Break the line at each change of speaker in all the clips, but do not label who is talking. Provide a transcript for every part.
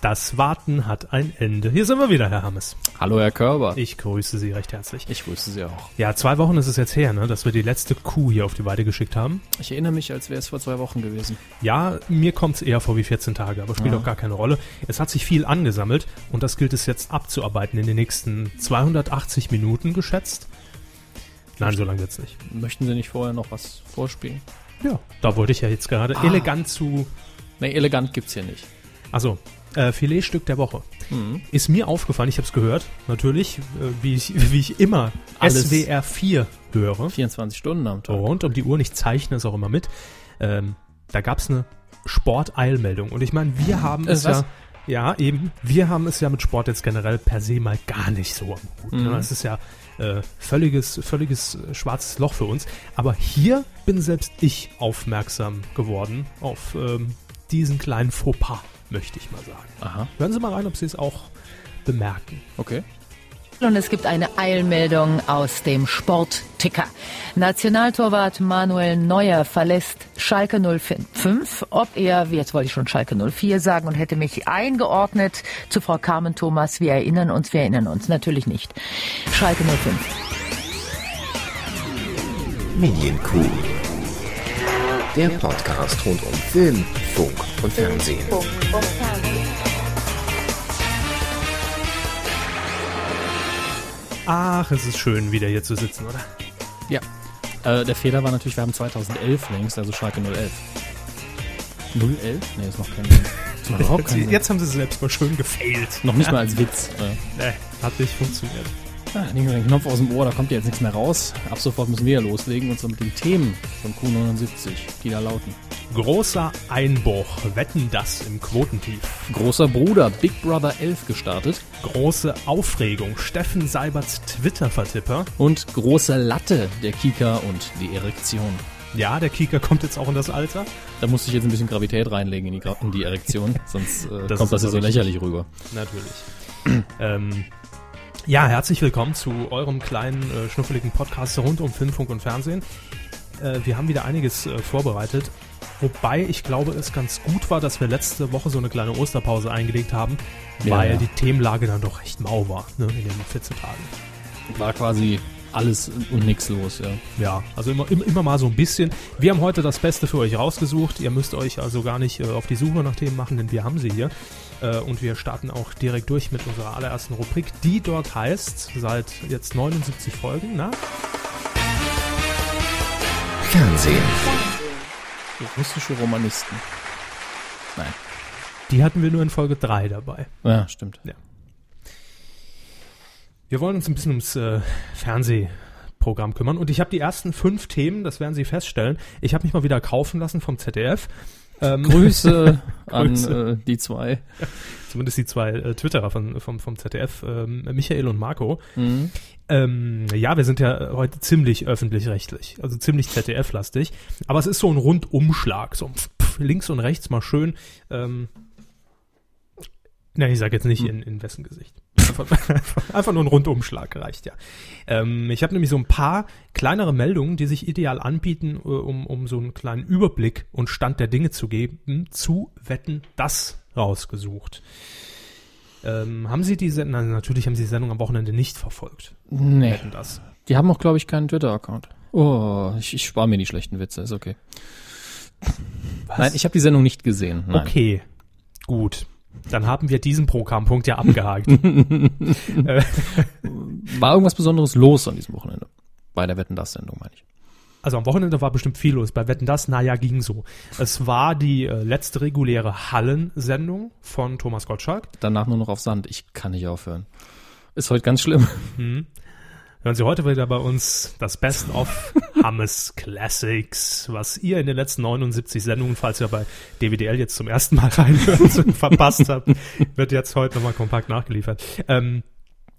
Das Warten hat ein Ende. Hier sind wir wieder, Herr Hammes.
Hallo, Herr Körber.
Ich grüße Sie recht herzlich.
Ich grüße Sie auch.
Ja, zwei Wochen ist es jetzt her, ne, dass wir die letzte Kuh hier auf die Weide geschickt haben.
Ich erinnere mich, als wäre es vor zwei Wochen gewesen.
Ja, mir kommt es eher vor wie 14 Tage, aber spielt
Ja.
auch gar keine Rolle. Es hat sich viel angesammelt und das gilt es jetzt abzuarbeiten in den nächsten 280 Minuten geschätzt. Nein, so lange wird's nicht.
Möchten Sie nicht vorher noch was vorspielen?
Ja, da wollte ich ja jetzt gerade
Ah.
elegant zu.
Nee, elegant gibt's hier nicht.
Also, äh, Filetstück der Woche.
Mhm.
Ist mir aufgefallen, ich habe es gehört, natürlich, äh, wie, ich, wie ich immer
Alles.
SWR 4 höre.
24 Stunden am Tag.
rund um die Uhr, nicht zeichne es auch immer mit. Ähm, da gab es eine Sporteilmeldung. Und ich meine, wir haben
Äh,
es
was?
ja. Ja, eben. Wir haben es ja mit Sport jetzt generell per se mal gar nicht so am Hut.
Mhm.
ne? Das ist ja äh, völliges, völliges äh, schwarzes Loch für uns. Aber hier bin selbst ich aufmerksam geworden auf ähm, diesen kleinen Fauxpas, möchte ich mal sagen.
Aha,
Hören Sie mal rein, ob Sie es auch bemerken.
okay.
Und es gibt eine Eilmeldung aus dem Sportticker. Nationaltorwart Manuel Neuer verlässt Schalke 05. Ob er, wie jetzt wollte ich schon Schalke 04 sagen und hätte mich eingeordnet zu Frau Carmen Thomas. Wir erinnern uns, wir erinnern uns. Natürlich nicht. Schalke 05.
Medienkuh. Der Podcast rund um Film, Funk und Fernsehen.
Ach, es ist schön, wieder hier zu sitzen, oder?
Ja. Äh, der Fehler war natürlich, wir haben 2011 längst, also Schalke 011. 011? Nee, das macht keinen Sinn. Das macht überhaupt keinen Sinn.
Jetzt haben Sie selbst mal schön gefailt.
Noch nicht mal als Witz. Äh,
Nee, hat nicht funktioniert.
ah, nehmen wir den Knopf aus dem Ohr, da kommt jetzt nichts mehr raus. Ab sofort müssen wir ja loslegen und zwar mit den Themen von Q79, die da lauten.
Großer Einbruch, wetten das im Quotentief.
Großer Bruder, Big Brother 11 gestartet.
Große Aufregung, Steffen Seiberts Twitter-Vertipper.
Und große Latte, der Kika und die Erektion.
Ja, der Kieker kommt jetzt auch in das Alter.
Da musste ich jetzt ein bisschen Gravität reinlegen in die, Gra in die Erektion, sonst äh,
Das
kommt das
ist
ja so
aber richtig.
lächerlich rüber.
Natürlich. ähm, ja, herzlich willkommen zu eurem kleinen, äh, schnuffeligen Podcast rund um Film, Funk und Fernsehen. Äh, wir haben wieder einiges äh, vorbereitet. Wobei ich glaube, es ganz gut war, dass wir letzte Woche so eine kleine Osterpause eingelegt haben,
Ja,
weil
ja.
die Themenlage dann doch recht mau war ne, in den 14 Tagen.
War quasi alles und nix los, ja.
Ja, also immer, immer, immer mal so ein bisschen. Wir haben heute das Beste für euch rausgesucht. Ihr müsst euch also gar nicht äh, auf die Suche nach Themen machen, denn wir haben sie hier. Äh, und wir starten auch direkt durch mit unserer allerersten Rubrik, die dort heißt, seit jetzt 79 Folgen, na?
Fernsehen.
Die russische Romanisten. Nein.
Die hatten wir nur in Folge 3 dabei.
Ja, stimmt.
Wir wollen uns ein bisschen ums äh, Fernsehprogramm kümmern. Und ich habe die ersten fünf Themen, das werden Sie feststellen. Ich habe mich mal wieder kaufen lassen vom ZDF. Ähm,
Grüße an
Grüße.
äh, die zwei.
zumindest die zwei äh, Twitterer von, vom, vom ZDF, ähm, Michael und Marco. Ähm, ja, wir sind ja heute ziemlich öffentlich-rechtlich, also ziemlich ZDF-lastig. Aber es ist so ein Rundumschlag, so pf, pf, links und rechts mal schön. Ähm, Nein, ich sage jetzt nicht in, in wessen Gesicht. Einfach, einfach nur ein Rundumschlag reicht ja. Ähm, ich habe nämlich so ein paar kleinere Meldungen, die sich ideal anbieten, äh, um, um so einen kleinen Überblick und Stand der Dinge zu geben, zu wetten, das rausgesucht. Ähm, haben Sie die Sendung, nein, natürlich haben Sie die Sendung am Wochenende nicht verfolgt.
Nee.
Wetten das.
Die haben auch, glaube ich, keinen Twitter-Account. Oh, ich, ich spare mir die schlechten Witze, ist okay. Nein, ich habe die Sendung nicht gesehen. Nein.
Okay, gut. Dann haben wir diesen Programmpunkt ja abgehakt.
War irgendwas Besonderes los an diesem Wochenende? Bei der Wetten das Sendung, meine ich.
also am Wochenende war bestimmt viel los. Bei Wetten das, naja, ging so. Es war die äh, letzte reguläre Hallensendung von Thomas Gottschalk.
Danach nur noch auf Sand. Ich kann nicht aufhören. Ist heute ganz schlimm.
Hören Sie heute wieder bei uns das Best of Hammes Classics, was ihr in den letzten 79 Sendungen, falls ihr bei DWDL jetzt zum ersten Mal reinhört, verpasst habt, wird jetzt heute nochmal kompakt nachgeliefert. Ähm,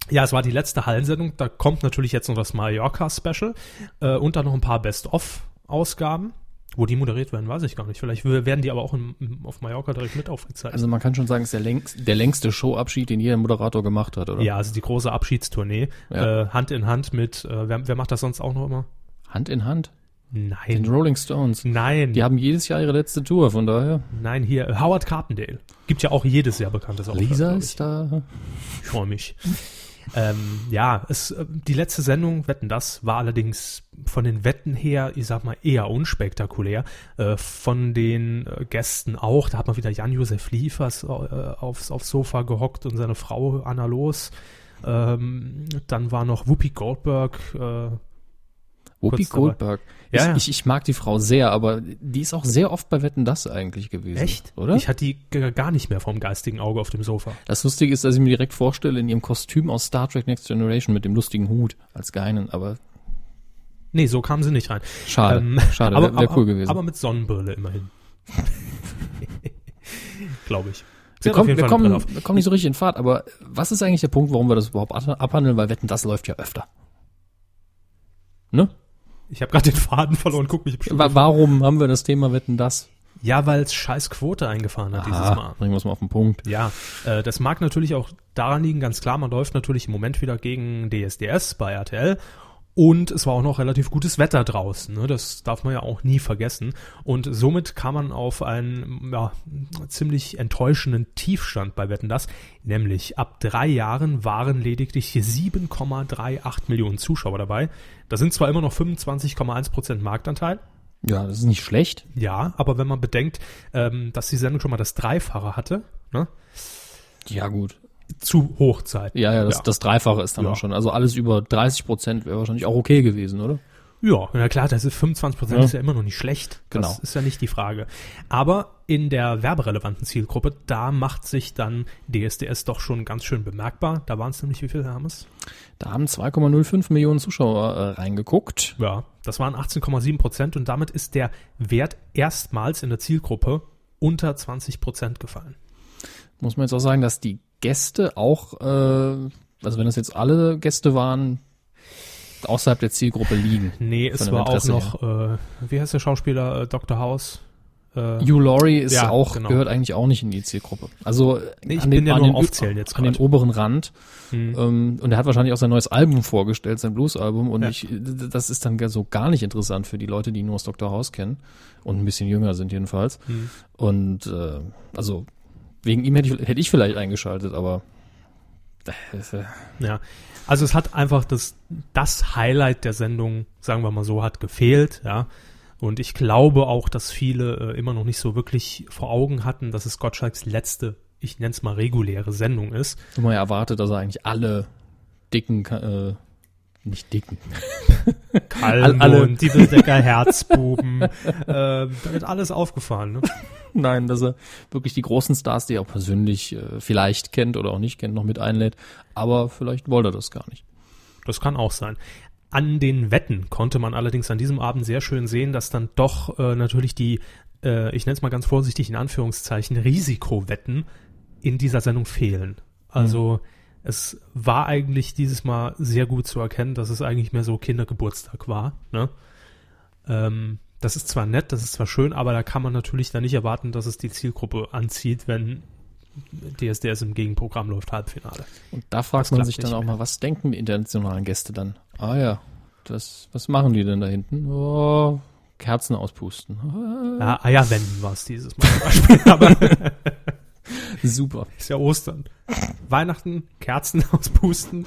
ja, es war die letzte Hallensendung. Da kommt natürlich jetzt noch das Mallorca-Special äh, und dann noch ein paar Best-of-Ausgaben. Wo die moderiert werden, weiß ich gar nicht. Vielleicht werden die aber auch in, auf Mallorca direkt mit aufgezeichnet.
Also man kann schon sagen, es ist der, längst, der längste Showabschied, den jeder Moderator gemacht hat, oder?
ja, also die große Abschiedstournee,
Ja.
äh, Hand in Hand mit, äh, wer, wer macht das sonst auch noch immer?
Hand in Hand. Den
Nein.
Rolling Stones.
Nein.
Die haben jedes Jahr ihre letzte Tour, von daher.
Nein, hier. äh, Howard Carpendale. Gibt ja auch jedes Jahr bekanntes Auftritt,
Lisa
glaub
ist da.
Ich, ich freue mich. ähm, ja, es, äh, die letzte Sendung, Wetten das, war allerdings von den Wetten her, ich sag mal, eher unspektakulär. Äh, von den äh, Gästen auch. Da hat man wieder Jan-Josef Liefers äh, aufs, aufs Sofa gehockt und seine Frau Anna Los. Ähm, dann war noch Whoopi Goldberg. Äh,
Whoopi
Kurz dabei.
Goldberg.
Ja, ja.
ich, ich, ich mag die Frau sehr, aber die ist auch sehr oft bei Wetten das eigentlich gewesen. Oder?
Ich hatte die g- gar nicht mehr vom geistigen Auge auf dem Sofa.
das Lustige ist, dass ich mir direkt vorstelle, in ihrem Kostüm aus Star Trek Next Generation mit dem lustigen Hut als Geheimen, aber
Nee, so kamen sie nicht rein.
schade.
Ähm,
schade,
aber,
wäre wär
aber-
cool gewesen.
Aber mit Sonnenbrille immerhin. Glaube ich. Sie
wir
hat
kommen, wir,
eine Brille
kommen,
auf.
wir kommen nicht so richtig in Fahrt, aber was ist eigentlich der Punkt, warum wir das überhaupt ab- abhandeln? Weil Wetten das läuft ja öfter. Ne?
Ich habe gerade den Faden verloren, guck mich bestimmt.
Wa- Warum haben wir das Thema Wetten das?
Ja, weil es scheiß Quote eingefahren hat dieses Mal.
bringen wir es mal auf den Punkt.
Ja, äh, das mag natürlich auch daran liegen, ganz klar, man läuft natürlich im Moment wieder gegen DSDS bei RTL. Und es war auch noch relativ gutes Wetter draußen, ne? das darf man ja auch nie vergessen. Und somit kam man auf einen ja, ziemlich enttäuschenden Tiefstand bei Wetten das, nämlich ab drei Jahren waren lediglich 7,38 Millionen Zuschauer dabei. Das sind zwar immer noch 25,1 Prozent Marktanteil,
Ja, das ist nicht schlecht.
ja, aber wenn man bedenkt, ähm, dass die Sendung schon mal das Dreifache hatte, ne?
Ja, gut.
zu Hochzeiten.
Ja, ja, das,
ja.
das Dreifache ist dann
Ja.
auch schon. Also alles über 30 Prozent wäre wahrscheinlich auch okay gewesen, oder?
Ja, na klar, das ist 25 Prozent
Ja.
ist ja immer noch nicht schlecht.
Genau.
Das ist ja nicht die Frage. Aber in der werberelevanten Zielgruppe, da macht sich dann DSDS doch schon ganz schön bemerkbar. Da waren es nämlich, wie viele haben es?
Da haben 2,05 Millionen Zuschauer äh, reingeguckt.
Ja, das waren 18,7 Prozent und damit ist der Wert erstmals in der Zielgruppe unter 20 Prozent gefallen.
Muss man jetzt auch sagen, dass die Gäste auch, äh, also wenn das jetzt alle Gäste waren, außerhalb der Zielgruppe liegen.
Nee, es
Von dem
war auch
Interesse
noch, äh, wie heißt der Schauspieler, äh, Dr. House? Äh,
Hugh Laurie ist
Ja,
auch,
genau.
gehört eigentlich auch nicht in die Zielgruppe. Also
Nee, ich
an
bin ja
an
nur am
den, Ö-
Aufzählen jetzt
an den
gerade.
oberen Rand.
Hm.
Ähm, und er hat wahrscheinlich auch sein neues Album vorgestellt, sein Blues-Album. Und
Ja.
ich, d- das ist dann gar- so gar nicht interessant für die Leute, die nur das Dr. House kennen und ein bisschen jünger sind jedenfalls.
Hm.
Und äh, also wegen ihm hätte ich, hätte ich vielleicht eingeschaltet, aber äh,
Ja. Also es hat einfach das, das Highlight der Sendung, sagen wir mal so, hat gefehlt, ja. Und ich glaube auch, dass viele äh, immer noch nicht so wirklich vor Augen hatten, dass es Gottschalks letzte, ich nenne es mal reguläre Sendung ist.
wo man ja erwartet, dass er eigentlich alle dicken, Ka- äh, nicht dicken,
Kalmund,
alle.
Titeldecker, Herzbuben, äh, da wird alles aufgefahren. Ne?
Nein, dass er wirklich die großen Stars, die er auch persönlich äh, vielleicht kennt oder auch nicht kennt, noch mit einlädt. Aber vielleicht wollte er das gar nicht.
Das kann auch sein. An den Wetten konnte man allerdings an diesem Abend sehr schön sehen, dass dann doch äh, natürlich die, äh, ich nenne es mal ganz vorsichtig in Anführungszeichen, Risikowetten in dieser Sendung fehlen. Also es war eigentlich dieses Mal sehr gut zu erkennen, dass es eigentlich mehr so Kindergeburtstag war. Ne? Ähm, das ist zwar nett, das ist zwar schön, aber da kann man natürlich dann nicht erwarten, dass es die Zielgruppe anzieht, wenn DSDS im Gegenprogramm läuft, Halbfinale.
Und da fragt
Das
man
klappt
sich dann
nicht
auch
mehr.
mal, was denken die internationalen Gäste dann? Ah ja, das, was machen die denn da hinten? Oh, Kerzen auspusten.
Ja, Eierwenden war es dieses Mal zum Beispiel, aber
Ah, super.
ist ja Ostern. Weihnachten, Kerzen auspusten,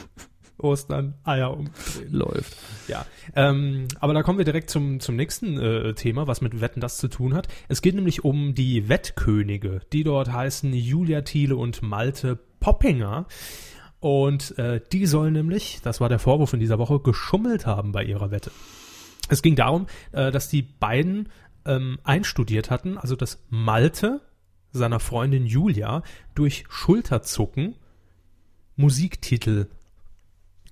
Ostern, Eier um. umdrehen.
Läuft.
Ja, ähm, aber da kommen wir direkt zum, zum nächsten äh, Thema, was mit Wetten das zu tun hat. Es geht nämlich um die Wettkönige, die dort heißen Julia Thiele und Malte Poppinger. Und äh, die sollen nämlich, das war der Vorwurf in dieser Woche, geschummelt haben bei ihrer Wette. Es ging darum, äh, dass die beiden ähm, einstudiert hatten, also dass Malte seiner Freundin Julia durch Schulterzucken Musiktitel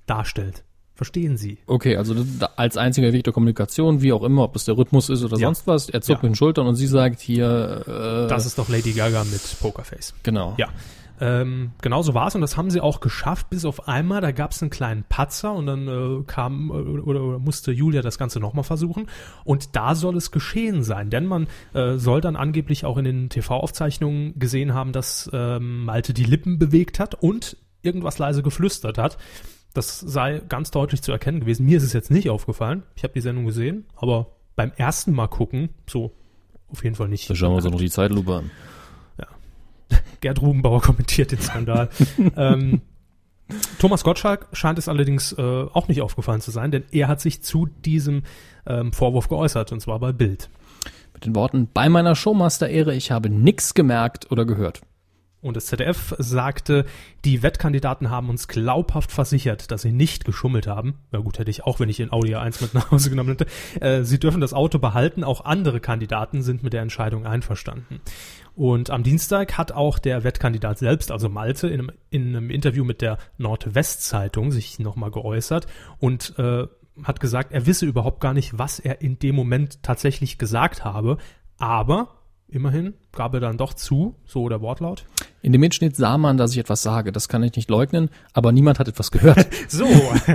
darstellt. Verstehen Sie?
Okay, also das- da- als einziger Weg der Kommunikation, wie auch immer, ob es der Rhythmus ist oder
Ja.
sonst was, er zuckt
Ja.
mit den Schultern und sie sagt hier, äh,
Das ist doch Lady Gaga mit Pokerface.
genau.
Ja. Ähm, genau so war es und das haben sie auch geschafft, bis auf einmal, da gab es einen kleinen Patzer und dann äh, kam äh, oder, oder musste Julia das Ganze nochmal versuchen und da soll es geschehen sein, denn man äh, soll dann angeblich auch in den TV-Aufzeichnungen gesehen haben, dass ähm, Malte die Lippen bewegt hat und irgendwas leise geflüstert hat. Das sei ganz deutlich zu erkennen gewesen. Mir ist es jetzt nicht aufgefallen. Ich habe die Sendung gesehen, aber beim ersten Mal gucken, so auf jeden Fall nicht.
Da schauen wir uns doch noch die Zeitlupe an.
Gerd Rubenbauer kommentiert den Skandal. ähm, Thomas Gottschalk scheint es allerdings äh, auch nicht aufgefallen zu sein, denn er hat sich zu diesem ähm, Vorwurf geäußert, und zwar bei Bild.
Mit den Worten, bei meiner Showmaster-Ehre, ich habe nix gemerkt oder gehört.
Und das ZDF sagte, die Wettkandidaten haben uns glaubhaft versichert, dass sie nicht geschummelt haben. Na gut, hätte ich auch, wenn ich den Audi A1 mit nach Hause genommen hätte. Äh, sie dürfen das Auto behalten. Auch andere Kandidaten sind mit der Entscheidung einverstanden. Und am Dienstag hat auch der Wettkandidat selbst, also Malte, in einem, in einem Interview mit der Nordwestzeitung sich nochmal geäußert und äh, hat gesagt, er wisse überhaupt gar nicht, was er in dem Moment tatsächlich gesagt habe. Aber immerhin gab er dann doch zu, so der Wortlaut.
In dem Mitschnitt sah man, dass ich etwas sage. Das kann ich nicht leugnen, aber niemand hat etwas gehört.
So,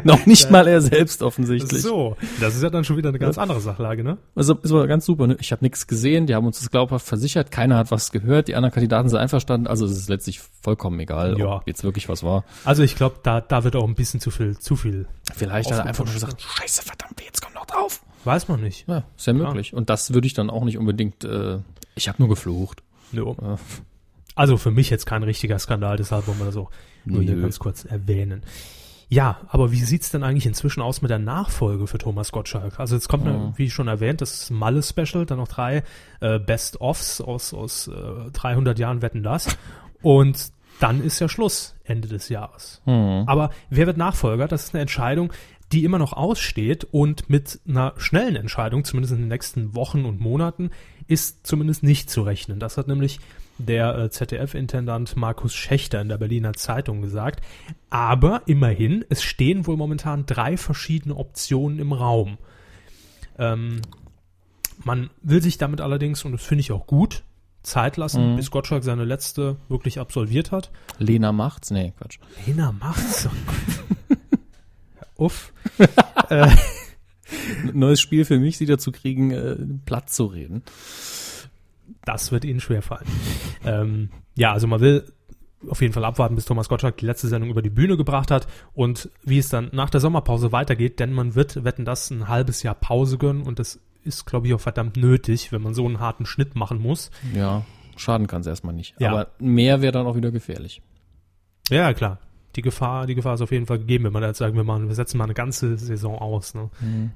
noch nicht mal er selbst offensichtlich.
so. Das ist ja dann schon wieder eine ganz andere Sachlage, ne?
Also ist aber ganz super. Ne? Ich habe nichts gesehen, die haben uns das glaubhaft versichert, keiner hat was gehört, die anderen Kandidaten sind einverstanden. Also es ist letztlich vollkommen egal,
Ja.
ob jetzt wirklich was war.
Also ich glaube, da, da wird auch ein bisschen zu viel, zu viel.
Vielleicht hat er einfach nur
Aufgepusht.
gesagt, scheiße, verdammt, jetzt kommt noch drauf.
Weiß man nicht.
Ja, ist ja möglich. Und das würde ich dann auch nicht unbedingt, äh, ich habe nur geflucht.
No. Also für mich jetzt kein richtiger Skandal, deshalb wollen wir das auch nur hier
Nö.
ganz kurz erwähnen. Ja, aber wie sieht's denn eigentlich inzwischen aus mit der Nachfolge für Thomas Gottschalk? Also jetzt kommt, ne, wie schon erwähnt, das Malle-Special, dann noch drei äh, Best-Offs aus, aus äh, 300 Jahren Wetten, das. Und dann ist ja Schluss, Ende des Jahres. Aber wer wird Nachfolger? Das ist eine Entscheidung, die immer noch aussteht und mit einer schnellen Entscheidung, zumindest in den nächsten Wochen und Monaten, ist zumindest nicht zu rechnen. Das hat nämlich der äh, ZDF-Intendant Markus Schächter in der Berliner Zeitung gesagt. Aber immerhin, es stehen wohl momentan drei verschiedene Optionen im Raum. Ähm, man will sich damit allerdings, und das finde ich auch gut, Zeit lassen, bis Gottschalk seine letzte wirklich absolviert hat.
Lena macht's? Nee, Quatsch.
Lena macht's. Uff.
Neues Spiel für mich, sie dazu kriegen, äh, platt zu reden.
Das wird ihnen schwerfallen. ähm, ja, also man will auf jeden Fall abwarten, bis Thomas Gottschalk die letzte Sendung über die Bühne gebracht hat und wie es dann nach der Sommerpause weitergeht, denn man wird, wetten das, ein halbes Jahr Pause gönnen und das ist, glaube ich, auch verdammt nötig, wenn man so einen harten Schnitt machen muss.
Ja, schaden kann's erstmal nicht.
Ja.
Aber mehr wäre dann auch wieder gefährlich.
Ja, klar. Die Gefahr, die Gefahr ist auf jeden Fall gegeben, wenn man da jetzt sagen, wir machen, wir setzen mal eine ganze Saison aus. Ne?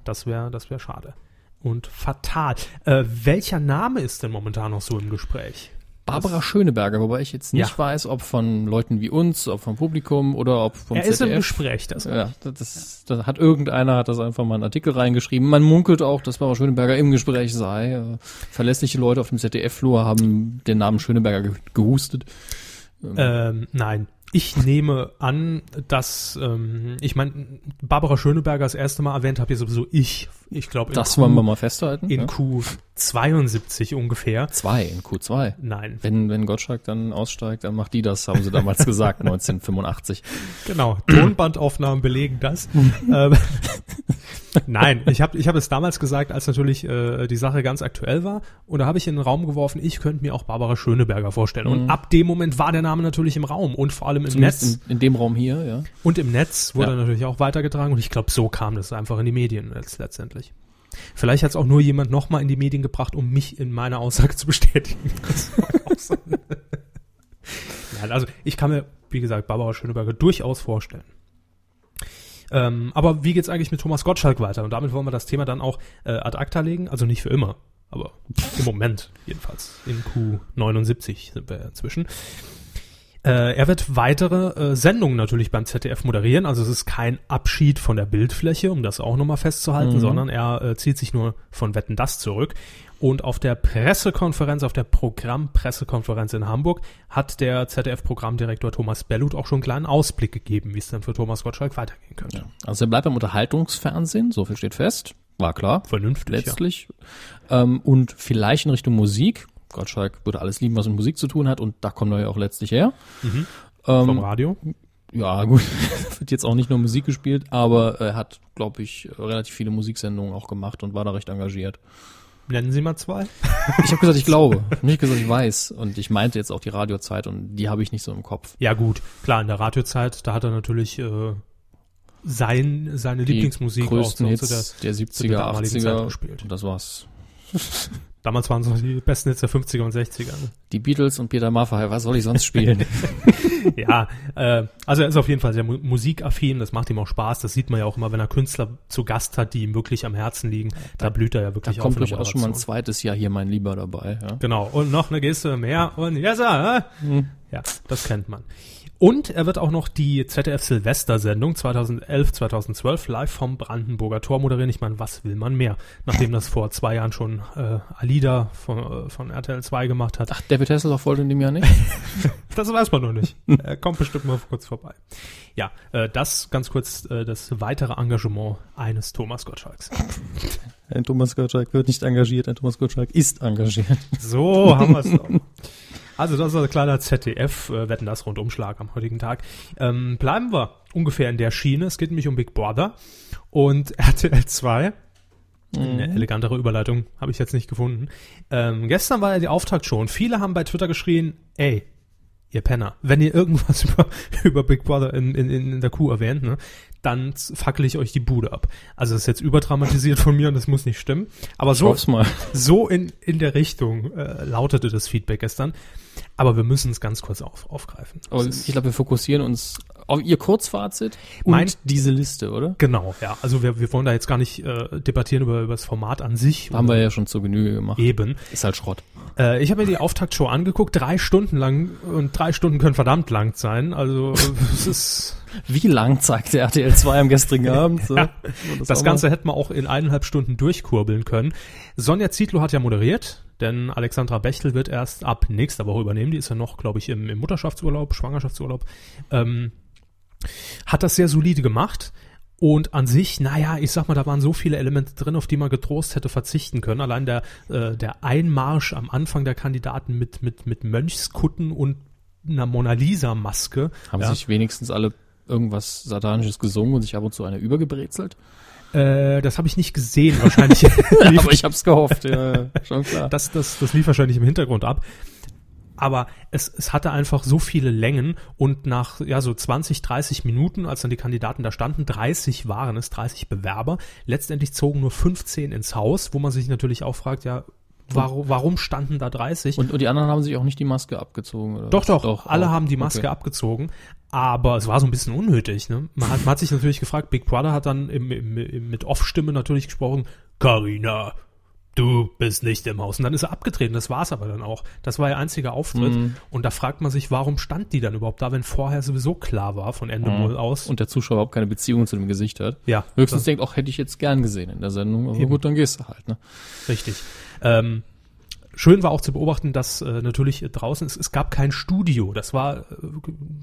Das wäre, das wäre schade. Und fatal. Äh, welcher Name ist denn momentan noch so im Gespräch?
Barbara Schöneberger, wobei ich jetzt nicht
Ja.
weiß, ob von Leuten wie uns, ob vom Publikum oder ob vom
er ist im
ZDF.
Gespräch. Das
ja, das, das, da hat irgendeiner hat das einfach mal einen Artikel reingeschrieben. Man munkelt auch, dass Barbara Schöneberger im Gespräch sei. Äh, Verlässliche Leute auf dem ZDF-Flur haben den Namen Schöneberger ge gehustet. Mhm.
Ähm, nein. Ich nehme an, dass, ähm, ich meine, Barbara Schöneberger das erste Mal erwähnt habe, ja sowieso ich. Ich glaube, in,
Das
Q-
wollen wir mal festhalten.
in
ja.
Q72 ungefähr.
Zwei, in Q2.
Nein,
Wenn, wenn Gottschalk dann aussteigt, dann macht die das, haben sie damals gesagt, 1985.
Genau, Tonbandaufnahmen belegen das.
Mhm.
ähm, Nein, ich habe ich hab es damals gesagt, als natürlich äh, die Sache ganz aktuell war. Und da habe ich in den Raum geworfen, ich könnte mir auch Barbara Schöneberger vorstellen.
Mhm.
Und ab dem Moment war der Name natürlich im Raum und vor allem im Netz.
In, in dem Raum hier, ja.
Und im Netz wurde
Ja.
er natürlich auch weitergetragen. Und ich glaube, so kam das einfach in die Medien jetzt letztendlich. Vielleicht hat es auch nur jemand nochmal in die Medien gebracht, um mich in meiner Aussage zu bestätigen. Das mag auch sein. Nein, also ich kann mir, wie gesagt, Barbara Schöneberger durchaus vorstellen. Ähm, aber wie geht's eigentlich mit Thomas Gottschalk weiter? Und damit wollen wir das Thema dann auch äh, ad acta legen. Also nicht für immer, aber im Moment jedenfalls. In Q79 sind wir inzwischen. Äh, er wird weitere äh, Sendungen natürlich beim ZDF moderieren. Also es ist kein Abschied von der Bildfläche, um das auch nochmal festzuhalten,
Mhm.
sondern er äh, zieht sich nur von Wetten das zurück. Und auf der Pressekonferenz, auf der Programmpressekonferenz in Hamburg hat der ZDF-Programmdirektor Thomas Bellut auch schon einen kleinen Ausblick gegeben, wie es dann für Thomas Gottschalk weitergehen könnte.
Also er bleibt beim Unterhaltungsfernsehen, so viel steht fest. War klar.
Vernünftig, ja.
Letztlich. Ähm, und vielleicht in Richtung Musik. Gottschalk würde alles lieben, was mit Musik zu tun hat und da kommt er ja auch letztlich her.
Mhm.
Ähm,
Vom Radio.
Ja, gut, wird jetzt auch nicht nur Musik gespielt, aber er hat, glaube ich, relativ viele Musiksendungen auch gemacht und war da recht engagiert.
Nennen Sie mal zwei.
Ich habe gesagt, ich glaube, nicht gesagt, ich weiß. Und ich meinte jetzt auch die Radiozeit und die habe ich nicht so im Kopf.
Ja gut, klar, in der Radiozeit, da hat er natürlich äh, sein, seine Lieblingsmusik
größten
auch so
Hits der 70er,
damaligen Zeit
80er.
gespielt.
Und das war's.
Damals waren es noch die besten Hits der 50er und 60er. Ne?
Die Beatles und Peter Maffay, was soll ich sonst spielen?
ja, äh, also er ist auf jeden Fall sehr mu musikaffin, das macht ihm auch Spaß, das sieht man ja auch immer, wenn er Künstler zu Gast hat, die ihm wirklich am Herzen liegen, da, blüht er ja
da
wirklich
kommt
in der
durchaus schon mal ein
Moderation.
zweites Jahr hier mein Lieber dabei. Ja.
Genau, und noch eine Geste mehr und ja, so, äh?
Mhm.
ja, das kennt man. Und er wird auch noch die ZDF Silvester-Sendung 2011, 2012 live vom Brandenburger Tor moderieren. Ich meine, was will man mehr? Nachdem das vor zwei Jahren schon äh, Alida von, äh, von RTL 2 gemacht hat.
Ach, David Hasselhoff wollte in dem Jahr nicht?
Das weiß man noch nicht. Er kommt bestimmt mal kurz vorbei. Ja, äh, das ganz kurz äh, das weitere Engagement eines Thomas Gottschalks.
Ein Thomas Gottschalk wird nicht engagiert, ein Thomas Gottschalk ist engagiert.
So haben wir es doch. Also das ist ein kleiner ZDF, äh, wetten das Rundumschlag am heutigen Tag. Ähm, bleiben wir ungefähr in der Schiene. Es geht nämlich um Big Brother und RTL 2. Eine elegantere Überleitung habe ich jetzt nicht gefunden. Ähm, gestern war ja die Auftaktshow und viele haben bei Twitter geschrien, ey, ihr Penner, wenn ihr irgendwas über, über Big Brother in, in, in der Kuh erwähnt, ne, dann z- fackel ich euch die Bude ab. Also das ist jetzt überdramatisiert von mir und das muss nicht stimmen. Aber so,
Hoff's mal.
so in, in der Richtung äh, lautete das Feedback gestern. Aber wir müssen es ganz kurz auf, aufgreifen. Also,
Aber
Das ist-
ich glaube, wir fokussieren uns auf Ihr Kurzfazit und
Mein-
diese Liste, oder?
genau, ja. Also wir, wir wollen da jetzt gar nicht äh, debattieren über, über das Format an sich.
Haben wir ja schon zur Genüge gemacht.
Eben.
Ist halt Schrott.
Äh, ich habe mir die Auftaktshow angeguckt, drei Stunden lang. Und drei Stunden können verdammt lang sein. Also es ist...
Wie lang zeigte RTL 2 am gestrigen Abend? So.
Das,
auch mal-
Ganze hätte man auch in eineinhalb Stunden durchkurbeln können. Sonja Zietlow hat ja moderiert, denn Alexandra Bechtel wird erst ab nächster Woche übernehmen. Die ist ja noch, glaube ich, im, im Mutterschaftsurlaub, Schwangerschaftsurlaub. Ähm, hat das sehr solide gemacht. Und an sich, naja, ich sag mal, da waren so viele Elemente drin, auf die man getrost hätte verzichten können. Allein der, äh, der Einmarsch am Anfang der Kandidaten mit, mit, mit Mönchskutten und einer Mona Lisa-Maske.
Haben
ja.
sich wenigstens alle irgendwas Satanisches gesungen und sich ab und zu einer übergebrezelt?
Äh, das habe ich nicht gesehen, wahrscheinlich. lief
Aber ich hab's gehofft, ja, ja, schon klar.
Das, das, das lief wahrscheinlich im Hintergrund ab. Aber es, es hatte einfach so viele Längen und nach ja, so 20, 30 Minuten, als dann die Kandidaten da standen, 30 waren es, 30 Bewerber, letztendlich zogen nur 15 ins Haus, wo man sich natürlich auch fragt, ja, warum, warum standen da 30?
und, und die anderen haben sich auch nicht die Maske abgezogen, oder?
Doch,
was?
doch, alle
auch.
haben die Maske
Okay.
abgezogen, aber es war so ein bisschen unnötig. Ne? Man, hat, man hat sich natürlich gefragt, Big Brother hat dann im, im, im, mit Off-Stimme natürlich gesprochen, Carina, du bist nicht im Haus. Und dann ist er abgetreten, das war's aber dann auch. Das war ihr einziger Auftritt.
Mhm.
Und da fragt man sich, warum stand die dann überhaupt da, wenn vorher sowieso klar war von Ende Moll aus.
Mhm. Und der Zuschauer überhaupt keine Beziehung zu dem Gesicht hat.
ja,
Höchstens denkt auch, hätte ich jetzt gern gesehen in der Sendung, aber gut, dann gehst du halt, ne?
Richtig. Ähm, schön war auch zu beobachten, dass äh, natürlich draußen, es, es gab kein Studio. Das war äh,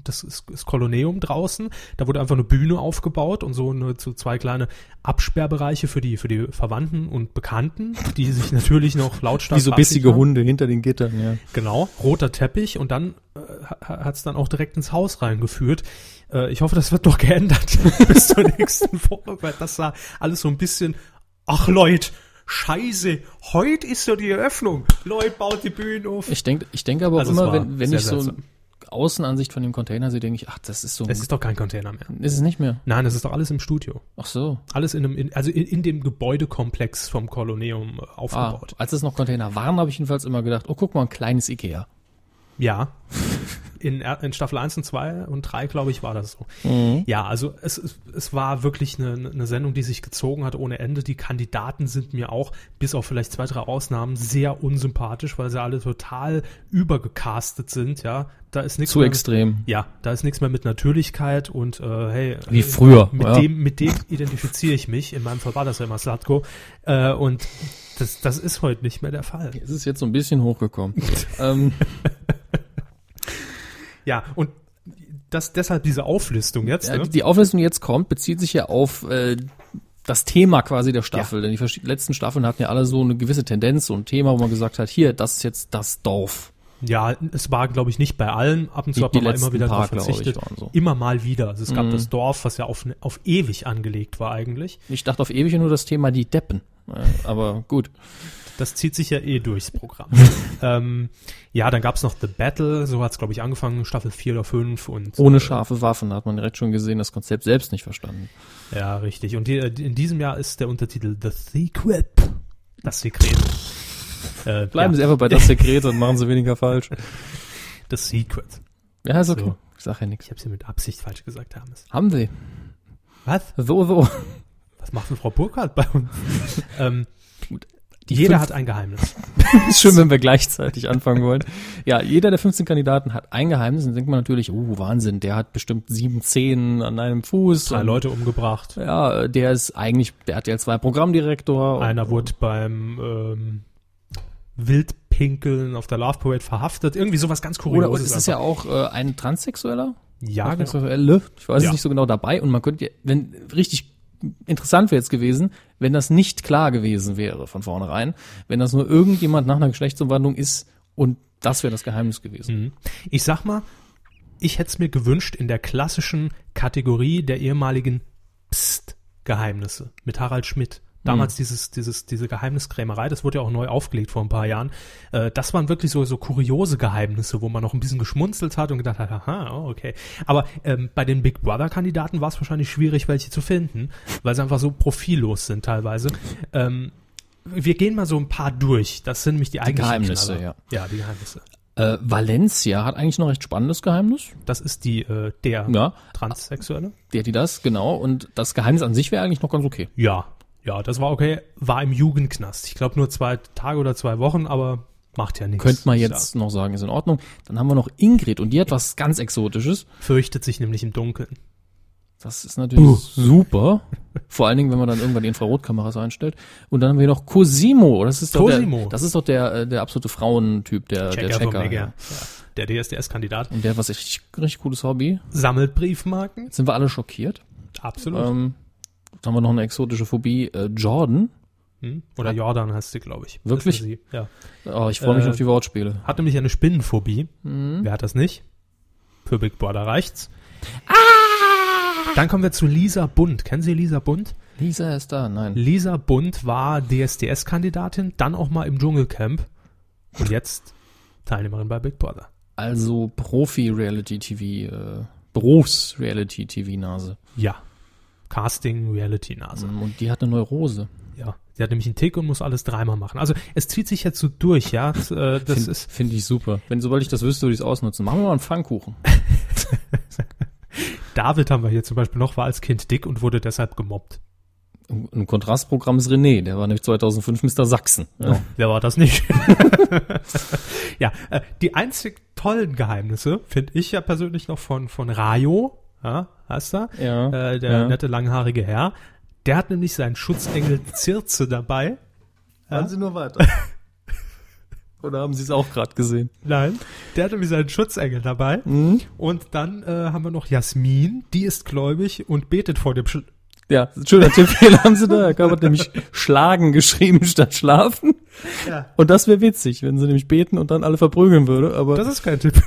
das, ist, das Koloneum draußen. Da wurde einfach eine Bühne aufgebaut und so, eine, so zwei kleine Absperrbereiche für die, für die Verwandten und Bekannten, die sich natürlich noch lautstark verabschiedet haben.
Hunde hinter den Gittern, ja.
Genau, roter Teppich und dann äh, hat es dann auch direkt ins Haus reingeführt. Äh, ich hoffe, das wird noch geändert bis zur nächsten Woche, weil das sah alles so ein bisschen, ach Leute, scheiße, heute ist ja die Eröffnung. Leute, baut die Bühnen auf.
Ich denke ich denk aber auch
Also es
immer,
war
wenn, wenn
sehr
ich so eine
seltsam.
Außenansicht von dem Container sehe, denke ich, ach, das ist so ein,
Es
ist,
ist doch kein Container mehr.
es nicht mehr.
Nein, es ist doch alles im Studio.
Ach so.
Alles in einem, in, also in, in dem Gebäudekomplex vom Koloneum äh,
Ah,
aufgebaut.
als es noch Container waren, habe ich jedenfalls immer gedacht, oh, guck mal, ein kleines Ikea.
Ja. In, Er- in Staffel 1 und 2 und 3, glaube ich, war das so.
Mhm.
Ja, also es, es, es war wirklich eine, eine Sendung, die sich gezogen hat ohne Ende. Die Kandidaten sind mir auch, bis auf vielleicht zwei, drei Ausnahmen, sehr unsympathisch, weil sie alle total übergecastet sind, ja. Da ist nichts
Zu
mehr-
extrem.
Ja, da ist nichts mehr mit Natürlichkeit und äh, hey,
Wie
äh,
früher,
Mit,
ja.
dem, mit dem identifiziere ich mich. In meinem Fall war das ja immer Slatko. Äh, und das, das ist heute nicht mehr der Fall.
Es ist jetzt so ein bisschen hochgekommen. ähm,
Ja, und das, deshalb diese Auflistung jetzt.
ja,
ne?
die, die Auflistung, die jetzt kommt, bezieht sich ja auf äh, das Thema quasi der Staffel. Denn die verschi- letzten Staffeln hatten ja alle so eine gewisse Tendenz, so ein Thema, wo man gesagt hat, hier, das ist jetzt das Dorf.
Ja, es war, glaube ich, nicht bei allen. Ab und zu
Die-
hat man
die
mal immer
letzten
wieder
paar,
darauf
glaub ich,
verzichtet.
waren so. Mhm.
Immer mal wieder. Also es gab das Dorf, was ja auf, ne, auf ewig angelegt war eigentlich.
Ich dachte auf ewig nur das Thema die Deppen. Äh, Aber gut.
Das zieht sich ja eh durchs Programm. ähm, ja, dann gab's noch The Battle, so hat's glaub glaube ich, angefangen, Staffel 4 oder 5 und
Ohne scharfe Waffen hat man direkt schon gesehen, das Konzept selbst nicht verstanden.
ja, richtig. Und die, äh, in diesem Jahr ist der Untertitel The Secret. Das Sekret. Äh,
Bleiben
ja,
Sie einfach bei das Sekret und machen Sie weniger falsch.
Das Secret.
Ja, ist okay.
So.
Ich sag ja
Ich
nichts.
habe hier mit Absicht falsch gesagt, Hermes.
Haben Sie.
Was?
So, so.
Was macht denn Frau Burkhardt bei uns? ähm,
Die
jeder
fünf-
hat ein Geheimnis.
Ist schön, wenn wir gleichzeitig anfangen wollen. Ja, jeder der 15 Kandidaten hat ein Geheimnis. Dann denkt man natürlich, oh, Wahnsinn, der hat bestimmt sieben Zehen an einem Fuß.
Drei
Und,
Leute umgebracht.
Ja, äh, der ist eigentlich, der hat ja zwei Programmdirektor. Und
Einer wurde beim ähm, Wildpinkeln auf der Love Parade verhaftet. Irgendwie sowas ganz
oder,
Kurioses.
oder es ist ja auch äh, ein Transsexueller.
ja, genau.
Transsexuelle. Ich weiß
Ja.
es nicht so genau dabei. Und man könnte, ja- wenn richtig interessant wäre jetzt gewesen, wenn das nicht klar gewesen wäre von vornherein, wenn das nur irgendjemand nach einer Geschlechtsumwandlung ist und das wäre das Geheimnis gewesen.
Mhm. Ich sag mal, ich hätte es mir gewünscht in der klassischen Kategorie der ehemaligen Psst-Geheimnisse mit Harald Schmidt. Damals dieses, dieses, diese Geheimniskrämerei, das wurde ja auch neu aufgelegt vor ein paar Jahren. Äh, das waren wirklich so, so kuriose Geheimnisse, wo man noch ein bisschen geschmunzelt hat und gedacht hat, aha, oh, okay. Aber ähm, bei den Big Brother-Kandidaten war es wahrscheinlich schwierig, welche zu finden, weil sie einfach so profillos sind teilweise. Ähm, wir gehen mal so ein paar durch. Das sind nämlich die eigentlichen
Geheimnisse,
Knaller. Ja, die Geheimnisse.
Äh, Valencia hat eigentlich noch ein recht spannendes Geheimnis.
Das ist die, äh, der
Ja.
Transsexuelle?
Der, die das, genau. Und das Geheimnis an sich wäre eigentlich noch ganz okay.
Ja. Ja, das war okay. War im Jugendknast. Ich glaube nur zwei Tage oder zwei Wochen, aber macht ja nichts.
Könnte man jetzt noch sagen, ist in Ordnung. Dann haben wir noch Ingrid und die hat was ganz Exotisches.
Ja, fürchtet sich nämlich im Dunkeln.
Das ist natürlich super. Vor allen Dingen, wenn man dann irgendwann die Infrarotkameras einstellt. Und dann haben wir noch Cosimo. Das ist doch,
Cosimo.
Der, das ist doch der, äh, der absolute Frauentyp, der Checker. Der,
Checker vom
Checker
Egger.
ja.
Ja. Der DSDS-Kandidat.
Und der was richtig, richtig cooles Hobby.
Sammelt Briefmarken?
Jetzt sind wir alle schockiert.
Absolut.
Ähm, dann haben wir noch eine exotische Phobie. Äh, Jordan.
hm? Oder Jordan heißt sie, glaube ich.
Wirklich?
Ist sie. Ja.
Oh, ich freue mich
Äh,
auf die Wortspiele.
Hat nämlich eine Spinnenphobie.
Mhm.
Wer hat das nicht? Für Big Brother reicht's.
Ah!
Dann kommen wir zu Lisa Bund. Kennen Sie Lisa Bund?
Lisa ist da. Nein.
Lisa Bund war DSDS-Kandidatin, dann auch mal im Dschungelcamp und jetzt Teilnehmerin bei Big Brother.
Also Profi-Reality-TV, äh, Berufs-Reality-TV-Nase.
Ja. Casting, Reality-Nase.
Und die hat eine Neurose.
Ja. Sie hat nämlich einen Tick und muss alles dreimal machen. Also es zieht sich jetzt so durch, ja. Das, äh, das ist,
Finde ich super. Wenn, sobald ich das wüsste, würde ich es ausnutzen. Machen wir mal einen Pfannkuchen.
David haben wir hier zum Beispiel noch, war als Kind dick und wurde deshalb gemobbt.
Im im Kontrastprogramm ist René, der war nämlich 2005 Mr. Sachsen. Ja.
Wer war das nicht? ja, äh, die einzig tollen Geheimnisse finde ich ja persönlich noch von, von Rayo, ja, heißt er,
Ja,
äh, der
ja.
nette langhaarige Herr. Der hat nämlich seinen Schutzengel Zirze dabei.
Machen Sie nur weiter. Oder haben Sie es auch gerade gesehen?
Nein, der hat nämlich seinen Schutzengel dabei.
Mhm.
Und dann äh, haben wir noch Jasmin, die ist gläubig und betet vor dem Sch
Ja, schöner Tipp, den haben Sie da. Da hat nämlich schlagen geschrieben statt schlafen.
Ja.
Und das wäre witzig, wenn sie nämlich beten und dann alle verprügeln würde. Aber
Das ist kein Tipp.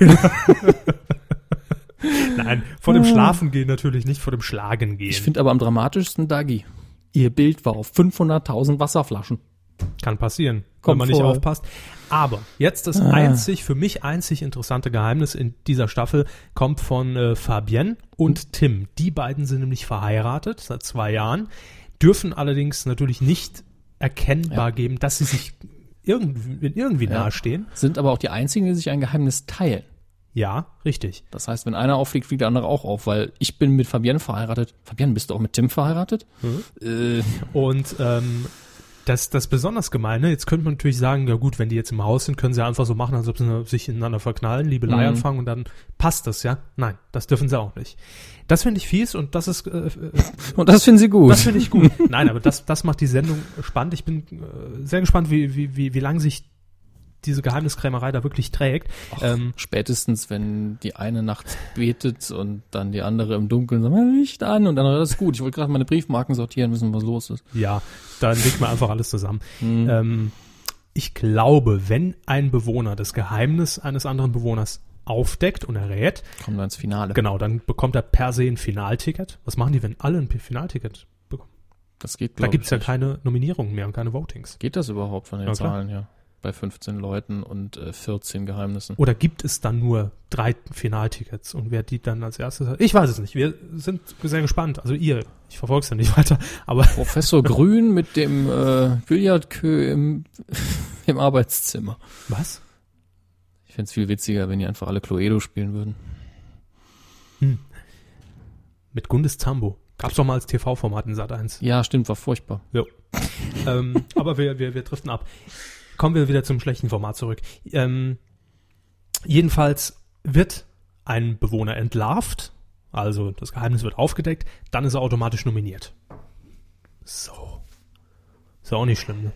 Nein, vor
Ah.
dem Schlafen gehen natürlich nicht, vor dem Schlagen gehen.
ich finde aber am dramatischsten Dagi. Ihr Bild war auf 500.000 Wasserflaschen.
Kann passieren, wenn
Kommt
man nicht
vor. Ah.
aufpasst. Aber jetzt das einzig, für mich einzig interessante Geheimnis in dieser Staffel kommt von äh, Fabienne
Hm.
und Tim. Die beiden sind nämlich verheiratet seit zwei Jahren, dürfen allerdings natürlich nicht erkennbar geben, dass sie sich irgendwie, irgendwie nahestehen.
Sind aber auch die einzigen, die sich ein Geheimnis teilen.
Ja, richtig.
Das heißt, wenn einer auffliegt, fliegt der andere auch auf, weil ich bin mit Fabienne verheiratet. Fabienne, bist du auch mit Tim verheiratet? Äh,
Und ähm, das, das besonders Gemeine, jetzt könnte man natürlich sagen, ja gut, wenn die jetzt im Haus sind, können sie einfach so machen, als ob sie sich ineinander verknallen, Liebelei
Mhm.
anfangen und dann passt das, ja? Nein, das dürfen sie auch nicht. Das finde ich fies und das ist, äh, äh,
und das finden sie gut.
das finde ich gut. Nein, aber das, das macht die Sendung spannend. Ich bin äh, sehr gespannt, wie, wie, wie, wie lange sich diese Geheimniskrämerei da wirklich trägt. Ähm,
Spätestens, wenn die eine nachts betet und dann die andere im Dunkeln sagt, "Mach Licht an und dann das ist gut. Ich wollte gerade meine Briefmarken sortieren, wissen, was los ist.
Ja, dann legt man einfach alles zusammen. Ähm, ich glaube, wenn ein Bewohner das Geheimnis eines anderen Bewohners aufdeckt und errät,
Kommen wir ins Finale.
genau, dann bekommt er per se ein Finalticket. Was machen die, wenn alle ein Finalticket bekommen?
Das geht,
Da
glaub
gibt's
ich,
ja
nicht.
keine Nominierungen mehr und keine Votings.
Geht das überhaupt von den
Ja, klar.
Zahlen her? Bei 15 Leuten und äh, 14 Geheimnissen.
Oder gibt es dann nur drei Finaltickets und wer die dann als erstes hat? Ich weiß es nicht. Wir sind sehr gespannt. Also ihr, ich verfolge es ja nicht weiter, aber
Professor Grün mit dem äh, Billardkö im, im Arbeitszimmer.
was?
Ich fänd's viel witziger, wenn die einfach alle Cluedo spielen würden.
Mit Gundes Zambo. Gab's doch mal als TV-Format in Sat 1.
Ja, stimmt, war furchtbar.
ähm, aber wir, wir, wir driften ab. Kommen wir wieder zum schlechten Format zurück. Ähm, jedenfalls wird ein Bewohner entlarvt, also das Geheimnis wird aufgedeckt, dann ist er automatisch nominiert. So. Ist ja auch nicht schlimm. Ne?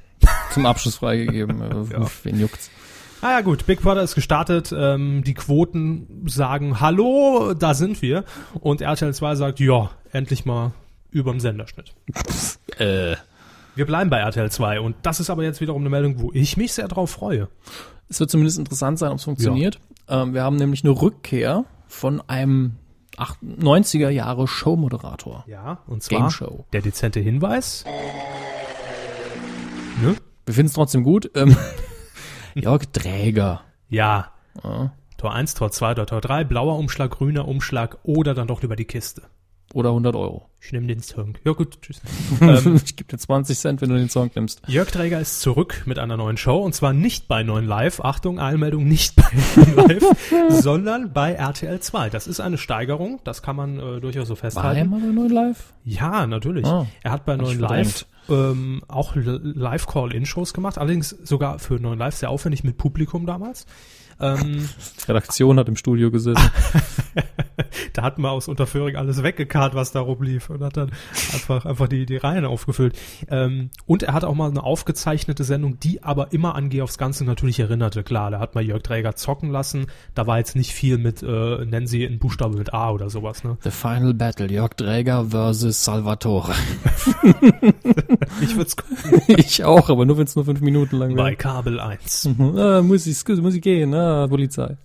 Zum Abschluss freigegeben. Äh,
Ja.
Wen juckt's?
Ah ja gut, Big Brother ist gestartet, ähm, die Quoten sagen Hallo, da sind wir. Und RTL 2 sagt, ja, endlich mal überm Senderschnitt.
Äh.
Wir bleiben bei RTL 2 und das ist aber jetzt wiederum eine Meldung, wo ich mich sehr drauf freue.
Es wird zumindest interessant sein, ob es funktioniert. Ähm, wir haben nämlich eine Rückkehr von einem 8 90er Jahre Showmoderator.
Ja, und zwar
Game Show.
der dezente Hinweis. Ne?
Wir finden's trotzdem gut. Ähm, Jörg Dräger.
Ja. Tor 1, Tor 2 oder Tor 3, blauer Umschlag, grüner Umschlag oder dann doch lieber die Kiste.
Oder 100 Euro. Ähm,
Ich nehme den Song. Ja gut, tschüss.
ich gebe dir 20 Cent, wenn du den Song nimmst.
Jörg Träger ist zurück mit einer neuen Show und zwar nicht bei 9 Live, Achtung, Einmeldung nicht bei 9 Live, sondern bei RTL 2. Das ist eine Steigerung, das kann man äh, durchaus so
War er
festhalten.
mal bei 9 Live?
Ja, natürlich.
Ah,
er hat bei
hab ich
9 Live ähm, auch L- Live-Call-In-Shows gemacht, allerdings sogar für 9 Live sehr aufwendig mit Publikum damals. Ähm,
Redaktion hat im Studio gesessen.
da hat man aus Unterföhring alles weggekarrt, was da rumlief und hat dann einfach, einfach die, die Reihen aufgefüllt. Ähm, und er hat auch mal eine aufgezeichnete Sendung, die aber immer an Geh aufs Ganze natürlich erinnerte. Klar, da hat man Jörg Träger zocken lassen. Da war jetzt nicht viel mit, äh, nennen sie einen Buchstabe mit A oder sowas, ne?
The Final Battle, Jörg Dräger versus Salvatore.
Ich würde gucken.
ich auch, aber nur wenn es nur fünf Minuten lang
Bei
wäre.
Kabel 1.
Ah, muss ich, muss ich gehen, ah, Polizei.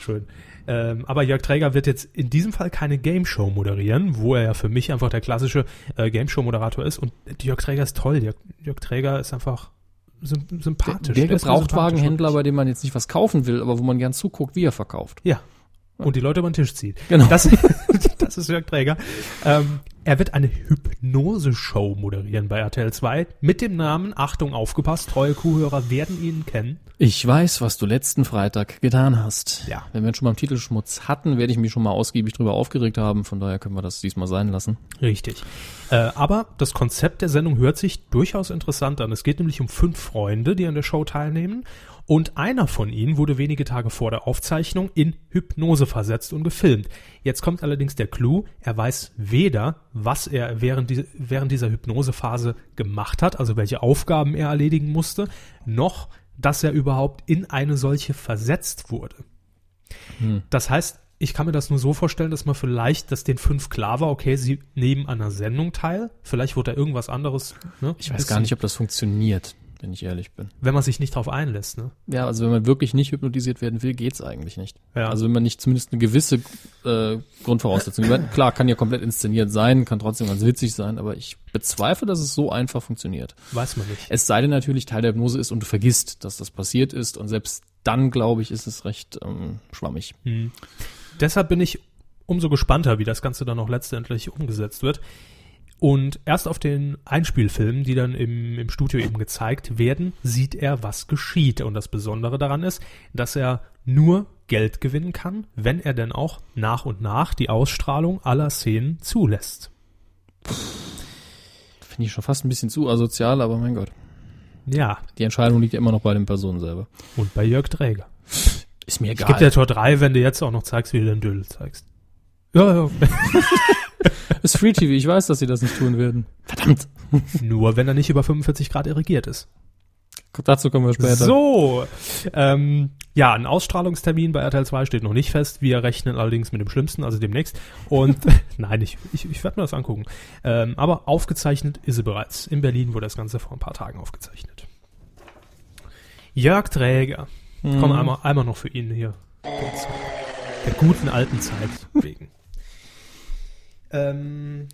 Schön. Ähm, aber Jörg Träger wird jetzt in diesem Fall keine Game Show moderieren, wo er ja für mich einfach der klassische äh, Game Show Moderator ist. Und Jörg Träger ist toll. Jörg, Jörg Träger ist einfach symp sympathisch.
Der
ist mir
Gebrauchtwagenhändler,
sympathisch,
bei dem man jetzt nicht was kaufen will, aber wo man gern zuguckt, wie er verkauft.
wirklich. Ja. Und die Leute über den Tisch zieht.
Genau.
Das, das ist Jörg Träger. Ähm, er wird eine Hypnose-Show moderieren bei RTL 2 mit dem Namen, Achtung, aufgepasst, treue Kuhhörer werden ihn kennen.
Ich weiß, was du letzten Freitag getan hast.
Ja.
Wenn wir jetzt schon mal im Titelschmutz hatten, werde ich mich schon mal ausgiebig drüber aufgeregt haben. Von daher können wir das diesmal sein lassen.
Richtig. Äh, aber das Konzept der Sendung hört sich durchaus interessant an. Es geht nämlich um fünf Freunde, die an der Show teilnehmen. Und einer von ihnen wurde wenige Tage vor der Aufzeichnung in Hypnose versetzt und gefilmt. Jetzt kommt allerdings der Clou, er weiß weder, was er während, die, während dieser Hypnosephase gemacht hat, also welche Aufgaben er erledigen musste, noch, dass er überhaupt in eine solche versetzt wurde. Das heißt, ich kann mir das nur so vorstellen, dass man vielleicht, dass den fünf klar war, okay, sie nehmen an einer Sendung teil. Vielleicht wurde da irgendwas anderes. Ne?
Ich weiß gar nicht, ob das funktioniert, wenn ich ehrlich bin.
Wenn man sich nicht drauf einlässt. Ne?
Ja, also wenn man wirklich nicht hypnotisiert werden will, geht's eigentlich nicht.
Ja.
Also wenn man nicht zumindest eine gewisse äh, Grundvoraussetzung hat. Klar, kann ja komplett inszeniert sein, kann trotzdem ganz witzig sein, aber ich bezweifle, dass es so einfach funktioniert.
Weiß man nicht.
Es sei denn natürlich Teil der Hypnose ist und du vergisst, dass das passiert ist und selbst dann, glaube ich, ist es recht ähm, schwammig.
Deshalb bin ich umso gespannter, wie das Ganze dann auch letztendlich umgesetzt wird. Und erst auf den Einspielfilmen, die dann im, im Studio eben gezeigt werden, sieht er, was geschieht. Und das Besondere daran ist, dass er nur Geld gewinnen kann, wenn er denn auch nach und nach die Ausstrahlung aller Szenen zulässt.
Finde ich schon fast ein bisschen zu asozial, aber mein Gott.
Ja,
Die Entscheidung liegt ja immer noch bei den Personen selber.
Und bei Jörg Träger.
Ist mir egal.
Gibt ja Tor 3, wenn du jetzt auch noch zeigst, wie du den Dödel zeigst. Ja, ja.
ist Free TV, ich weiß, dass sie das nicht tun werden. Verdammt.
Nur wenn er nicht über 45 Grad irrigiert ist.
Dazu kommen wir später.
So. Ähm, ja, ein Ausstrahlungstermin bei RTL 2 steht noch nicht fest. Wir rechnen allerdings mit dem Schlimmsten, also demnächst. Und nein, ich, ich, ich werde mir das angucken. Ähm, aber aufgezeichnet ist sie bereits. In Berlin wurde das Ganze vor ein paar Tagen aufgezeichnet. Jörg Träger. Komm,
Mhm.
einmal, einmal noch für ihn hier. Der guten alten Zeit wegen. ähm,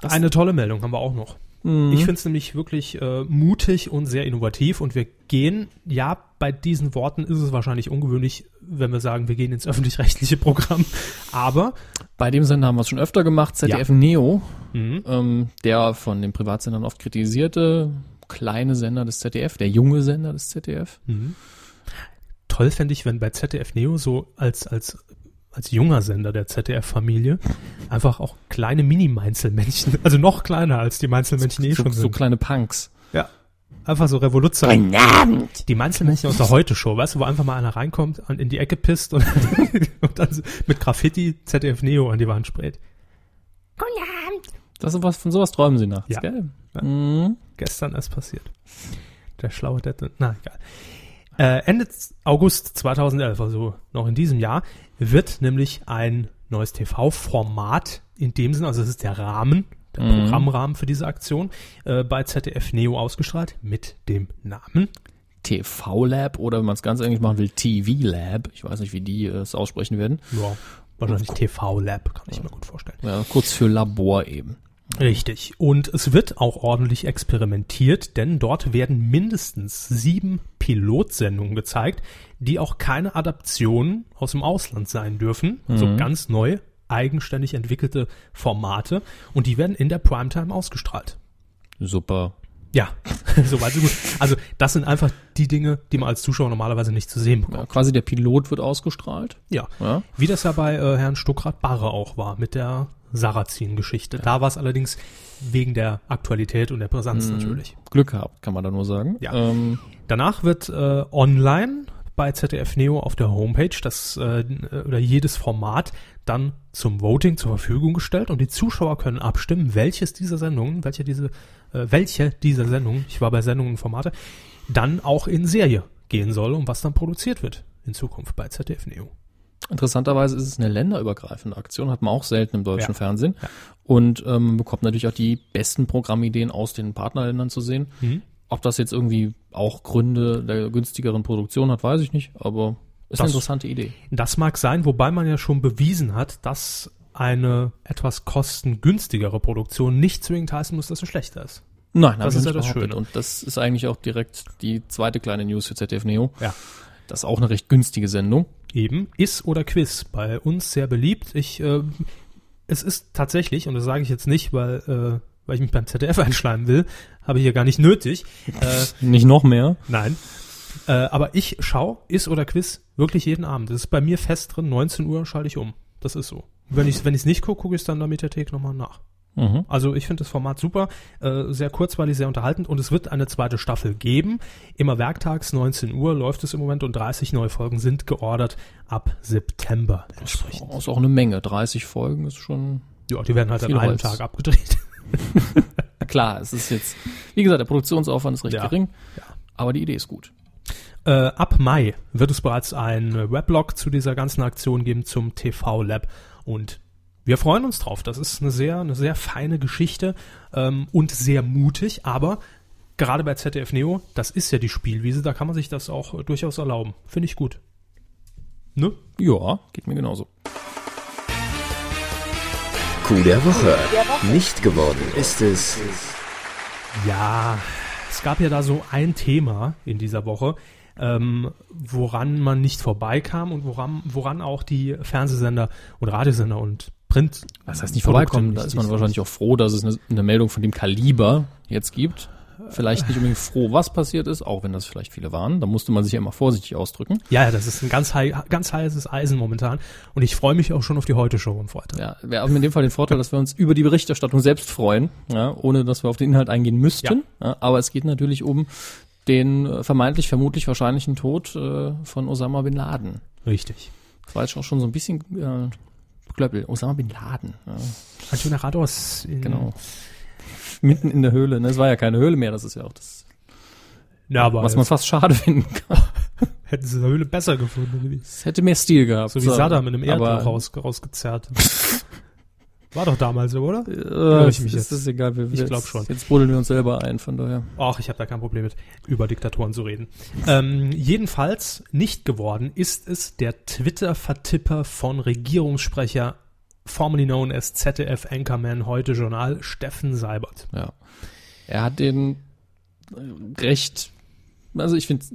Das-
Eine tolle Meldung haben wir auch noch.
Hm. Mhm.
Ich finde es nämlich wirklich äh, mutig und sehr innovativ und wir gehen, ja, bei diesen Worten ist es wahrscheinlich ungewöhnlich, wenn wir sagen, wir gehen ins öffentlich-rechtliche Programm, aber
Bei dem Sender haben wir es schon öfter gemacht, ZDF Neo,
Mhm.
ähm, der von den Privatsendern oft kritisierte kleine Sender des ZDF, der junge Sender des ZDF.
mhm. toll fände ich, wenn bei ZDF Neo so als, als, als junger Sender der ZDF-Familie einfach auch kleine Mini-Meinzelmännchen, also noch kleiner als die Meinzelmännchen eh
So,
schon
so
sind.
kleine Punks.
Ja. Einfach so Revolution.
Guten Abend.
Die Meinzelmännchen aus der Heute-Show, weißt du, wo einfach mal einer reinkommt und in die Ecke pisst und, und dann so mit Graffiti ZDF Neo an die Wand sprayt.
Guten Abend.
Das ist was, von sowas träumen sie nachts,
Ja.
gell?
Ja.
Mhm.
Gestern erst passiert. Der schlaue Dette. Na, egal. Äh, Ende Z- August 2011, also noch in diesem Jahr, wird nämlich ein neues TV-Format in dem Sinne, also es ist der Rahmen, der
Mhm.
Programmrahmen für diese Aktion, äh, bei ZDF Neo ausgestrahlt mit dem Namen
TV-Lab oder wenn man es ganz englisch machen will, TV-Lab. Ich weiß nicht, wie die äh, es aussprechen werden.
Ja, wahrscheinlich TV-Lab, kann ich mir gut vorstellen.
Ja, kurz für Labor eben.
Richtig. Und es wird auch ordentlich experimentiert, denn dort werden mindestens sieben Pilotsendungen gezeigt, die auch keine Adaptionen aus dem Ausland sein dürfen. Also
Mhm.
ganz neu, eigenständig entwickelte Formate. Und die werden in der Primetime ausgestrahlt.
Super.
Ja, soweit so gut. Also das sind einfach die Dinge, die man als Zuschauer normalerweise nicht zu sehen bekommt.
Ja, quasi der Pilot wird ausgestrahlt.
Ja.
Ja.
Wie das ja bei äh, Herrn Stuckrad-Barre auch war, mit der Sarrazin-Geschichte. Da war es allerdings wegen der Aktualität und der Brisanz natürlich.
Glück gehabt, kann man da nur sagen.
Ja.
Ähm,
Danach wird äh, online bei ZDF Neo auf der Homepage das äh, oder jedes Format dann zum Voting zur Verfügung gestellt und die Zuschauer können abstimmen, welches dieser Sendungen, welche diese äh, welche dieser Sendungen, ich war bei Sendungen und Formate, dann auch in Serie gehen soll und was dann produziert wird in Zukunft bei ZDF Neo.
interessanterweise ist es eine länderübergreifende Aktion, hat man auch selten im deutschen
Ja.
Fernsehen. Und ähm, man bekommt natürlich auch die besten Programmideen aus den Partnerländern zu sehen.
Mhm.
Ob das jetzt irgendwie auch Gründe der günstigeren Produktion hat, weiß ich nicht, aber ist eine
Das-
interessante Idee.
Das mag sein, wobei man ja schon bewiesen hat, dass eine etwas kostengünstigere Produktion nicht zwingend heißen muss, dass sie schlechter ist.
Nein,
Das
hab
ist
ich
ja das
nicht behauptet.
Schöne.
Und das ist eigentlich auch direkt die zweite kleine News für ZDF Neo.
Ja.
Das ist auch eine recht günstige Sendung.
Eben, Is oder Quiz, bei uns sehr beliebt. Ich, äh, es ist tatsächlich, und das sage ich jetzt nicht, weil, äh, weil ich mich beim ZDF einschleimen will, habe ich ja gar nicht nötig. Äh,
Nicht noch mehr.
nein. Äh, aber ich schaue Is oder Quiz wirklich jeden Abend. Das ist bei mir fest drin, 19 Uhr schalte ich um. Das ist so. Wenn ich es wenn ich's nicht gucke, gucke ich es dann in der Mediathek nochmal nach.
Mhm.
Also ich finde das Format super, äh, sehr kurzweilig, sehr unterhaltend und es wird eine zweite Staffel geben. Immer werktags 19 Uhr läuft es im Moment und 30 neue Folgen sind geordert ab September entsprechend.
Ist auch eine Menge. 30 Folgen ist schon.
Ja, die werden halt an
Oh, Viel
einem
Holz.
Tag abgedreht.
Na klar, es ist jetzt. Wie gesagt, der Produktionsaufwand ist recht
Ja.
gering. Aber die Idee ist gut.
Äh, ab Mai wird es bereits einen Weblog zu dieser ganzen Aktion geben zum TV Lab und wir freuen uns drauf. Das ist eine sehr, eine sehr feine Geschichte ähm, und sehr mutig, aber gerade bei ZDF Neo, das ist ja die Spielwiese, da kann man sich das auch äh, durchaus erlauben. Finde ich gut. Ne?
Ja, geht mir genauso.
Coup der Woche. Nicht geworden ist es
Ja, es gab ja da so ein Thema in dieser Woche, ähm, woran man nicht vorbeikam und woran, woran auch die Fernsehsender und Radiosender und Print.
Das heißt nicht vorbeikommen. Da ist man wahrscheinlich auch froh, dass es eine, eine Meldung von dem Kaliber jetzt gibt. Vielleicht nicht unbedingt froh, was passiert ist, auch wenn das vielleicht viele waren. Da musste man sich ja immer vorsichtig ausdrücken.
Ja, ja, das ist ein ganz, hei ganz heißes Eisen momentan. Und ich freue mich auch schon auf die Heute-Show am Freitag.
Ja, wir haben in dem Fall den Vorteil, dass wir uns über die Berichterstattung selbst freuen, ja, ohne dass wir auf den Inhalt eingehen müssten. Ja. aber es geht natürlich um den äh, vermeintlich, vermutlich, wahrscheinlichen Tod äh, von Osama bin Laden.
Richtig.
Das war jetzt auch schon so ein bisschen äh, Glöppel. Osama bin Laden. Ja,
Ein schöner Rados. In,
genau. Mitten in der Höhle. Ne? Es war ja keine Höhle mehr, das ist ja auch das,
Ja, aber
was man fast schade finden kann.
hätten sie in der Höhle besser gefunden. oder wie?
Es hätte mehr Stil gehabt.
So wie Saddam in einem Erdloch
aber,
raus, rausgezerrt. War doch damals so, oder?
Äh,
ich mich
ich mich
jetzt.
ist das egal. Wir,
Ich
jetzt-
glaub schon.
Jetzt buddeln wir uns selber ein, von daher.
Ach, ich habe da kein Problem mit, über Diktatoren zu reden. Ähm, jedenfalls nicht geworden ist es der Twitter-Vertipper von Regierungssprecher formerly known as ZDF Anchorman, heute Journal, Steffen Seibert.
Ja. Er hat den äh, recht, also ich finde,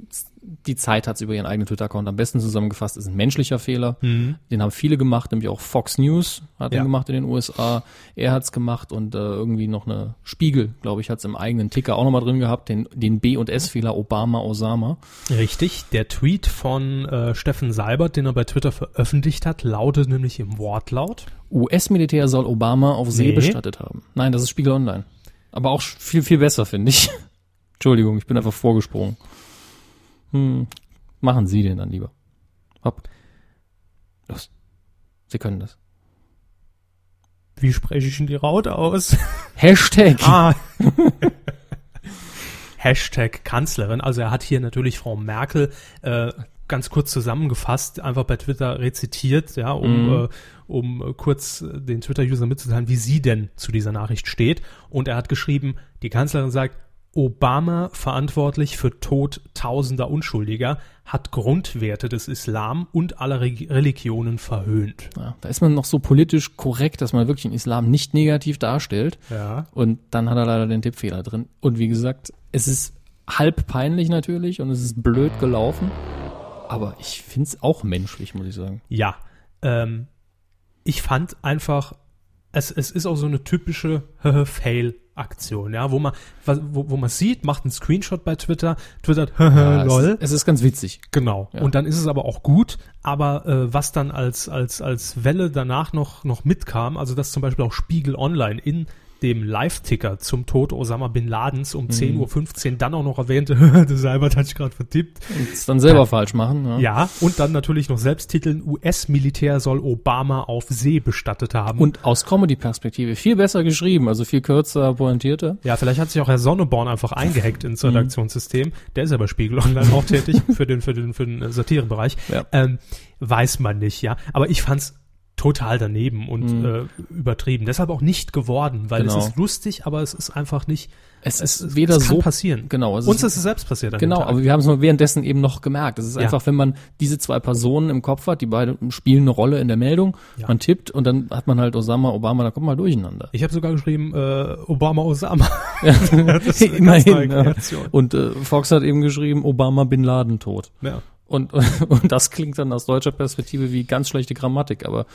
die Zeit hat es über ihren eigenen Twitter-Account am besten zusammengefasst, ist ein menschlicher Fehler. Den haben viele gemacht, nämlich auch Fox News hat
Ja.
den gemacht in den USA. Er hat es gemacht und äh, irgendwie noch eine Spiegel, glaube ich, hat es im eigenen Ticker auch nochmal drin gehabt, den, den B- und S-Fehler Obama, Osama.
Richtig, der Tweet von äh, Steffen Seibert, den er bei Twitter veröffentlicht hat, lautet nämlich im Wortlaut.
US-Militär soll Obama auf See
Nee.
bestattet haben. Nein, das ist Spiegel Online. Aber auch sch- viel, viel besser, finde ich. Entschuldigung, ich bin einfach vorgesprungen. Hm. Machen Sie den dann lieber. Hopp. Los. Sie können das.
Wie spreche ich denn die Raute aus?
Hashtag.
Ah. Hashtag Kanzlerin. Also er hat hier natürlich Frau Merkel äh, ganz kurz zusammengefasst, einfach bei Twitter rezitiert, ja, um, äh, um äh, kurz äh, den Twitter-User mitzuteilen, wie sie denn zu dieser Nachricht steht. Und er hat geschrieben, die Kanzlerin sagt, Obama verantwortlich für Tod tausender Unschuldiger, hat Grundwerte des Islam und aller Re Religionen verhöhnt.
Ja, da ist man noch so politisch korrekt, dass man wirklich den Islam nicht negativ darstellt.
Ja.
Und dann hat er leider den Tippfehler drin. Und wie gesagt, es ist halb peinlich natürlich und es ist blöd gelaufen. Aber ich finde es auch menschlich, muss ich sagen.
Ja. Ähm, ich fand einfach, es, es ist auch so eine typische Fail-Aktion, ja, wo man, was- wo, wo man sieht, macht einen Screenshot bei Twitter, twittert,
Ja, es-
Äh, lol.
Es ist ganz witzig.
Genau.
Ja.
Und dann ist es aber auch gut. Aber äh, was dann als, als, als Welle danach noch, noch mitkam, also dass zum Beispiel auch Spiegel Online in dem Live-Ticker zum Tod Osama Bin Ladens
Mhm.
um 10.15 Uhr dann auch noch erwähnte, der Seibert hat sich gerade vertippt.
Das dann selber falsch machen. ne? Ja.
Ja, und dann natürlich noch selbst titeln, US-Militär soll Obama auf See bestattet haben.
Und aus Comedy-Perspektive viel besser geschrieben, also viel kürzer, pointierter.
ja, vielleicht hat sich auch Herr Sonneborn einfach eingehackt
Mhm.
ins Redaktionssystem. Der ist ja bei Spiegel Online auch tätig für den, für den, für den äh, Satirebereich.
Ja.
Ähm, weiß man nicht, ja. Aber ich fand's total daneben und äh, übertrieben. Deshalb auch nicht geworden, weil
Mhm. Genau.
es ist lustig, aber es ist einfach nicht.
Es ist weder
es kann
so
passieren.
Genau, es
Uns
ist-
ist es selbst passiert. An dem
Genau,
Tag.
aber wir haben es nur währenddessen eben noch gemerkt. Es ist
Ja.
einfach, wenn man diese zwei Personen im Kopf hat, die beide spielen eine Rolle in der Meldung,
Ja.
man tippt und dann hat man halt Osama, Obama, da kommt man durcheinander.
ich habe sogar geschrieben, äh, Obama Osama. das ist eine ganz neue
Immerhin. Ja.
Kreation.
Und äh, Fox hat eben geschrieben, Obama Bin Laden tot.
Ja.
Und, und das klingt dann aus deutscher Perspektive wie ganz schlechte Grammatik, aber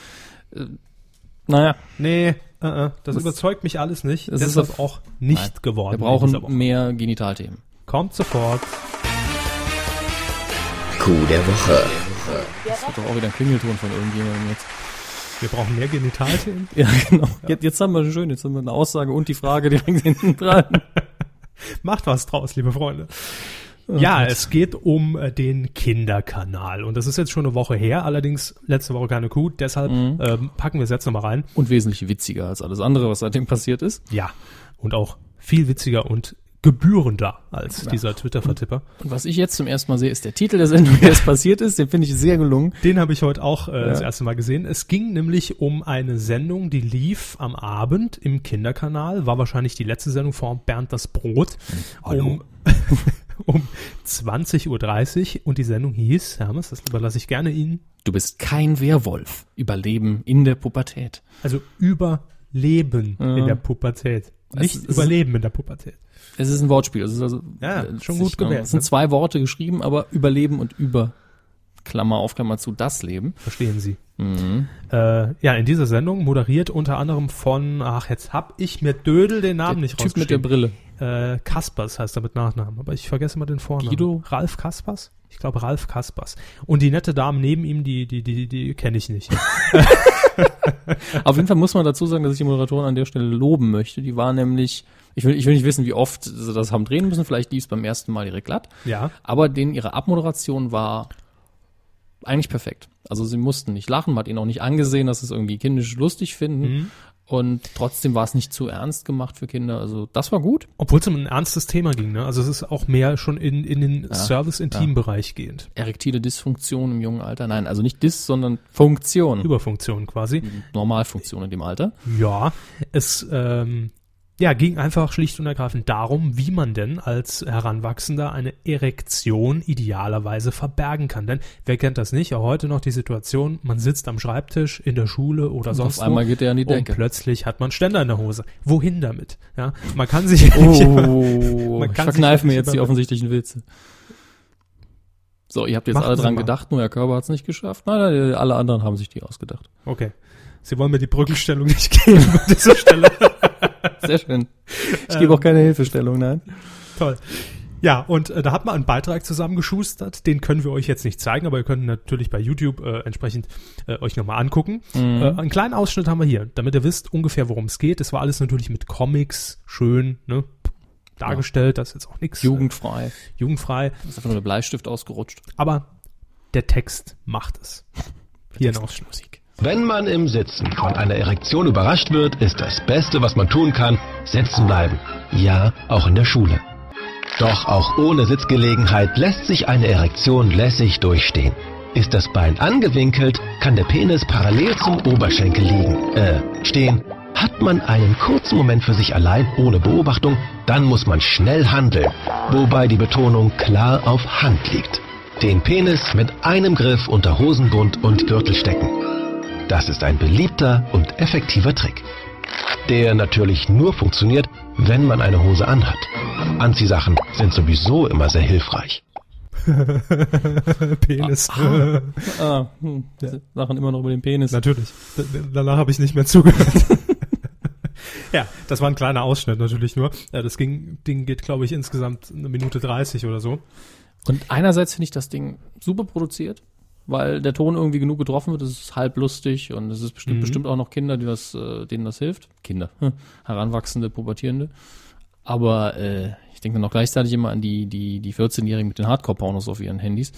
äh, naja,
Nee, äh, äh, das, überzeugt mich alles nicht.
Das ist
Deshalb
auf-
auch nicht
Nein.
geworden.
wir
in dieser
brauchen
Woche.
mehr Genitalthemen.
Kommt sofort.
Kuh der Woche.
Das wird doch auch wieder ein Klingelton von irgendjemandem jetzt.
Wir brauchen mehr Genitalthemen.
Ja, genau. Jetzt, jetzt haben wir schön, jetzt haben wir eine Aussage und die Frage direkt hinten dran.
Macht was draus, liebe Freunde.
Oh
Ja, es geht um äh, den Kinderkanal. Und das ist jetzt schon eine Woche her, allerdings letzte Woche keine Kuh. Deshalb
Mhm.
ähm, packen wir es jetzt nochmal rein.
Und wesentlich witziger als alles andere, was seitdem passiert ist.
Ja. Und auch viel witziger und gebührender als dieser Twitter-Vertipper.
Und was ich jetzt zum ersten Mal sehe, ist der Titel der Sendung, der es passiert ist. Den finde ich sehr gelungen.
Den habe ich heute auch äh, das erste Mal gesehen. Es ging nämlich um eine Sendung, die lief am Abend im Kinderkanal, war wahrscheinlich die letzte Sendung vor Bernd das Brot
Hm.
um, um 20.30 Uhr und die Sendung hieß, Hermes, das überlasse ich gerne Ihnen,
Du bist kein Werwolf. Überleben in der Pubertät.
also Überleben in der Pubertät. Nicht
es ist-
Überleben in der Pubertät.
Es ist ein Wortspiel. Es ist also
Ja,
äh,
schon gut
sich, ne,
gewählt,
Es sind
ne?
zwei Worte geschrieben, aber Überleben und über Klammer auf Klammer zu das Leben.
Verstehen Sie.
Mhm.
Äh, ja, in dieser Sendung moderiert unter anderem von, ach, jetzt hab ich mir Dödel den Namen nicht
Typ mit der
rausgeschrieben.
Brille.
Äh, Kaspers heißt er mit Nachnamen, aber ich vergesse mal den Vornamen.
Guido?
Ralf Kaspers? Ich glaube Ralf Kaspers. Und die nette Dame neben ihm, die, die, die, die kenne ich nicht.
Auf jeden Fall muss man dazu sagen, dass ich die Moderatoren an der Stelle loben möchte. Die war nämlich, ich will, ich will nicht wissen, wie oft sie das haben drehen müssen. Vielleicht lief es beim ersten Mal direkt glatt.
ja.
Aber denen ihre Abmoderation war eigentlich perfekt. Also sie mussten nicht lachen, man hat ihnen auch nicht angesehen, dass sie es irgendwie kindisch lustig finden.
Mhm.
Und trotzdem war es nicht zu ernst gemacht für Kinder. Also das war gut.
Obwohl es um ein ernstes Thema ging, ne? Also es ist auch mehr schon in, in den Service-Intim-Bereich gehend.
Erektile Dysfunktion im jungen Alter. Nein, also nicht Dys, sondern Funktion.
Überfunktion quasi.
Normalfunktion in dem Alter.
Ja, es ähm, Ja, ging einfach schlicht und ergreifend darum, wie man denn als Heranwachsender eine Erektion idealerweise verbergen kann. Denn wer kennt das nicht? Auch heute noch die Situation, man sitzt am Schreibtisch, in der Schule oder
auf
sonst
einmal
wo
geht der an die Decke.
und plötzlich hat man Ständer in der Hose. Wohin damit? Ja, man kann sich...
Oh,
Man
ich
kann sich
verkneife mir
wirklich
jetzt die
über-
offensichtlichen Witze. So, ihr habt jetzt
Machen
alle
Sie
dran
mal.
gedacht, nur Herr Körber hat es nicht geschafft. Nein, nein, alle anderen haben sich die ausgedacht.
Okay. Sie wollen mir die Brückenstellung nicht geben an dieser Stelle.
Sehr schön. Ich gebe auch keine Hilfestellung, nein.
Toll. Ja, und äh, da hat man einen Beitrag zusammengeschustert. Den können wir euch jetzt nicht zeigen, aber ihr könnt ihn natürlich bei YouTube äh, entsprechend äh, euch nochmal angucken.
Mhm.
Äh, einen kleinen Ausschnitt haben wir hier, damit ihr wisst ungefähr, worum es geht. Es war alles natürlich mit Comics schön ne, dargestellt. Das ist jetzt auch nichts
Jugendfrei.
äh, jugendfrei.
Das ist einfach nur der Bleistift ausgerutscht.
Aber der Text macht es. Hier ein Ausschnitt.
Wenn man im Sitzen von einer Erektion überrascht wird, ist das Beste, was man tun kann, sitzen bleiben. Ja, auch in der Schule. Doch auch ohne Sitzgelegenheit lässt sich eine Erektion lässig durchstehen. Ist das Bein angewinkelt, kann der Penis parallel zum Oberschenkel liegen, äh, stehen. Hat man einen kurzen Moment für sich allein ohne Beobachtung, dann muss man schnell handeln, wobei die Betonung klar auf Hand liegt. Den Penis mit einem Griff unter Hosenbund und Gürtel stecken. Das ist ein beliebter und effektiver Trick, der natürlich nur funktioniert, wenn man eine Hose anhat. Anziehsachen sind sowieso immer sehr hilfreich.
Penis.
Ah, hm, diese Sachen immer noch über den Penis.
Natürlich. D- d- Danach habe ich nicht mehr zugehört. ja, das war ein kleiner Ausschnitt natürlich nur. Ja, das ging, Ding geht, glaube ich, insgesamt eine Minute 30 oder so.
Und einerseits finde ich das Ding super produziert, weil der Ton irgendwie genug getroffen wird. Es ist halb lustig und es ist bestimmt, bestimmt auch noch Kinder, die das, äh, denen das hilft. Kinder, hm, Heranwachsende, Pubertierende. Aber äh, ich denke dann auch gleichzeitig immer an die, die, die 14-Jährigen mit den Hardcore-Pornos auf ihren Handys.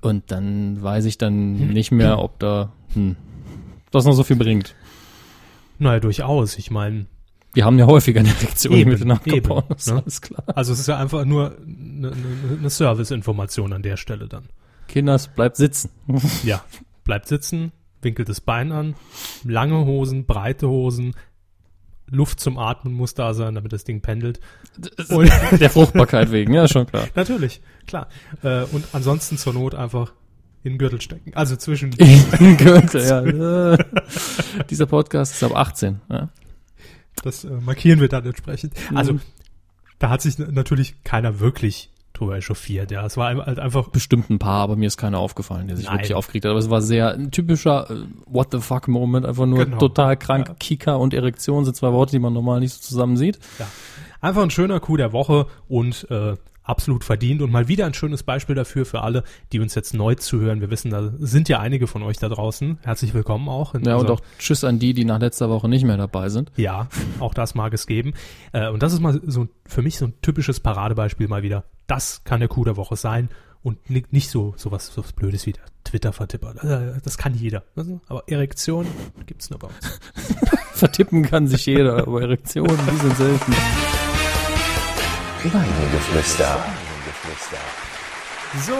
Und dann weiß ich dann nicht mehr, ob da hm, das noch so viel bringt.
Naja, durchaus. Ich meine,
Wir haben ja häufiger eine Reaktion
Eben,
mit den
eben,
Hardcore-Pornos,
ne?
alles klar.
also es ist ja einfach nur eine, eine, eine Serviceinformation an der Stelle dann.
Kinders, bleibt sitzen.
Ja, bleibt sitzen, winkelt das Bein an, lange Hosen, breite Hosen, Luft zum Atmen muss da sein, damit das Ding pendelt. Und
Der Fruchtbarkeit wegen, ja, schon klar.
natürlich, klar. Äh, und ansonsten zur Not einfach in den Gürtel stecken. Also zwischen
Gürtel, ja. Äh, Dieser Podcast ist ab 18. Ja.
Das äh, markieren wir dann entsprechend. Also,
Mhm.
da hat sich n- natürlich keiner wirklich drüber echauffiert. Ja, es war ein- halt einfach.
Bestimmt ein paar, aber mir ist keiner aufgefallen, der sich
Nein.
wirklich aufgeregt hat. Aber es war sehr ein typischer äh, What the fuck Moment, einfach nur
Genau.
total krank. Kika und Erektion sind zwei Worte, die man normal nicht so zusammen sieht.
Ja, einfach ein schöner Coup der Woche und äh, absolut verdient und mal wieder ein schönes Beispiel dafür für alle, die uns jetzt neu zuhören. Wir wissen, da sind ja einige von euch da draußen. Herzlich willkommen auch. in
Ja, und
unserem-
auch Tschüss an die, die nach letzter Woche nicht mehr dabei sind.
Ja, auch das mag es geben. Äh, und das ist mal so ein- für mich so ein typisches Paradebeispiel mal wieder. Das kann der Coup der Woche sein und ni- nicht so sowas, sowas Blödes wie der Twitter-Vertipper. Äh, Das kann jeder. Also, Aber Erektion gibt's nur bei uns.
Vertippen kann sich jeder, aber Erektionen, die sind selten.
Weidengeflüster.
So,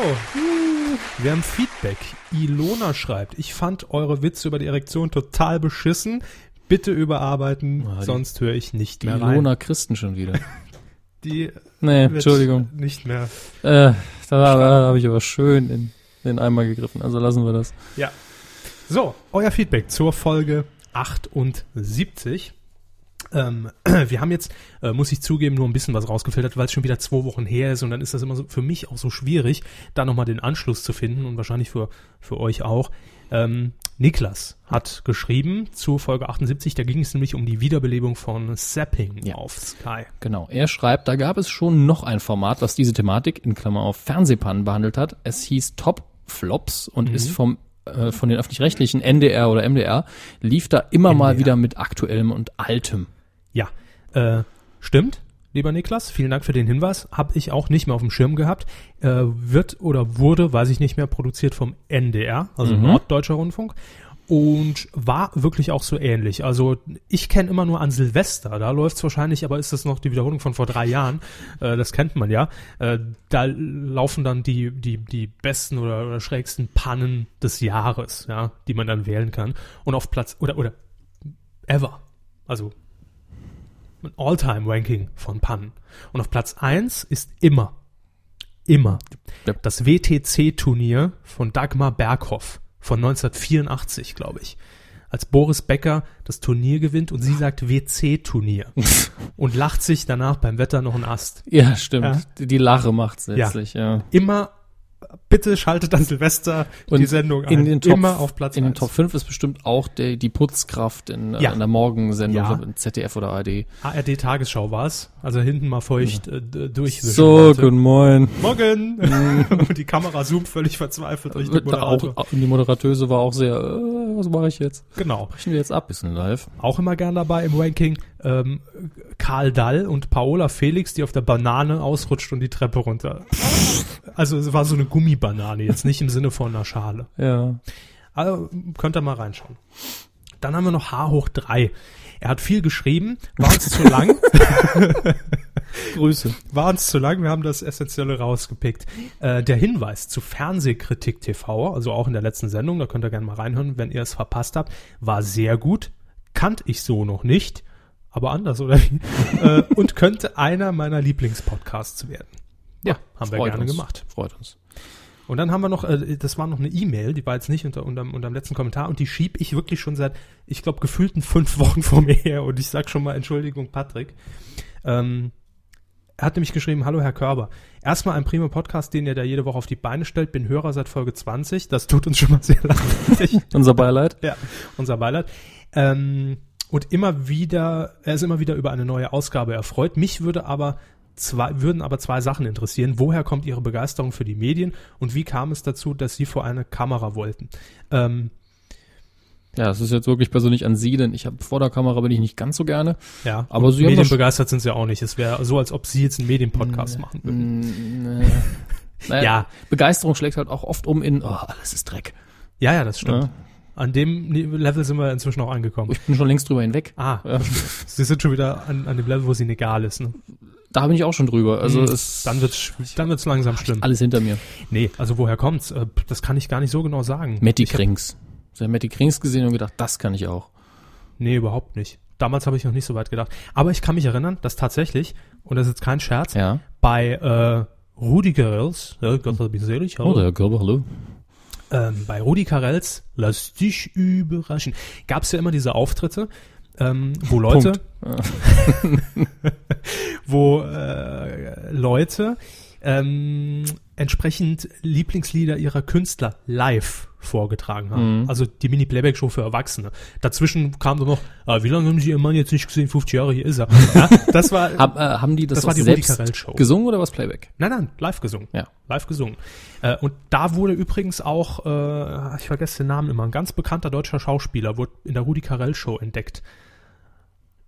wir haben Feedback. Ilona schreibt, ich fand eure Witze über die Erektion total beschissen. Bitte überarbeiten,
Ah, die-
sonst höre ich nicht
Die
mehr rein.
Ilona Christen schon wieder.
die
Nee,
wird
Entschuldigung.
nicht mehr.
Äh, da da habe ich aber schön in den Eimer gegriffen. Also lassen wir das.
Ja. So, euer Feedback zur Folge 78. Ähm, wir haben jetzt, äh, muss ich zugeben, nur ein bisschen was rausgefiltert, weil es schon wieder zwei Wochen her ist und dann ist das immer so für mich auch so schwierig, da nochmal den Anschluss zu finden und wahrscheinlich für, für euch auch. Ähm, Niklas hat geschrieben zu Folge 78, da ging es nämlich um die Wiederbelebung von Sapping
Ja.
auf Sky.
Genau, er schreibt, da gab es schon noch ein Format, das diese Thematik in Klammer auf Fernsehpannen behandelt hat. Es hieß Top Flops und ist vom äh, von den öffentlich-rechtlichen NDR oder MDR lief da immer mal wieder mit aktuellem und altem.
Ja, äh, stimmt, lieber Niklas. Vielen Dank für den Hinweis. Hab ich auch nicht mehr auf dem Schirm gehabt. Äh, wird oder wurde, weiß ich nicht mehr, produziert vom NDR, also Norddeutscher Rundfunk. Und war wirklich auch so ähnlich. Also ich kenne immer nur an Silvester, da läuft's wahrscheinlich, aber ist das noch die Wiederholung von vor drei Jahren? Äh, das kennt man ja. Äh, da laufen dann die, die, die besten oder, oder schrägsten Pannen des Jahres, ja, die man dann wählen kann. Und auf Platz oder oder ever. Also ein All-Time-Ranking von Pannen. Und auf Platz 1 ist immer, immer
Ja.
das WTC-Turnier von Dagmar Berghoff von 1984, glaube ich. Als Boris Becker das Turnier gewinnt und sie sagt WC-Turnier und lacht sich danach beim Wetter noch einen Ast.
Ja, stimmt.
Ja.
Die- Die Lache macht's letztlich, ja.
Immer, bitte schaltet an Silvester die Sendung ein.
in den Top,
immer auf Platz
In den
1.
Top 5 ist bestimmt auch der, die Putzkraft in, äh,
Ja.
in der Morgensendung,
Ja.
ja. in ZDF oder ARD.
ARD-Tagesschau war es. Also hinten mal feucht äh, d- durchwischen.
So,
Leute.
guten Morgen.
Morgen! Und die Kamera zoomt völlig verzweifelt durch den Moderator.
Auch, die Moderatöse war auch sehr, äh, was mache ich jetzt?
Genau.
Brechen wir jetzt ab? Bisschen live.
Auch immer gern dabei im Ranking ähm, Karl Dall und Paola Felix, die auf der Banane ausrutscht und die Treppe runter. Also es war so eine Gummibanane, jetzt nicht im Sinne von einer Schale.
Ja.
Also, könnt ihr mal reinschauen. Dann haben wir noch H hoch 3. Er hat viel geschrieben, war uns zu lang.
Grüße.
war uns zu lang, wir haben das Essentielle rausgepickt. Äh, der Hinweis zu Fernsehkritik TV, also auch in der letzten Sendung, da könnt ihr gerne mal reinhören, wenn ihr es verpasst habt, war sehr gut, kannte ich so noch nicht, aber anders, oder wie? äh, und könnte einer meiner Lieblingspodcasts werden. Ja, haben wir
Ah, Freut
gerne
uns.
gemacht.
Freut uns.
Und dann haben wir noch, äh, das war noch eine E-Mail, die war jetzt nicht unter, unterm, unterm letzten Kommentar und die schieb ich wirklich schon seit, ich glaube, gefühlten fünf Wochen vor mir her und ich sag schon mal Entschuldigung, Patrick. Ähm, er hat nämlich geschrieben, hallo Herr Körber, erstmal ein prima Podcast, den ihr da jede Woche auf die Beine stellt, bin Hörer seit Folge 20, das tut uns schon mal sehr leid.
Unser Beileid.
Ja, unser Beileid. Ähm, und immer wieder, er ist immer wieder über eine neue Ausgabe erfreut. Mich würde aber zwei, würden aber zwei Sachen interessieren. Woher kommt Ihre Begeisterung für die Medien und wie kam es dazu, dass Sie vor eine Kamera wollten? Ähm,
Ja, das ist jetzt wirklich persönlich an Sie, denn ich habe vor der Kamera bin ich nicht ganz so gerne.
ja,
Aber
und
Sie haben doch schon-
medienbegeistert sind Sie auch nicht. Es wäre so, als ob Sie jetzt einen Medienpodcast
Mm.
machen würden.
ne. Naja,
Ja.
Begeisterung schlägt halt auch oft um in, oh, alles ist Dreck.
Ja, ja, das stimmt.
Ja.
An dem Level sind wir inzwischen auch angekommen.
Ich bin schon längst drüber hinweg.
Ah,
Ja.
Sie sind schon wieder an, an dem Level, wo es Ihnen egal ist. Ne? Mm.
Da bin ich auch schon drüber. Also es
Mhm. Dann wird's, dann wird's langsam schlimm.
alles hinter mir.
Nee, also woher kommt's? Äh, Das kann ich gar nicht so genau sagen.
Matty Krings. Ich habe Matty Krings gesehen und gedacht, das kann ich auch.
Nee, überhaupt nicht. Damals habe ich noch nicht so weit gedacht. Aber ich kann mich erinnern, dass tatsächlich, und das ist jetzt kein Scherz,
Ja.
bei äh, Rudi Carrells, ja, Gott hab ihn selig, hallo.
Oh, Herr Körber, hallo.
ähm, bei Rudi Carrells, lass dich überraschen, gab es ja immer diese Auftritte, ähm, wo Leute, wo äh, Leute ähm, entsprechend Lieblingslieder ihrer Künstler live vorgetragen haben. Also die Mini-Playback-Show für Erwachsene. Dazwischen kam dann noch, ah, wie lange haben Sie Ihren Mann jetzt nicht gesehen? 50 Jahre, hier ist er. Ja, das war,
Hab, äh, haben die das,
Das war
auch
die Rudi Carrell Show.
selbst gesungen oder was Playback?
nein, nein, live gesungen.
Ja.
live gesungen. Äh, und da wurde übrigens auch, äh, ich vergesse den Namen immer, ein ganz bekannter deutscher Schauspieler wurde in der Rudi Carell Show entdeckt.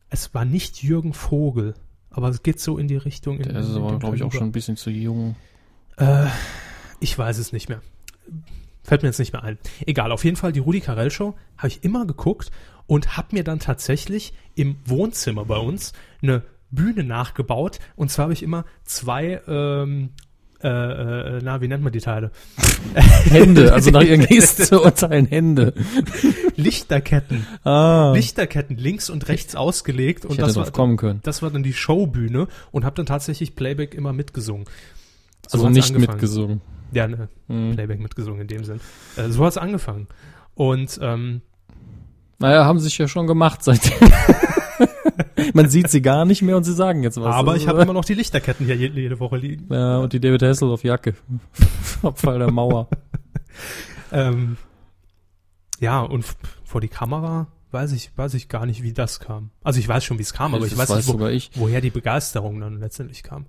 Es war nicht Jürgen Vogel, aber es geht so in die Richtung. In,
Der ist
in
aber,
dem
glaube ich, auch
Kaliber.
schon ein bisschen zu jung.
Ich weiß es nicht mehr. Fällt mir jetzt nicht mehr ein. Egal, auf jeden Fall die Rudi Carell Show habe ich immer geguckt und habe mir dann tatsächlich im Wohnzimmer bei uns eine Bühne nachgebaut. Und zwar habe ich immer zwei, ähm, äh, äh, na, wie nennt man die Teile?
Hände, also nach ihren Gesten zu urteilen, Hände.
Lichterketten.
Ah.
Lichterketten links und rechts ausgelegt und
hätte
das
drauf
war,
kommen können.
das war dann die Showbühne und habe dann tatsächlich Playback immer mitgesungen. So
Also
hat's
nicht
angefangen.
mitgesungen. Hm.
Ja, ne,
Mhm.
Playback mitgesungen in dem Sinn. Äh, so hat's angefangen. Und ähm,
Naja, haben sich ja schon gemacht seitdem. Man sieht sie gar nicht mehr und sie sagen jetzt was.
aber
Also,
ich habe immer noch die Lichterketten hier jede, jede Woche liegen.
Ja, und die David Hasselhoff Jacke. Abfall der Mauer.
Ähm, ja, und f- vor die Kamera weiß ich, weiß ich gar nicht, wie das kam. Also ich weiß schon, wie es kam, aber ich
Das
weiß nicht, wo,
sogar ich.
woher die Begeisterung dann letztendlich kam.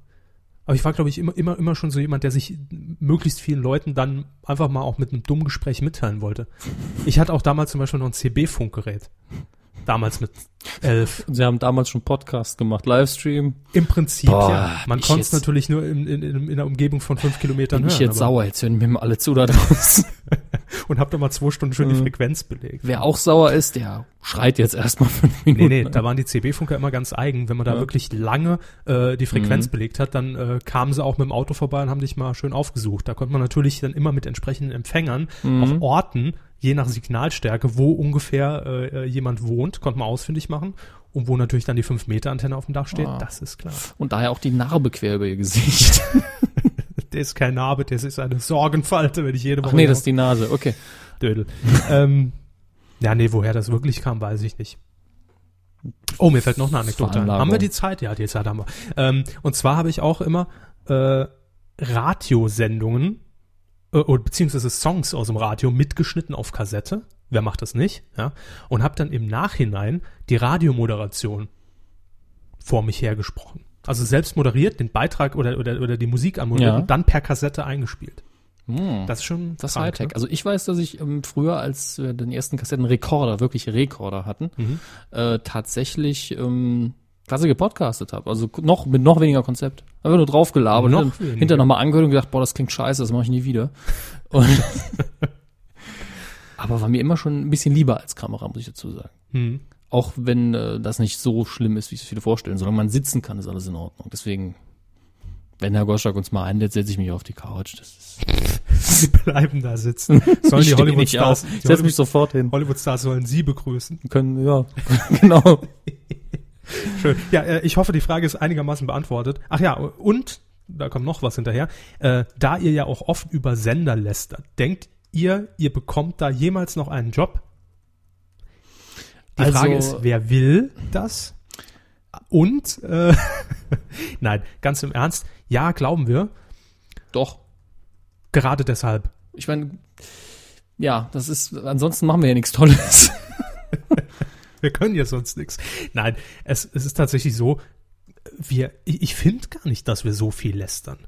Aber ich war, glaube ich, immer, immer, immer schon so jemand, der sich möglichst vielen Leuten dann einfach mal auch mit einem dummen Gespräch mitteilen wollte. Ich hatte auch damals zum Beispiel noch ein CB-Funkgerät. Damals mit elf.
Sie haben damals schon Podcast gemacht, Livestream.
Im Prinzip,
Boah,
ja. Man
ich
konnte es
jetzt-
natürlich nur in, in, in, in einer Umgebung von fünf Kilometern
Bin ich
hören.
jetzt
aber-
sauer, jetzt hören mir mal alle zu da draußen.
Und hab da mal zwei Stunden
Äh.
schön die Frequenz belegt.
Wer auch sauer ist, der schreit jetzt erstmal fünf Minuten.
Nee, nee, da waren die CB-Funker immer ganz eigen. Wenn man da wirklich lange äh, die
Mhm.
Frequenz belegt hat, dann äh, kamen sie auch mit dem
Mhm.
Auto vorbei und haben dich mal schön aufgesucht. Da konnte man natürlich dann immer mit entsprechenden Empfängern auf Orten je nach Signalstärke, wo ungefähr äh, jemand wohnt, konnte man ausfindig machen. Und wo natürlich dann die 5-Meter-Antenne auf dem Dach steht,
Ah.
das ist klar.
Und daher auch die Narbe quer über ihr Gesicht.
Der ist kein Narbe, das ist eine Sorgenfalte, wenn ich jede Woche.
Ach nee, das ist die Nase. Okay.
Dödel. ähm, ja, nee, woher das wirklich kam, weiß ich nicht. Oh, mir fällt noch eine Anekdote ein.
Veranlagung.
Haben wir die Zeit? Ja, die Zeit haben wir. Ähm, und zwar habe ich auch immer äh, Radiosendungen äh, oder beziehungsweise Songs aus dem Radio mitgeschnitten auf Kassette. Wer macht das nicht? Ja? Und habe dann im Nachhinein die Radiomoderation vor mich hergesprochen. Also selbst moderiert, den Beitrag oder, oder, oder die Musik anmoderiert
Ja.
und dann per Kassette eingespielt.
Hm.
Das ist schon
Das ist
krank,
Hightech.
ne?
Also ich weiß, dass ich ähm, früher, als wir den ersten Kassettenrekorder, wirklich Rekorder hatten,
Mhm.
äh, tatsächlich ähm, klasse gepodcastet habe. Also noch mit noch weniger Konzept. Einfach nur drauf gelabert,
Noch
noch
weniger.
hinterher nochmal angehört und gedacht, boah, das klingt scheiße, das mache ich nie wieder. Und Aber war mir immer schon ein bisschen lieber als Kamera, muss ich dazu sagen.
Hm.
Auch wenn äh, das nicht so schlimm ist, wie es viele vorstellen. Solange man sitzen kann, ist alles in Ordnung. Deswegen, wenn Herr Goschak uns mal einlädt, setze ich mich auf die Couch. Das ist
Sie bleiben da sitzen. Sollen
Ich
die
steh
Hollywood
nicht
Stars,
auf. Ich
die
setze
Hollywood,
mich sofort hin.
Hollywood Stars sollen Sie begrüßen.
Können, ja, genau.
Schön. Ja, äh, ich hoffe, die Frage ist einigermaßen beantwortet. Ach ja, und da kommt noch was hinterher. Äh, da ihr ja auch oft über Sender lästert, denkt ihr, ihr bekommt da jemals noch einen Job? Die
Also-
Frage ist, wer will das? Und äh, nein, ganz im Ernst, ja, glauben wir.
Doch.
Gerade deshalb.
Ich meine, ja, das ist, ansonsten machen wir ja nichts Tolles.
Wir können ja sonst nichts. Nein, es, es ist tatsächlich so, wir, ich, ich finde gar nicht, dass wir so viel lästern.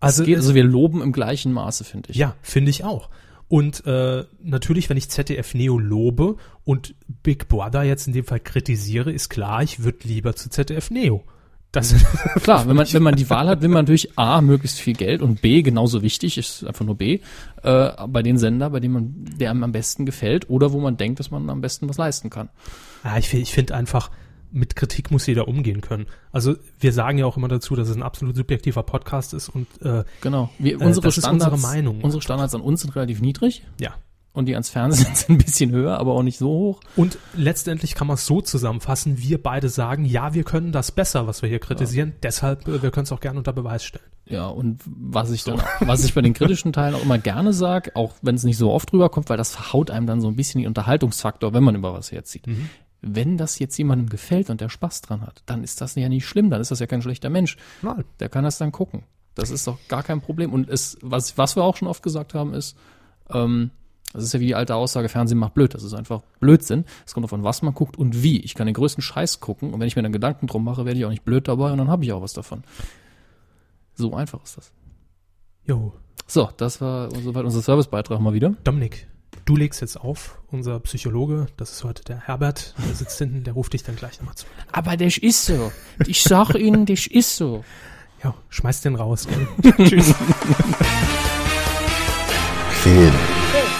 Also, äh,
Es geht, also wir loben im gleichen Maße, finde ich.
ja, finde ich auch. Und äh, natürlich, wenn ich ZDF Neo lobe und Big Brother jetzt in dem Fall kritisiere, ist klar, ich würde lieber zu ZDF Neo. Das,
Klar, wenn man, wenn man die Wahl hat, will man natürlich A, möglichst viel Geld und B, genauso wichtig, ist einfach nur B, äh, bei den Sender, bei dem man, der einem am besten gefällt oder wo man denkt, dass man am besten was leisten kann.
Ja, ich, fi- ich finde einfach, mit Kritik muss jeder umgehen können. Also wir sagen ja auch immer dazu, dass es ein absolut subjektiver Podcast ist und äh,
Genau. Wir, unsere
das ist
Standards,
unsere Meinung.
Unsere Standards an uns sind relativ niedrig
ja.
und die ans Fernsehen sind ein bisschen höher, aber auch nicht so hoch.
Und letztendlich kann man es so zusammenfassen, wir beide sagen, ja, wir können das besser, was wir hier kritisieren, deshalb, äh, wir können es auch gerne unter Beweis stellen.
Ja, und was ich dann, was ich bei den kritischen Teilen auch immer gerne sage, auch wenn es nicht so oft rüberkommt, weil das verhaut einem dann so ein bisschen den Unterhaltungsfaktor, wenn man über was herzieht. Wenn das jetzt jemandem gefällt und der Spaß dran hat, dann ist das ja nicht schlimm, dann ist das ja kein schlechter Mensch.
Nein.
Der kann das dann gucken. Das ist doch gar kein Problem. Und es, was, was wir auch schon oft gesagt haben, ist, ähm, das ist ja wie die alte Aussage, Fernsehen macht blöd. Das ist einfach Blödsinn. Es kommt davon, was man guckt und wie. Ich kann den größten Scheiß gucken und wenn ich mir dann Gedanken drum mache, werde ich auch nicht blöd dabei und dann habe ich auch was davon. So einfach ist das.
Jo,
So, das war soweit unser Servicebeitrag mal wieder.
Dominik, du legst jetzt auf, unser Psychologe, das ist heute der Herbert, der sitzt hinten, der ruft dich dann gleich nochmal zu.
Aber das ist so. Ich sag Ihnen, das ist so.
Ja, schmeiß den raus. Gell?
Film.
Ach,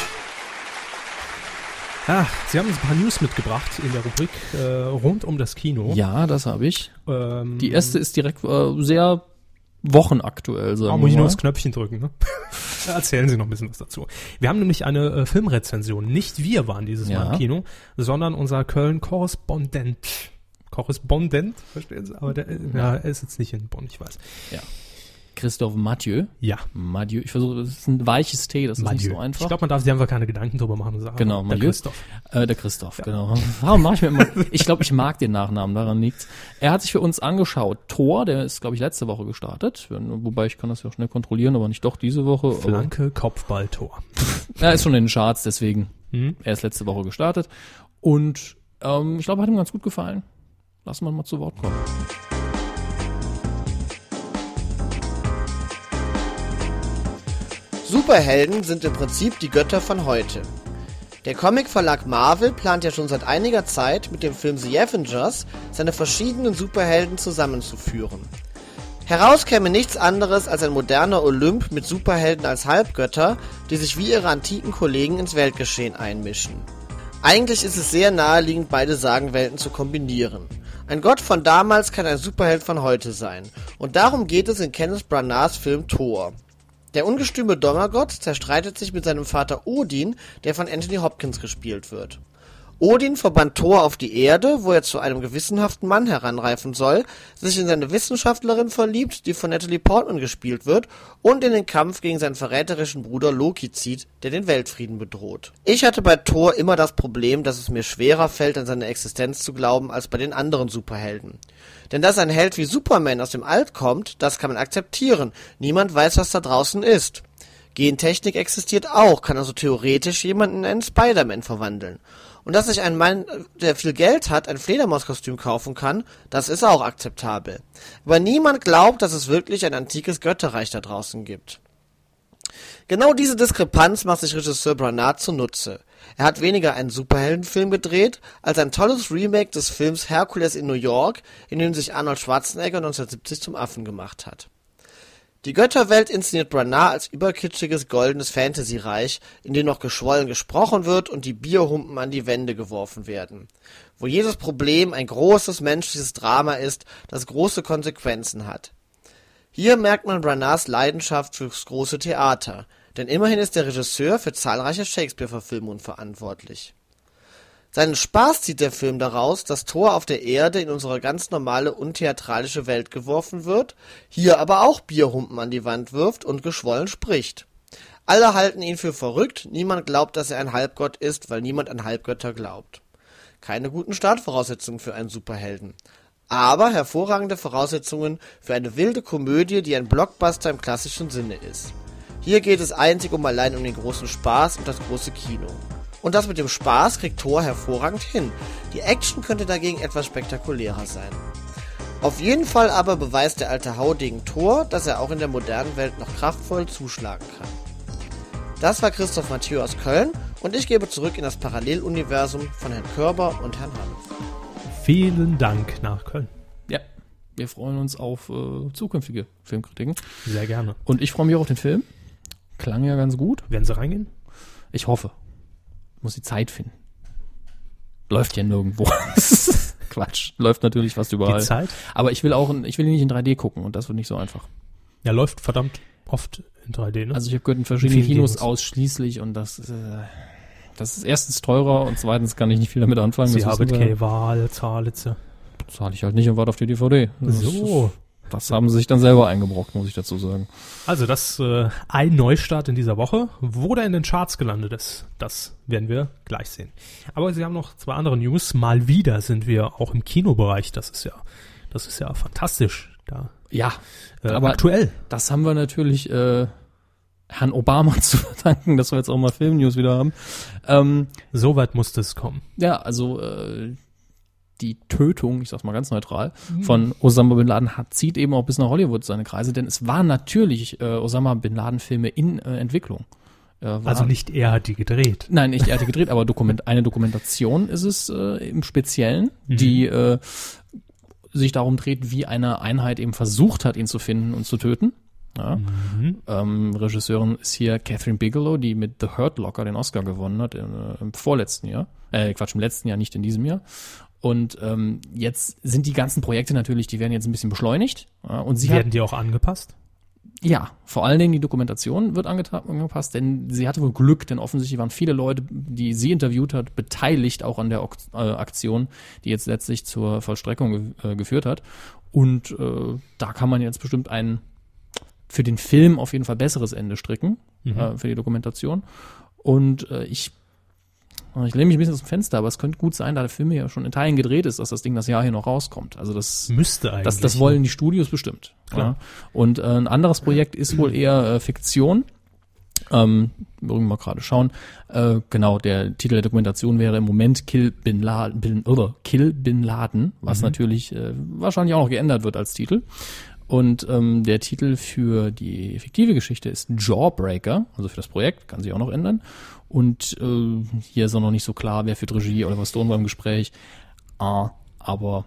Ah, Sie haben uns ein paar News mitgebracht in der Rubrik äh, rund um das Kino.
Ja, das habe ich.
Ähm,
Die erste ist direkt äh, sehr wochenaktuell,
Da
sagen wir
Ah, muss ich nur
mal.
aufs Knöpfchen drücken. Ne? Erzählen Sie noch ein bisschen was dazu. Wir haben nämlich eine äh, Filmrezension. Nicht wir waren dieses
Ja.
Mal im Kino, sondern unser Köln-Korrespondent. Korrespondent, verstehen Sie? Aber der, äh, ja, er ist jetzt nicht in Bonn, ich weiß.
Christophe Mathieu.
Ja,
Madieu. Ich versuche, das ist ein weiches T, das ist nicht
Mathieu.
so einfach.
Ich glaube, man darf sich einfach keine Gedanken drüber machen und sagen,
Genau,
der
Mathieu.
Christoph.
äh, der Christoph, genau. Warum mache ich mir immer? Ich glaube, ich mag den Nachnamen, daran liegt. Er hat sich für uns angeschaut. Thor, der ist, glaube ich, letzte Woche gestartet. Wobei ich kann das ja schnell kontrollieren, aber nicht doch diese Woche. Aber,
Flanke, Kopfballtor.
er ist schon in den Charts, deswegen.
Hm?
Er ist letzte Woche gestartet. Und ähm, ich glaube, hat ihm ganz gut gefallen. Lassen wir ihn mal zu Wort kommen.
Superhelden sind im Prinzip die Götter von heute. Der Comicverlag Marvel plant ja schon seit einiger Zeit mit dem Film The Avengers seine verschiedenen Superhelden zusammenzuführen. Heraus käme nichts anderes als ein moderner Olymp mit Superhelden als Halbgötter, die sich wie ihre antiken Kollegen ins Weltgeschehen einmischen. Eigentlich ist es sehr naheliegend, beide Sagenwelten zu kombinieren. Ein Gott von damals kann ein Superheld von heute sein. Und darum geht es in Kenneth Branaghs Film Thor. Der ungestüme Donnergott zerstreitet sich mit seinem Vater Odin, der von Anthony Hopkins gespielt wird. Odin verbannt Thor auf die Erde, wo er zu einem gewissenhaften Mann heranreifen soll, sich in seine Wissenschaftlerin verliebt, die von Natalie Portman gespielt wird, und in den Kampf gegen seinen verräterischen Bruder Loki zieht, der den Weltfrieden bedroht. Ich hatte bei Thor immer das Problem, dass es mir schwerer fällt, an seine Existenz zu glauben, als bei den anderen Superhelden. Denn dass ein Held wie Superman aus dem Alt kommt, das kann man akzeptieren. Niemand weiß, was da draußen ist. Gentechnik existiert auch, kann also theoretisch jemanden in einen Spider-Man verwandeln. Und dass sich ein Mann, der viel Geld hat, ein Fledermauskostüm kaufen kann, das ist auch akzeptabel. Aber niemand glaubt, dass es wirklich ein antikes Götterreich da draußen gibt. Genau diese Diskrepanz macht sich Regisseur Branagh zunutze. Er hat weniger einen Superheldenfilm gedreht, als ein tolles Remake des Films Hercules in New York, in dem sich Arnold Schwarzenegger 1970 zum Affen gemacht hat. Die Götterwelt inszeniert Branagh als überkitschiges goldenes Fantasyreich, in dem noch geschwollen gesprochen wird und die Bierhumpen an die Wände geworfen werden. Wo jedes Problem ein großes menschliches Drama ist, das große Konsequenzen hat. Hier merkt man Branaghs Leidenschaft fürs große Theater, denn immerhin ist der Regisseur für zahlreiche Shakespeare-Verfilmungen verantwortlich. Seinen Spaß zieht der Film daraus, dass Thor auf der Erde in unsere ganz normale untheatralische Welt geworfen wird, hier aber auch Bierhumpen an die Wand wirft und geschwollen spricht. Alle halten ihn für verrückt, niemand glaubt, dass er ein Halbgott ist, weil niemand an Halbgötter glaubt. Keine guten Startvoraussetzungen für einen Superhelden. Aber hervorragende Voraussetzungen für eine wilde Komödie, die ein Blockbuster im klassischen Sinne ist. Hier geht es einzig und allein um den großen Spaß und das große Kino. Und das mit dem Spaß kriegt Thor hervorragend hin. Die Action könnte dagegen etwas spektakulärer sein. Auf jeden Fall aber beweist der alte Haudegen Thor, dass er auch in der modernen Welt noch kraftvoll zuschlagen kann. Das war Christoph Mathieu aus Köln und ich gebe zurück in das Paralleluniversum von Herrn Körber und Herrn Hanf.
Vielen Dank nach Köln.
Ja, wir freuen uns auf äh, zukünftige Filmkritiken.
Sehr gerne.
Und ich freue mich auch auf den Film. Klang ja ganz gut.
Werden Sie reingehen?
Ich hoffe. Muss die Zeit finden. Läuft ja nirgendwo. Quatsch. Läuft natürlich fast überall.
Die Zeit?
Aber ich will auch, in- ich will ihn nicht in 3D gucken und das wird nicht so einfach.
Ja, läuft verdammt oft in 3D, ne?
Also ich habe gehört, in verschiedenen
Vielen
Kinos
Kinos.
ausschließlich und das, äh, das ist erstens teurer und zweitens kann ich nicht viel damit anfangen.
Sie
Das
haben
wissen wir.
keine Wahl, Zahlitze.
zahle ich halt nicht und warte auf die DVD. Das
So.
Ist, das haben sie sich dann selber eingebrockt, muss ich dazu sagen.
Also das äh, ein Neustart in dieser Woche. Wo der in den Charts gelandet ist, das werden wir gleich sehen. Aber Sie haben noch zwei andere News. Mal wieder sind wir auch im Kinobereich. Das ist ja, das ist ja fantastisch. Da
Ja,
äh,
Aber-
aktuell.
das haben wir natürlich äh, Herrn Obama zu verdanken, dass wir jetzt auch mal Filmnews wieder haben. Ähm,
So weit musste es kommen.
ja, also äh, die Tötung, ich sag's mal ganz neutral, von Osama Bin Laden hat, zieht eben auch bis nach Hollywood seine Kreise, denn es waren natürlich äh, Osama Bin Laden Filme in äh, Entwicklung. Äh, waren-
Also nicht er hat die gedreht.
Nein, nicht Erde gedreht, aber Dokument, eine Dokumentation ist es äh, im Speziellen, die äh, sich darum dreht, wie eine Einheit eben versucht hat, ihn zu finden und zu töten. Ja. Ähm, Regisseurin ist hier Catherine Bigelow, die mit The Hurt Locker den Oscar gewonnen hat im, äh, im vorletzten Jahr. Äh, Quatsch, im letzten Jahr, nicht in diesem Jahr. Und ähm, jetzt sind die ganzen Projekte natürlich, die werden jetzt ein bisschen beschleunigt. Ja, und sie hat
Werden die auch angepasst?
ja, vor allen Dingen die Dokumentation wird angeta- angepasst, denn sie hatte wohl Glück, denn offensichtlich waren viele Leute, die sie interviewt hat, beteiligt auch an der Ok- äh, Aktion, die jetzt letztlich zur Vollstreckung ge äh, geführt hat. Und äh, da kann man jetzt bestimmt ein für den Film auf jeden Fall besseres Ende stricken, äh, für die Dokumentation. Und äh, ich, ich lehne mich ein bisschen aus dem Fenster, aber es könnte gut sein, da der Film ja schon in Teilen gedreht ist, dass das Ding das Jahr hier noch rauskommt. Also das
Müsste eigentlich.
das, das wollen die Studios bestimmt. Ja. Und äh, ein anderes Projekt ist wohl eher äh, Fiktion. Ähm, mögen wir mal gerade schauen. Äh, genau, der Titel der Dokumentation wäre im Moment Kill Bin Laden, Bin, oder Kill Bin Laden, was natürlich äh, wahrscheinlich auch noch geändert wird als Titel. Und ähm, der Titel für die fiktive Geschichte ist Jawbreaker, also für das Projekt, kann sich auch noch ändern. Und äh, hier ist auch noch nicht so klar, wer führt Regie, Oliver Stone war im Gespräch. Ah, aber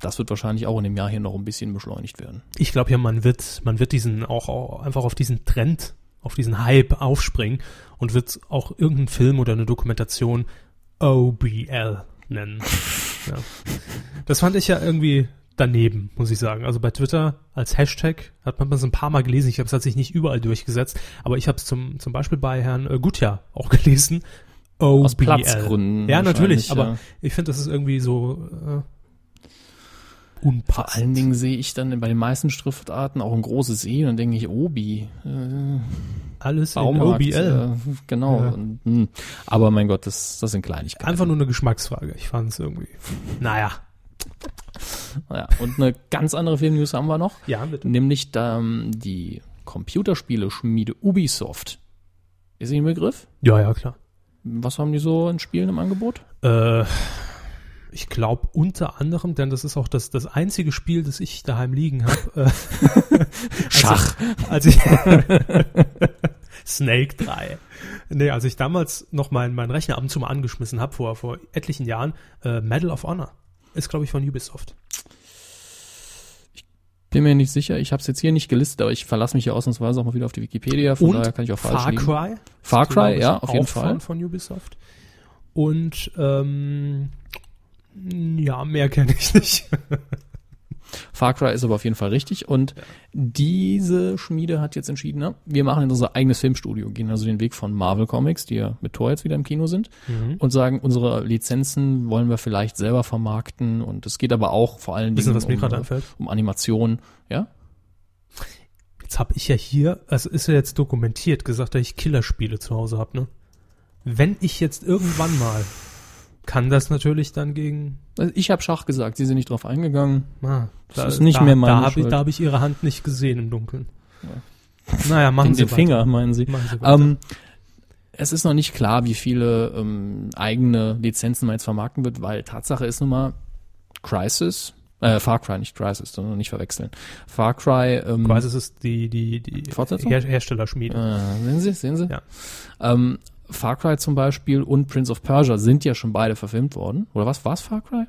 das wird wahrscheinlich auch in dem Jahr hier noch ein bisschen beschleunigt werden.
ich glaube ja, man wird, man wird diesen auch, auch einfach auf diesen Trend, auf diesen Hype aufspringen und wird auch irgendeinen Film oder eine Dokumentation OBL nennen. ja. Das fand ich ja irgendwie daneben, muss ich sagen. Also bei Twitter als Hashtag hat man es ein paar Mal gelesen. Ich habe es tatsächlich nicht überall durchgesetzt, aber ich habe es zum, zum Beispiel bei Herrn äh, Gutjahr auch gelesen. OBL.
Aus Platzgründen
Ja, natürlich,
wahrscheinlich,
aber
ja.
ich finde, das ist irgendwie so äh, unpassend.
Vor allen Dingen sehe ich dann bei den meisten Schriftarten auch ein großes E und dann denke ich, Obi, äh,
alles in
Baumarkt.
OBL.
Äh, genau.
Ja.
Und, hm. aber mein Gott, das, das sind Kleinigkeiten.
Einfach nur eine Geschmacksfrage. Ich fand es irgendwie. Naja.
Ja. Und eine ganz andere Film-News haben wir noch.
Ja, bitte.
Nämlich ähm, die Computerspiele-Schmiede Ubisoft. Ist Ihnen ein Begriff?
Ja, ja, klar.
Was haben die so in Spielen im Angebot?
Äh, ich glaube unter anderem, denn das ist auch das, das einzige Spiel, das ich daheim liegen habe. Äh,
Schach.
als ich Snake 3. Nee, als ich damals noch meinen mein Rechner ab und zu mal angeschmissen habe, vor, vor etlichen Jahren, äh, Medal of Honor. Ist, glaube ich, von Ubisoft.
Bin mir nicht sicher. Ich habe es jetzt hier nicht gelistet, aber ich verlasse mich hier ausnahmsweise auch mal wieder auf die Wikipedia. Von daher kann ich auch falsch
Far
liegen.
Cry.
Far
Glaub
Cry,
ich,
ja, auf jeden
auch
Fall.
Von, von Ubisoft. Und, ähm, ja, mehr kenne ich nicht.
Far Cry ist aber auf jeden Fall richtig. Und diese Schmiede hat jetzt entschieden, ne, wir machen jetzt unser eigenes Filmstudio, gehen also den Weg von Marvel Comics, die ja mit Thor jetzt wieder im Kino sind, und sagen, unsere Lizenzen wollen wir vielleicht selber vermarkten. Und es geht aber auch vor allen
Wissen,
Dingen
was mir gerade
um,
einfällt?
um Animationen. Ja?
Jetzt habe ich ja hier, es ist ja jetzt dokumentiert gesagt, dass ich Killerspiele zu Hause habe, ne? Wenn ich jetzt irgendwann mal, kann das natürlich dann gegen.
Also ich habe Schach gesagt, sie sind nicht drauf eingegangen.
Ah,
Das ist nicht mehr meine
Da habe ich,
Schuld.
da hab ich ihre Hand nicht gesehen im Dunkeln. Naja, machen
In
Sie
den
weiter.
Finger, meinen sie.
Machen Sie weiter.
Ähm, es ist noch nicht klar, wie viele ähm, eigene Lizenzen man jetzt vermarkten wird, weil Tatsache ist nun mal Crisis, äh, Far Cry, nicht Crisis, sondern nicht verwechseln. Far Cry, ähm,
Ich weiß, es ist die, die, die
Fortsetzung?
Her Herstellerschmiede.
äh, sehen Sie, sehen Sie?
äh, Ja.
Ähm, Far Cry zum Beispiel und Prince of Persia sind ja schon beide verfilmt worden. Oder was? War es Far Cry?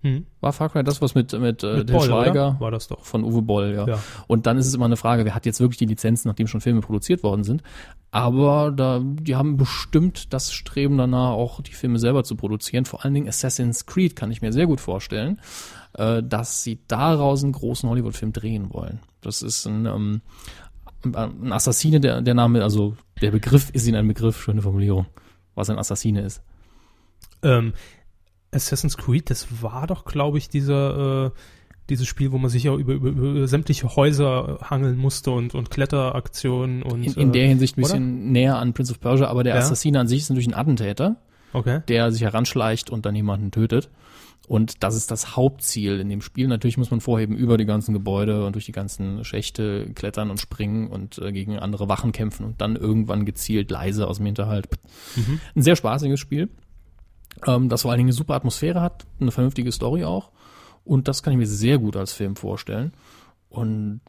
Hm?
War Far Cry das, was mit, mit, äh,
Mit
Till
Boll, oder?
Schweiger
War das doch.
von Uwe Boll, ja.
Ja.
Und dann ist es immer eine Frage, wer hat jetzt wirklich die Lizenzen, nachdem schon Filme produziert worden sind. Aber da, die haben bestimmt das Streben danach, auch die Filme selber zu produzieren. Vor allen Dingen Assassin's Creed kann ich mir sehr gut vorstellen, äh, dass sie daraus einen großen Hollywood-Film drehen wollen. Das ist ein, ähm, ein Assassine, der, der Name, also der Begriff ist ihnen ein Begriff, schöne Formulierung, was ein Assassine ist.
Ähm, Assassin's Creed, das war doch, glaube ich, dieser, äh, dieses Spiel, wo man sich ja über, über, über sämtliche Häuser hangeln musste und, und Kletteraktionen und.
In, in der
äh,
Hinsicht ein
oder?
bisschen näher an Prince of Persia, aber der
Ja.
Assassine an sich ist natürlich ein Attentäter.
Okay.
der sich heranschleicht und dann jemanden tötet. Und das ist das Hauptziel in dem Spiel. Natürlich muss man vorheben über die ganzen Gebäude und durch die ganzen Schächte klettern und springen und äh, gegen andere Wachen kämpfen und dann irgendwann gezielt leise aus dem Hinterhalt. Ein sehr spaßiges Spiel, ähm, das vor allen Dingen eine super Atmosphäre hat, eine vernünftige Story auch. Und das kann ich mir sehr gut als Film vorstellen. Und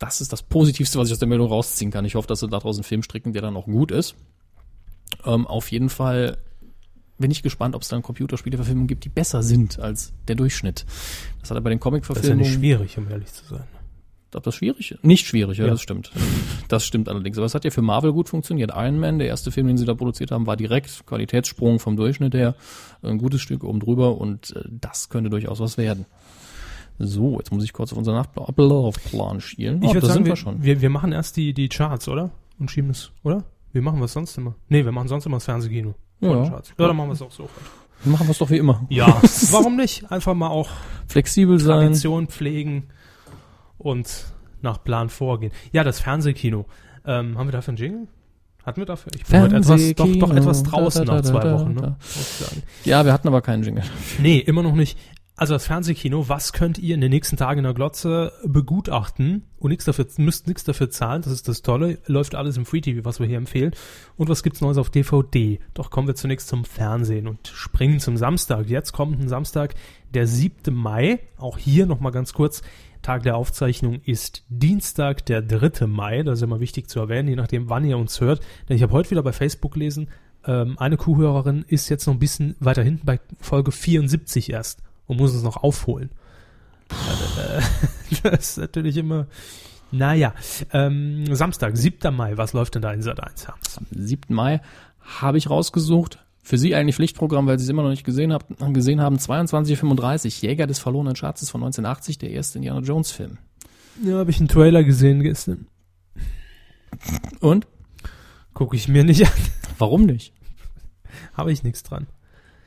das ist das Positivste, was ich aus der Meldung rausziehen kann. Ich hoffe, dass sie daraus einen Film stricken, der dann auch gut ist. Ähm, auf jeden Fall bin ich gespannt, ob es dann Computerspieleverfilmungen gibt, die besser sind als der Durchschnitt. Das hat er bei den
Das ist ja
Comic-Verfilmungen.
nicht schwierig, um ehrlich zu sein.
Ob das schwierig ist? Nicht schwierig, ja,
Ja.
das stimmt. Das stimmt allerdings. Aber es hat ja für Marvel gut funktioniert. Iron Man, der erste Film, den sie da produziert haben, war direkt Qualitätssprung vom Durchschnitt her. Ein gutes Stück oben drüber und äh, das könnte durchaus was werden. So, jetzt muss ich kurz auf unseren Nach- Ablaufplan schielen.
Ich
Oh,
würde
da
sagen,
sind
wir,
wir schon.
Wir, wir machen erst die, die Charts, oder? Und schieben es, oder? Wir machen was sonst immer. Nee, wir machen sonst immer das Fernsehkino. vor den
Ja.
Charts. ja dann machen wir es auch so.
Machen wir es doch wie immer.
Ja, warum nicht? Einfach mal auch
Flexibel sein.
Tradition pflegen und nach Plan vorgehen. Ja, das Fernsehkino. Ähm, haben wir dafür einen Jingle? Hatten wir dafür? Ich bin heute etwas, doch, doch etwas
Fernsehkino.
draußen
Da, da,
nach zwei
da, da,
Wochen,
da.
ne? Muss ich sagen.
Ja, wir hatten aber keinen Jingle.
Nee, immer noch nicht. Also das Fernsehkino, was könnt ihr in den nächsten Tagen in der Glotze begutachten und nichts dafür, müsst nichts dafür zahlen, das ist das Tolle, läuft alles im Free-TV, was wir hier empfehlen. Und was gibt's Neues auf DVD? Doch kommen wir zunächst zum Fernsehen und springen zum Samstag. Jetzt kommt ein Samstag, der 7. Mai, auch hier nochmal ganz kurz, Tag der Aufzeichnung ist Dienstag, der 3. Mai, das ist immer wichtig zu erwähnen, je nachdem wann ihr uns hört, denn ich habe heute wieder bei Facebook gelesen, ähm, eine Kuhhörerin ist jetzt noch ein bisschen weiter hinten bei Folge 74 erst und muss uns noch aufholen. Äh, Das ist natürlich immer. Naja, ähm, Samstag, 7. Mai, was läuft denn da in Sat 1? Hans?
7. Mai habe ich rausgesucht. Für Sie eigentlich Pflichtprogramm, weil Sie es immer noch nicht gesehen, habt, gesehen haben, 22.35, Jäger des verlorenen Schatzes von 1980, der erste Indiana Jones Film.
Ja, habe ich einen Trailer gesehen gestern.
Und?
Gucke ich mir nicht an.
Warum nicht?
Habe ich nichts dran.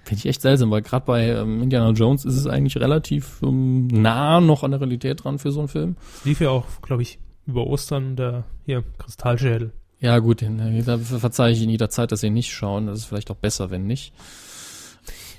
Finde ich echt seltsam, weil gerade bei ähm, Indiana Jones ist es eigentlich relativ ähm, nah noch an der Realität dran für so einen Film.
Lief ja auch, glaube ich, über Ostern der hier Kristallschädel.
Ja, gut, den- da verzeihe ich Ihnen jederzeit, dass Sie ihn nicht schauen. Das ist vielleicht auch besser, wenn nicht.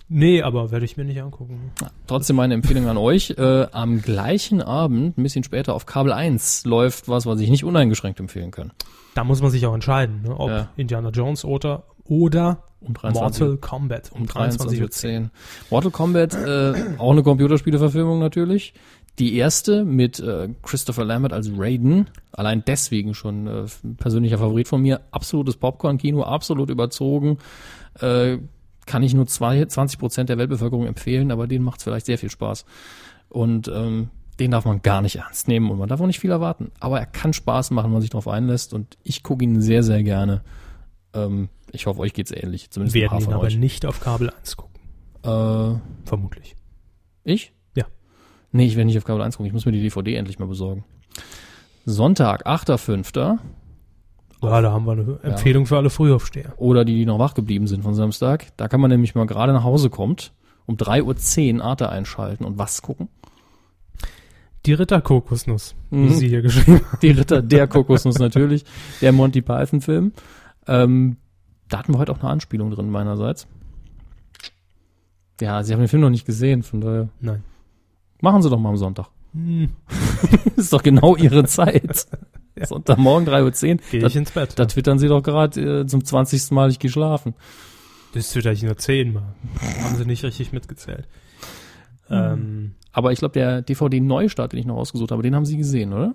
Nee, aber werde ich mir nicht angucken.
Trotzdem meine Empfehlung an euch. Äh, am gleichen Abend, ein bisschen später, auf Kabel 1 läuft was, was ich nicht uneingeschränkt empfehlen kann.
Da muss man sich auch entscheiden, ne? ob
Ja.
Indiana Jones oder oder
Um 23
Mortal Kombat um 23 Uhr.
23.10 Uhr. Mortal Kombat, äh, auch eine Computerspieleverfilmung natürlich. Die erste mit äh, Christopher Lambert als Raiden. Allein deswegen schon äh, ein persönlicher Favorit von mir. Absolutes Popcorn-Kino, absolut überzogen. Äh, kann ich nur zwei, 20 Prozent der Weltbevölkerung empfehlen, aber denen macht es vielleicht sehr viel Spaß. Und ähm, den darf man gar nicht ernst nehmen und man darf auch nicht viel erwarten. Aber er kann Spaß machen, wenn man sich darauf einlässt. Und ich gucke ihn sehr, sehr gerne. Ähm, ich hoffe, euch geht's ähnlich. Zumindest ein
Werden
paar
ihn
von
aber
euch.
nicht auf Kabel 1 gucken.
Äh,
Vermutlich.
ich?
Ja.
Nee, ich werde nicht auf Kabel 1 gucken. Ich muss mir die DVD endlich mal besorgen. Sonntag, 8.5.
Ja, da haben wir eine Empfehlung für alle Frühaufsteher.
oder die, die noch wach geblieben sind von Samstag. Da kann man nämlich mal gerade nach Hause kommt, um 3.10 Uhr Arte einschalten und was gucken?
Die Ritterkokosnuss,
Mhm.
wie sie hier geschrieben haben.
Die Ritter der Kokosnuss natürlich, der Monty Python Film. Ähm, da hatten wir heute auch eine Anspielung drin meinerseits. Ja, Sie haben den Film noch nicht gesehen, von daher
Nein.
machen Sie doch mal am Sonntag.
Hm,
ist doch genau Ihre Zeit. Sonntagmorgen 3.10 Uhr.
Gehe
Da-
ich ins Bett.
Da twittern sie doch gerade äh, zum 20. Mal, ich gehe schlafen.
Das twitter ich nur zehnmal. Haben sie nicht richtig mitgezählt. Ähm,
Aber ich glaube, der DVD-Neustart, den ich noch ausgesucht habe, den haben sie gesehen, oder?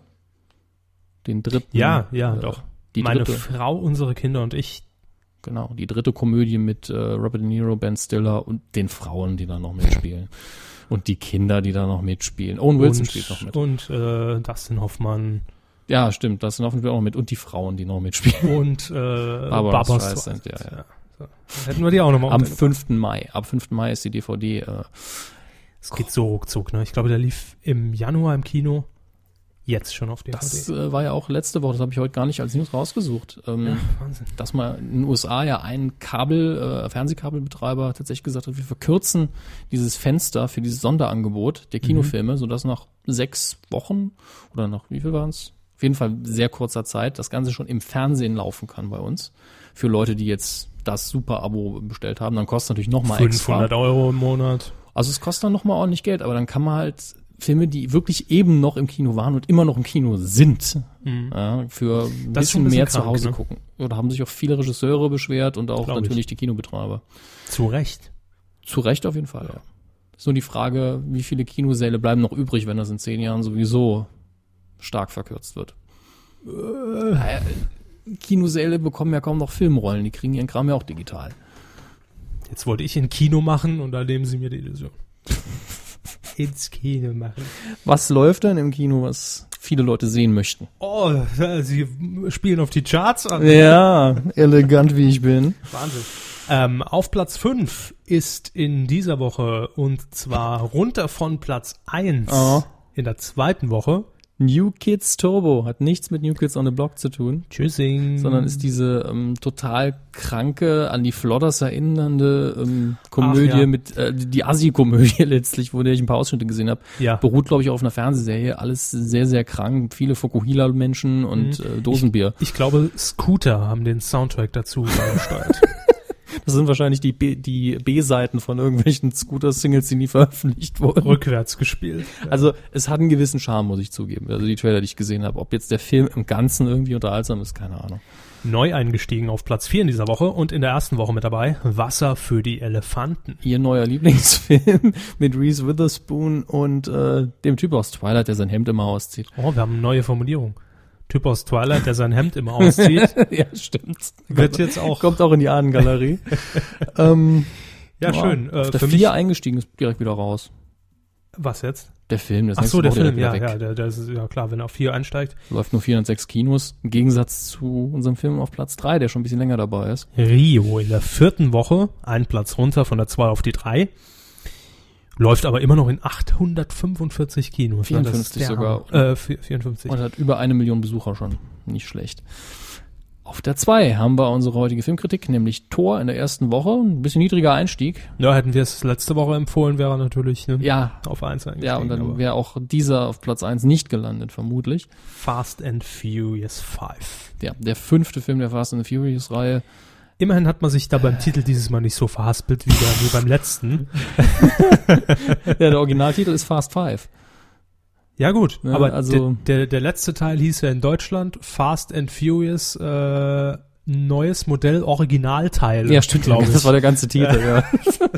Den dritten.
ja, ja,
äh,
doch.
Die
Meine
dritte,
Frau, unsere Kinder und ich.
genau, die dritte Komödie mit äh, Robert De Niro, Ben Stiller und den Frauen, die da noch mitspielen. und die Kinder, die da noch mitspielen. Owen Wilson spielt noch
und
mit.
und äh, Dustin Hoffmann
Ja, stimmt, das sind hoffentlich auch noch mit. Und die Frauen, die noch mitspielen.
und äh, Barbara
Streisand,
Streisand.
ja, ja.
Ja, so. Hätten wir die auch nochmal.
Am 5. Mai. Ab 5. Mai ist die DVD. Äh,
Es geht so ruckzuck, ne? Ich glaube, der lief im Januar im Kino. Jetzt schon auf DVD.
das äh, war ja auch letzte Woche, das habe ich heute gar nicht als News rausgesucht. Ähm,
Wahnsinn.
dass man in den USA ja ein Kabel, äh, Fernsehkabelbetreiber tatsächlich gesagt hat, wir verkürzen dieses Fenster für dieses Sonderangebot der Kinofilme, sodass nach sechs Wochen oder nach wie viel waren es? Auf jeden Fall sehr kurzer Zeit das Ganze schon im Fernsehen laufen kann bei uns. Für Leute, die jetzt das Super-Abo bestellt haben, dann kostet natürlich nochmal extra.
500 Euro im Monat.
Also es kostet dann nochmal ordentlich Geld, aber dann kann man halt Filme, die wirklich eben noch im Kino waren und immer noch im Kino sind, ja, für ein
Das ist schon ein
bisschen,
bisschen
mehr zu
krank,
Hause
ne?
gucken. Oder haben sich auch viele Regisseure beschwert und auch
Glaub ich.
natürlich die Kinobetreiber.
Zu Recht.
Zu Recht auf jeden Fall, ja. Ist nur die Frage, wie viele Kinosäle bleiben noch übrig, wenn das in zehn Jahren sowieso stark verkürzt wird. Naja, Kinosäle bekommen ja kaum noch Filmrollen, die kriegen ihren Kram ja auch digital.
Jetzt wollte ich ein Kino machen und da nehmen sie mir die Illusion. Ins Kino machen.
Was läuft denn im Kino, was viele Leute sehen möchten?
Oh, sie spielen auf die Charts also an.
Ja, elegant wie ich bin.
Wahnsinn. Ähm, auf Platz 5 ist in dieser Woche und zwar runter von Platz 1
Oh.
in der zweiten Woche.
New Kids Turbo hat nichts mit New Kids on the Block zu tun,
Tschüssing.
sondern ist diese ähm, total kranke, an die Flodders erinnernde ähm, Komödie
Ach, ja.
mit, äh, die Assi-Komödie letztlich, wo der ich ein paar Ausschnitte gesehen habe.
Ja.
Beruht, glaube ich, auf einer Fernsehserie. Alles sehr, sehr krank. Viele Fokuhila-Menschen und äh, Dosenbier.
ich glaube, Scooter haben den Soundtrack dazu beigesteuert.
Das sind wahrscheinlich die B- die B-Seiten von irgendwelchen Scooter-Singles, die nie veröffentlicht wurden.
Rückwärts gespielt.
Also es hat einen gewissen Charme, muss ich zugeben. Also die Trailer, die ich gesehen habe. Ob jetzt der Film im Ganzen irgendwie unterhaltsam ist, keine Ahnung.
Neu eingestiegen auf Platz 4 in dieser Woche und in der ersten Woche mit dabei Wasser für die Elefanten.
Ihr neuer Lieblingsfilm mit Reese Witherspoon und äh, dem Typ aus Twilight, der sein Hemd immer auszieht.
Oh, wir haben eine neue Formulierung. Typ aus Twilight, der sein Hemd immer auszieht,
ja, stimmt.
wird jetzt auch.
Kommt auch in die Ahnengalerie. ähm,
Ja, schön.
Auf
Äh,
der
für mich,
vier eingestiegen ist direkt wieder raus.
was jetzt?
Der Film, das
Ach so, der
nächste Woche
Film, ja,
direkt wieder
ja, der, der ist, ja klar, wenn er auf vier einsteigt.
Läuft nur 406 Kinos, im Gegensatz zu unserem Film auf Platz 3, der schon ein bisschen länger dabei ist.
Rio in der vierten Woche, einen Platz runter von der 2 auf die 3. Läuft aber immer noch in 845 Kinos. ne? Das ist
54
der
sogar.
Hammer. Äh, vier- 54.
Und hat über eine Million Besucher schon. Nicht schlecht. Auf der 2 haben wir unsere heutige Filmkritik, nämlich Tor in der ersten Woche. Ein bisschen niedriger Einstieg.
Ja, hätten wir es letzte Woche empfohlen, wäre er natürlich ne,
Ja.
auf 1 eingestiegen.
Ja, und dann
aber
wäre auch dieser auf Platz 1 nicht gelandet, vermutlich.
Fast and Furious 5.
Ja, der fünfte Film der Fast and the Furious Reihe.
Immerhin hat man sich da beim Titel dieses Mal nicht so verhaspelt wie, bei- wie beim letzten.
ja, der Originaltitel ist Fast Five.
Ja gut,
Ja,
aber
also-
der, der, der letzte Teil hieß ja in Deutschland Fast and Furious äh, neues Modell Originalteil.
Ja, stimmt,
glaub
glaube ich. Das war der ganze Titel, ja.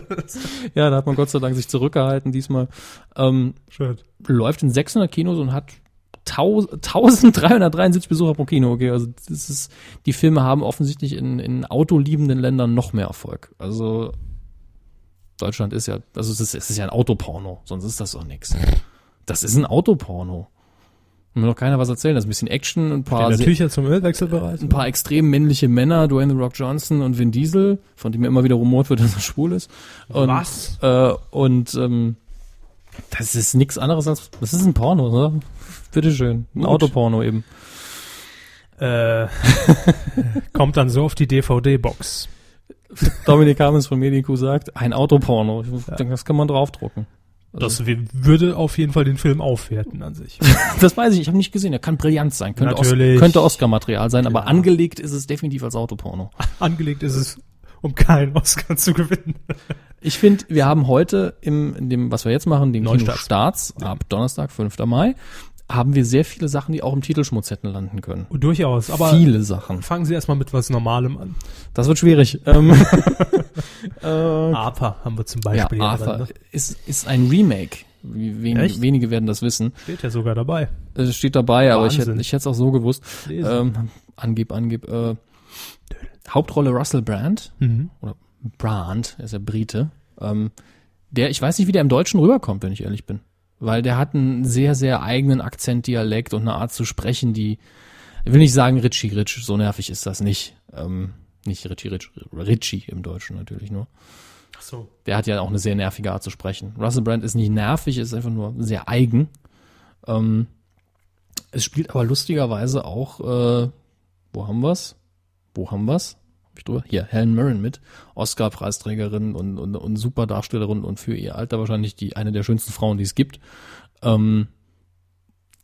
ja, da hat man Gott sei Dank sich zurückgehalten diesmal. Ähm,
Schön.
läuft in 600 Kinos und hat 1000 1373 Besucher pro Kino. Okay, also das ist, die Filme haben offensichtlich in, in autoliebenden Ländern noch mehr Erfolg. Also Deutschland ist ja, also es ist, es ist ja ein Autoporno, sonst ist das doch nichts. Das ist ein Autoporno. Mir noch keiner was erzählen. Das ist ein bisschen Action, ein
Der
paar, sehr-
Tücher zum Ölwechsel bereit.
ein paar extrem männliche Männer, Dwayne The Rock Johnson und Vin Diesel, von dem immer wieder rumort wird, dass er schwul ist. Und,
Was?
Äh, und ähm, das ist nichts anderes als, das ist ein Porno, oder? Bitteschön, ein Autoporno eben.
Äh, kommt dann so auf die DVD-Box.
Dominik Hammes von Medico sagt, ein Autoporno. Ich denke, das kann man draufdrucken.
Das w- würde auf jeden Fall den Film aufwerten an sich.
Das weiß ich, ich habe nicht gesehen. Er kann brillant sein, könnte, Os
Natürlich.
könnte Oscar-Material sein, aber angelegt ist es definitiv als Autoporno.
Angelegt ist es, um keinen Oscar zu gewinnen.
Ich finde, wir haben heute im, in dem, was wir jetzt machen, dem
Neustarts.
Kinostarts, ab Donnerstag, 5. Mai, haben wir sehr viele Sachen, die auch im Titelschmutz hätten landen können.
Durchaus, aber
viele Sachen.
fangen Sie erstmal mit was Normalem an.
Das wird schwierig. Ähm,
Arthur haben wir zum
ja,
Beispiel. hier drin,
Arthur
ne?
ist, ist ein Remake. Wie- Wen,
Echt?
wenige werden das wissen.
Steht ja sogar dabei.
Äh, steht dabei, aber ich hätte
Wahnsinn.
ich hätte es auch so gewusst.
Lesen.
Ähm, angeb, angeb. Äh, Hauptrolle Russell Brand.
Mhm.
Oder Brand, er ist ja Brite. Ähm, der, ich weiß nicht, wie der im Deutschen rüberkommt, wenn ich ehrlich bin. Weil der hat einen sehr, sehr eigenen Akzent, Dialekt und eine Art zu sprechen, die, ich will nicht sagen Ritchie Ritsch, so nervig ist das nicht. Ähm, nicht Ritchie Ritsch, Ritchie im Deutschen natürlich nur.
Ach so.
Der hat ja auch eine sehr nervige Art zu sprechen. Russell Brand ist nicht nervig, ist einfach nur sehr eigen. Ähm, es spielt aber lustigerweise auch, äh, wo haben wir's? Wo haben wir's? Hab ich drüber? Hier, Helen Mirren mit. Oscar-Preisträgerin und, und, und super Darstellerin und für ihr Alter wahrscheinlich die eine der schönsten Frauen, die es gibt. Ähm,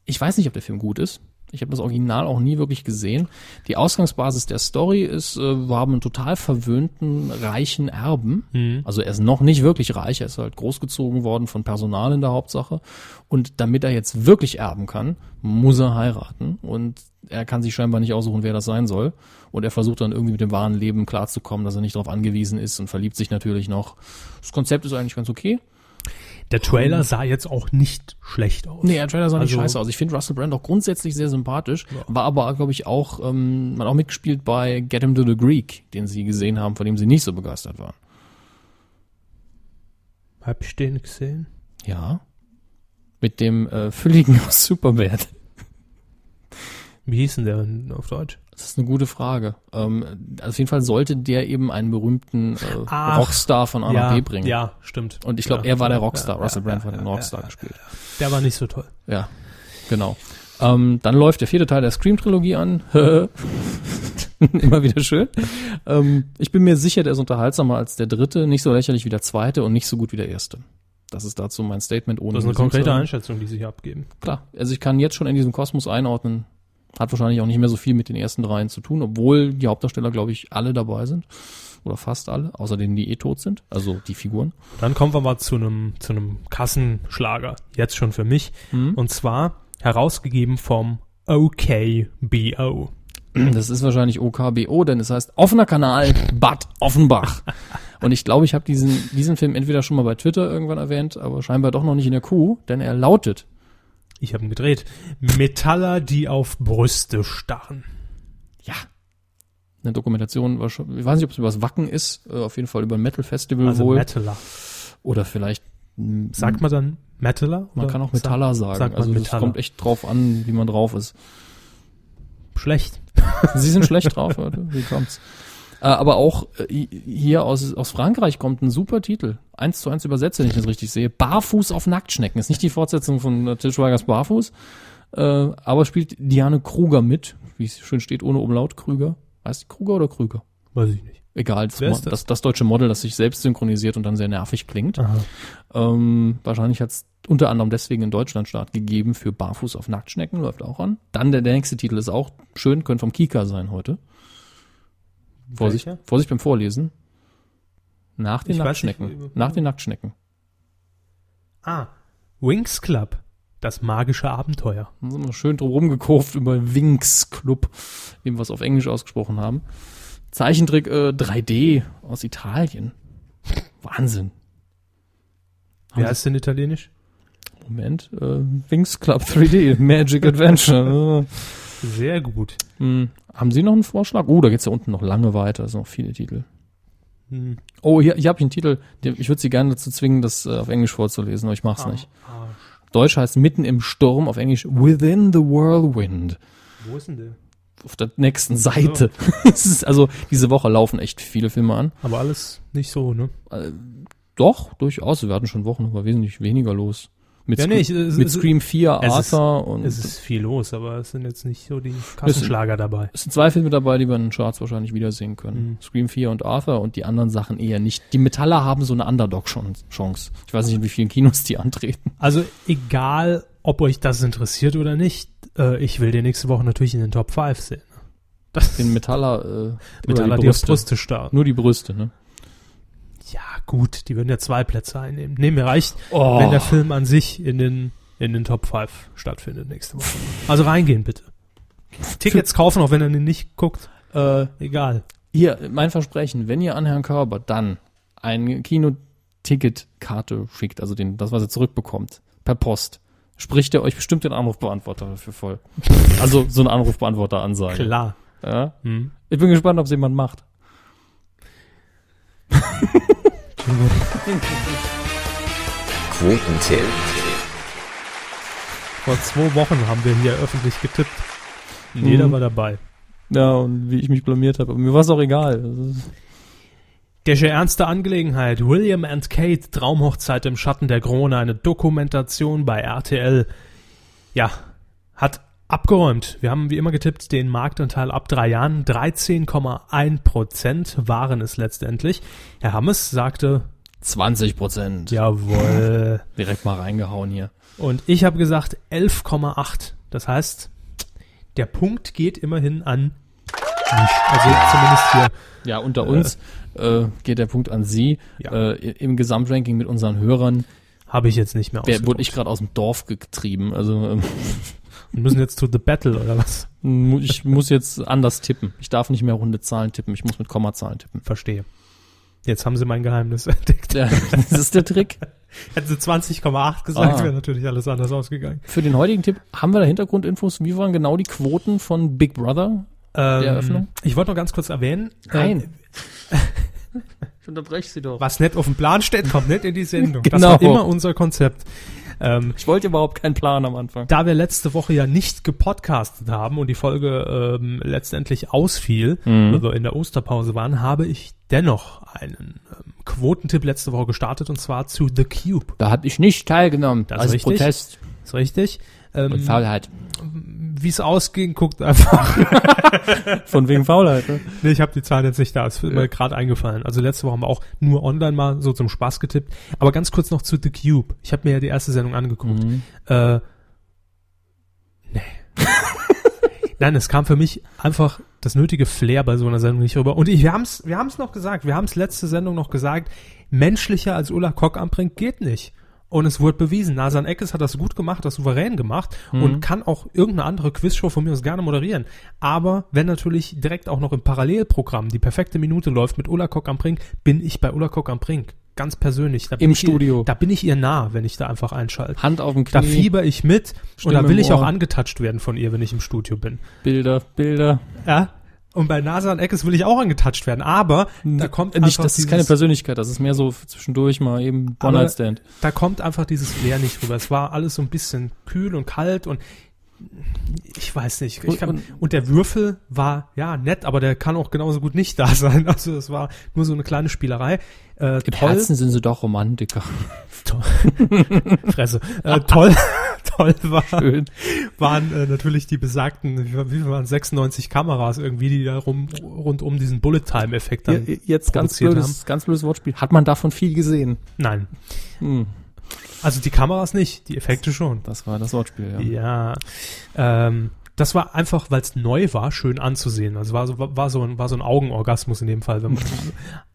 ich weiß nicht, ob der Film gut ist. Ich habe das Original auch nie wirklich gesehen. Die Ausgangsbasis der Story ist, äh, wir haben einen total verwöhnten, reichen Erben.
Mhm.
Also er ist noch nicht wirklich reich, er ist halt großgezogen worden von Personal in der Hauptsache. Und damit er jetzt wirklich erben kann, muss er heiraten. Und er kann sich scheinbar nicht aussuchen, wer das sein soll. Und er versucht dann irgendwie mit dem wahren Leben klarzukommen, dass er nicht darauf angewiesen ist und verliebt sich natürlich noch. Das Konzept ist eigentlich ganz okay.
Der Trailer sah jetzt auch nicht schlecht aus.
Nee, der Trailer sah nicht
Also-
scheiße aus. Ich finde Russell Brand auch grundsätzlich sehr sympathisch. War aber, glaube ich, auch, ähm, man hat auch mitgespielt bei Get Him to the Greek, den sie gesehen haben, von dem sie nicht so begeistert waren.
Hab ich den gesehen?
Ja. Mit dem äh, Fülligen aus Superbad.
Wie hieß denn der in- auf Deutsch?
Das ist eine gute Frage. Ähm, also auf jeden Fall sollte der eben einen berühmten äh,
Ach,
Rockstar von A nach B bringen.
ja, stimmt.
Und ich glaube,
ja,
er war der
ja,
Rockstar.
ja,
Russell
ja,
Brand
ja,
hat den
ja,
Rockstar
ja,
gespielt.
Der war nicht so toll.
Ja, genau. Ähm, dann läuft der vierte Teil der Scream-Trilogie an. Immer wieder schön. Ähm, ich bin mir sicher, der ist unterhaltsamer als der dritte, nicht so lächerlich wie der zweite und nicht so gut wie der erste. Das ist dazu mein Statement ohne
Das ist eine
Musik zu
konkrete
hören.
Einschätzung, die sie hier abgeben.
Klar, also ich kann jetzt schon in diesem Kosmos einordnen. Hat wahrscheinlich auch nicht mehr so viel mit den ersten dreien zu tun, obwohl die Hauptdarsteller, glaube ich, alle dabei sind. Oder fast alle, außer denen, die eh tot sind. Also die Figuren.
Dann kommen wir mal zu einem zu einem Kassenschlager, jetzt schon für mich.
Mhm.
Und zwar herausgegeben vom OKBO.
Das ist wahrscheinlich OKBO, denn es heißt offener Kanal Bad Offenbach. Und ich glaube, ich habe diesen, diesen Film entweder schon mal bei Twitter irgendwann erwähnt, aber scheinbar doch noch nicht in der Kuh, denn er lautet
Ich habe ihn gedreht. Metaller, die auf Brüste starren.
eine Dokumentation, war schon- ich weiß nicht, ob es über das Wacken ist, äh, auf jeden Fall über ein Metal Festival
Also
wohl.
Metaller.
oder vielleicht
Sagt man dann Metaller?
Man
oder
kann auch Metaller
sagt-
sagen.
Sagt man
also das
Metaller.
kommt echt drauf an, wie man drauf ist.
schlecht.
Sie sind schlecht drauf, Leute. Wie kommt's? Äh, aber auch äh, hi- hier aus, aus Frankreich kommt ein super Titel. Eins zu eins übersetzt, wenn ich das richtig sehe. Barfuß auf Nacktschnecken. Ist nicht die Fortsetzung von äh, Til Schweigers Barfuß, äh, aber spielt Diane Kruger mit, wie es schön steht, ohne Umlaut, Krüger. Heißt die Kruger oder Krüger?
Weiß ich nicht.
Egal, das,
Wer
Mo-
ist das?
das, das deutsche Model, das sich selbst synchronisiert und dann sehr nervig klingt. Ähm, wahrscheinlich hat es unter anderem deswegen in Deutschland Start gegeben für Barfuß auf Nacktschnecken, läuft auch an. Dann der, der nächste Titel ist auch schön, könnte vom Kika sein heute. Vorsicht,
Welcher?
Vorsicht beim Vorlesen. Nach den
Ich weiß
Nacktschnecken.
nicht, wie-
Nach den Nacktschnecken.
Ah, Wings Club. Das magische Abenteuer.
Da sind wir schön drum rumgekurft über Winx Club, dem wir es auf Englisch ausgesprochen haben. Zeichentrick äh, 3D aus Italien. Wahnsinn. Haben
Wer ist denn italienisch?
Moment. Äh, Winx Club 3D, Magic Adventure.
Sehr gut.
Hm. Haben Sie noch einen Vorschlag? Oh, da geht's ja unten noch lange weiter. Es sind noch viele Titel.
Hm.
Oh, hier, hier habe ich einen Titel. den- Ich würde Sie gerne dazu zwingen, das äh, auf Englisch vorzulesen, aber ich mach's nicht.
Ah,
Deutsch heißt Mitten im Sturm, auf Englisch Within the Whirlwind.
wo ist denn der?
Auf der nächsten Seite. Es ist also, diese Woche laufen echt viele Filme an.
Aber alles nicht so, ne?
Doch, durchaus. Wir hatten schon Wochen, aber wesentlich weniger los. Mit,
Ja,
Scre
nee, ich- es-
mit
es-
Scream 4,
es ist-
Arthur und
Es ist viel los, aber es sind jetzt nicht so die Kassenschlager dabei.
Es sind zwei Filme dabei, die wir in den Charts wahrscheinlich wiedersehen können. Scream 4 und Arthur und die anderen Sachen eher nicht. Die Metaller haben so eine Underdog-Chance. Ich weiß nicht, in wie vielen Kinos die antreten.
Also egal, ob euch das interessiert oder nicht, äh, ich will die nächste Woche natürlich in den Top 5 sehen. ne? Das
Den Metaller, äh,
Metaller,
über
die auf Brüste starten.
Nur die Brüste, ne?
Ja, gut, die würden ja zwei Plätze einnehmen. Nee, mir reicht,
Oh.
wenn der Film an sich in den, in den Top 5 stattfindet nächste Woche. Also reingehen bitte. Tickets kaufen, auch wenn ihr den nicht guckt. Äh, egal.
Hier, mein Versprechen, wenn ihr an Herrn Körber dann eine Kinoticket-Karte schickt, also den, das, was er zurückbekommt, per Post, spricht er euch bestimmt den Anrufbeantworter dafür voll. Also so einen Anrufbeantworter ansagen.
Klar.
Ja?
Hm.
Ich bin gespannt, ob es jemand macht.
Quotentipp.
Vor zwei Wochen haben wir hier öffentlich getippt. Jeder
Mhm.
war dabei.
Ja, und wie ich mich blamiert habe. Aber mir war es auch egal. Also, Das ist-
Der ernste Angelegenheit. William and Kate, Traumhochzeit im Schatten der Krone, eine Dokumentation bei RTL. Ja, hat abgeräumt. Wir haben wie immer getippt, den Marktanteil ab drei Jahren. 13,1 Prozent waren es letztendlich. Herr Hammes sagte,
20 Prozent.
jawohl.
Direkt mal reingehauen hier.
Und ich habe gesagt 11,8. Das heißt, der Punkt geht immerhin an mich. Also zumindest hier
Ja, unter uns äh, geht der Punkt an Sie.
Ja.
Äh, Im Gesamtranking mit unseren Hörern
habe ich jetzt nicht mehr
wer, wurde
ausgedruckt.
ich gerade aus dem Dorf getrieben. Also
Wir müssen jetzt to the battle oder was?
ähm, mu- ich muss jetzt anders tippen. Ich darf nicht mehr runde Zahlen tippen. Ich muss mit Kommazahlen tippen.
Verstehe. Jetzt haben sie mein Geheimnis entdeckt.
Ja, das ist der Trick.
Hätten sie 20,8 gesagt,
Ah.
wäre natürlich alles anders ausgegangen.
Für den heutigen Tipp haben wir da Hintergrundinfos. Wie waren genau die Quoten von Big Brother?
Ähm,
Eröffnung?
Ich wollte noch ganz kurz erwähnen, äh,
ich unterbreche Sie doch.
was nicht auf dem Plan steht, kommt nicht in die Sendung. Das
Genau.
war immer unser Konzept. Ähm,
Ich wollte überhaupt keinen Plan am Anfang.
da wir letzte Woche ja nicht gepodcastet haben und die Folge ähm, letztendlich ausfiel,
Mhm.
also in der Osterpause waren, habe ich dennoch einen ähm, Quotentipp letzte Woche gestartet und zwar zu The Cube.
Da habe ich nicht teilgenommen. Also
Das ist richtig. Ist richtig?
Und
Ähm,
Faulheit.
Wie es ausging, guckt einfach.
Von wegen Faulheit. Ne?
Nee, ich habe die Zahlen jetzt nicht da. Ist mir gerade eingefallen. Also letzte Woche haben wir auch nur online mal so zum Spaß getippt. Aber ganz kurz noch zu The Cube. Ich habe mir ja die erste Sendung angeguckt. Äh, nee. Nein, es kam für mich einfach das nötige Flair bei so einer Sendung nicht rüber. Und ich, wir haben es wir haben's noch gesagt, wir haben es letzte Sendung noch gesagt, menschlicher als Ulla Kock anbringt, geht nicht. Und es wurde bewiesen. Nasan Eckes hat das gut gemacht, das souverän gemacht
Mhm.
und kann auch irgendeine andere Quizshow von mir aus gerne moderieren. Aber wenn natürlich direkt auch noch im Parallelprogramm die perfekte Minute läuft mit Ulla Kock am Brink, bin ich bei Ulla Kock am Brink. Ganz persönlich. Da bin
Im
ich ihr-
Studio.
Da bin ich ihr nah, wenn ich da einfach einschalte.
Hand auf dem
Da
Knie.
fieber ich mit
Stimme
und da will
im
ich auch
Ohr.
angetatscht werden von ihr, wenn ich im Studio bin.
Bilder, Bilder.
Ja? Und bei NASA und Eckes will ich auch angetatscht werden, aber da kommt einfach
Äh, nicht, das ist keine
dieses-
Persönlichkeit, das ist mehr so zwischendurch mal eben
Aber-
One-Night-Stand.
da kommt einfach dieses Flair nicht rüber. Es war alles so ein bisschen kühl und kalt und ich weiß nicht. Ich
Und-
kann, und,
und-
der Würfel war ja nett, aber der kann auch genauso gut nicht da sein. Also es war nur so eine kleine Spielerei. Äh,
Im
toll,
Herzen sind sie doch Romantiker.
Fresse. Äh, toll, toll war,
Schön.
waren äh, natürlich die besagten, wie viel waren es? 96 Kameras irgendwie, die da rum, rund um diesen Bullet Time Effekt dann.
Jetzt ganz
produziert
blödes, ganz blödes Wortspiel. Hat man davon viel gesehen?
Nein. Also die Kameras nicht, die Effekte schon.
Hm, Das war das Wortspiel,
Ja.
ja.
Ähm, das war einfach, weil es neu war, schön anzusehen. Also war so, war so ein, war so ein Augenorgasmus in dem Fall. Wenn man,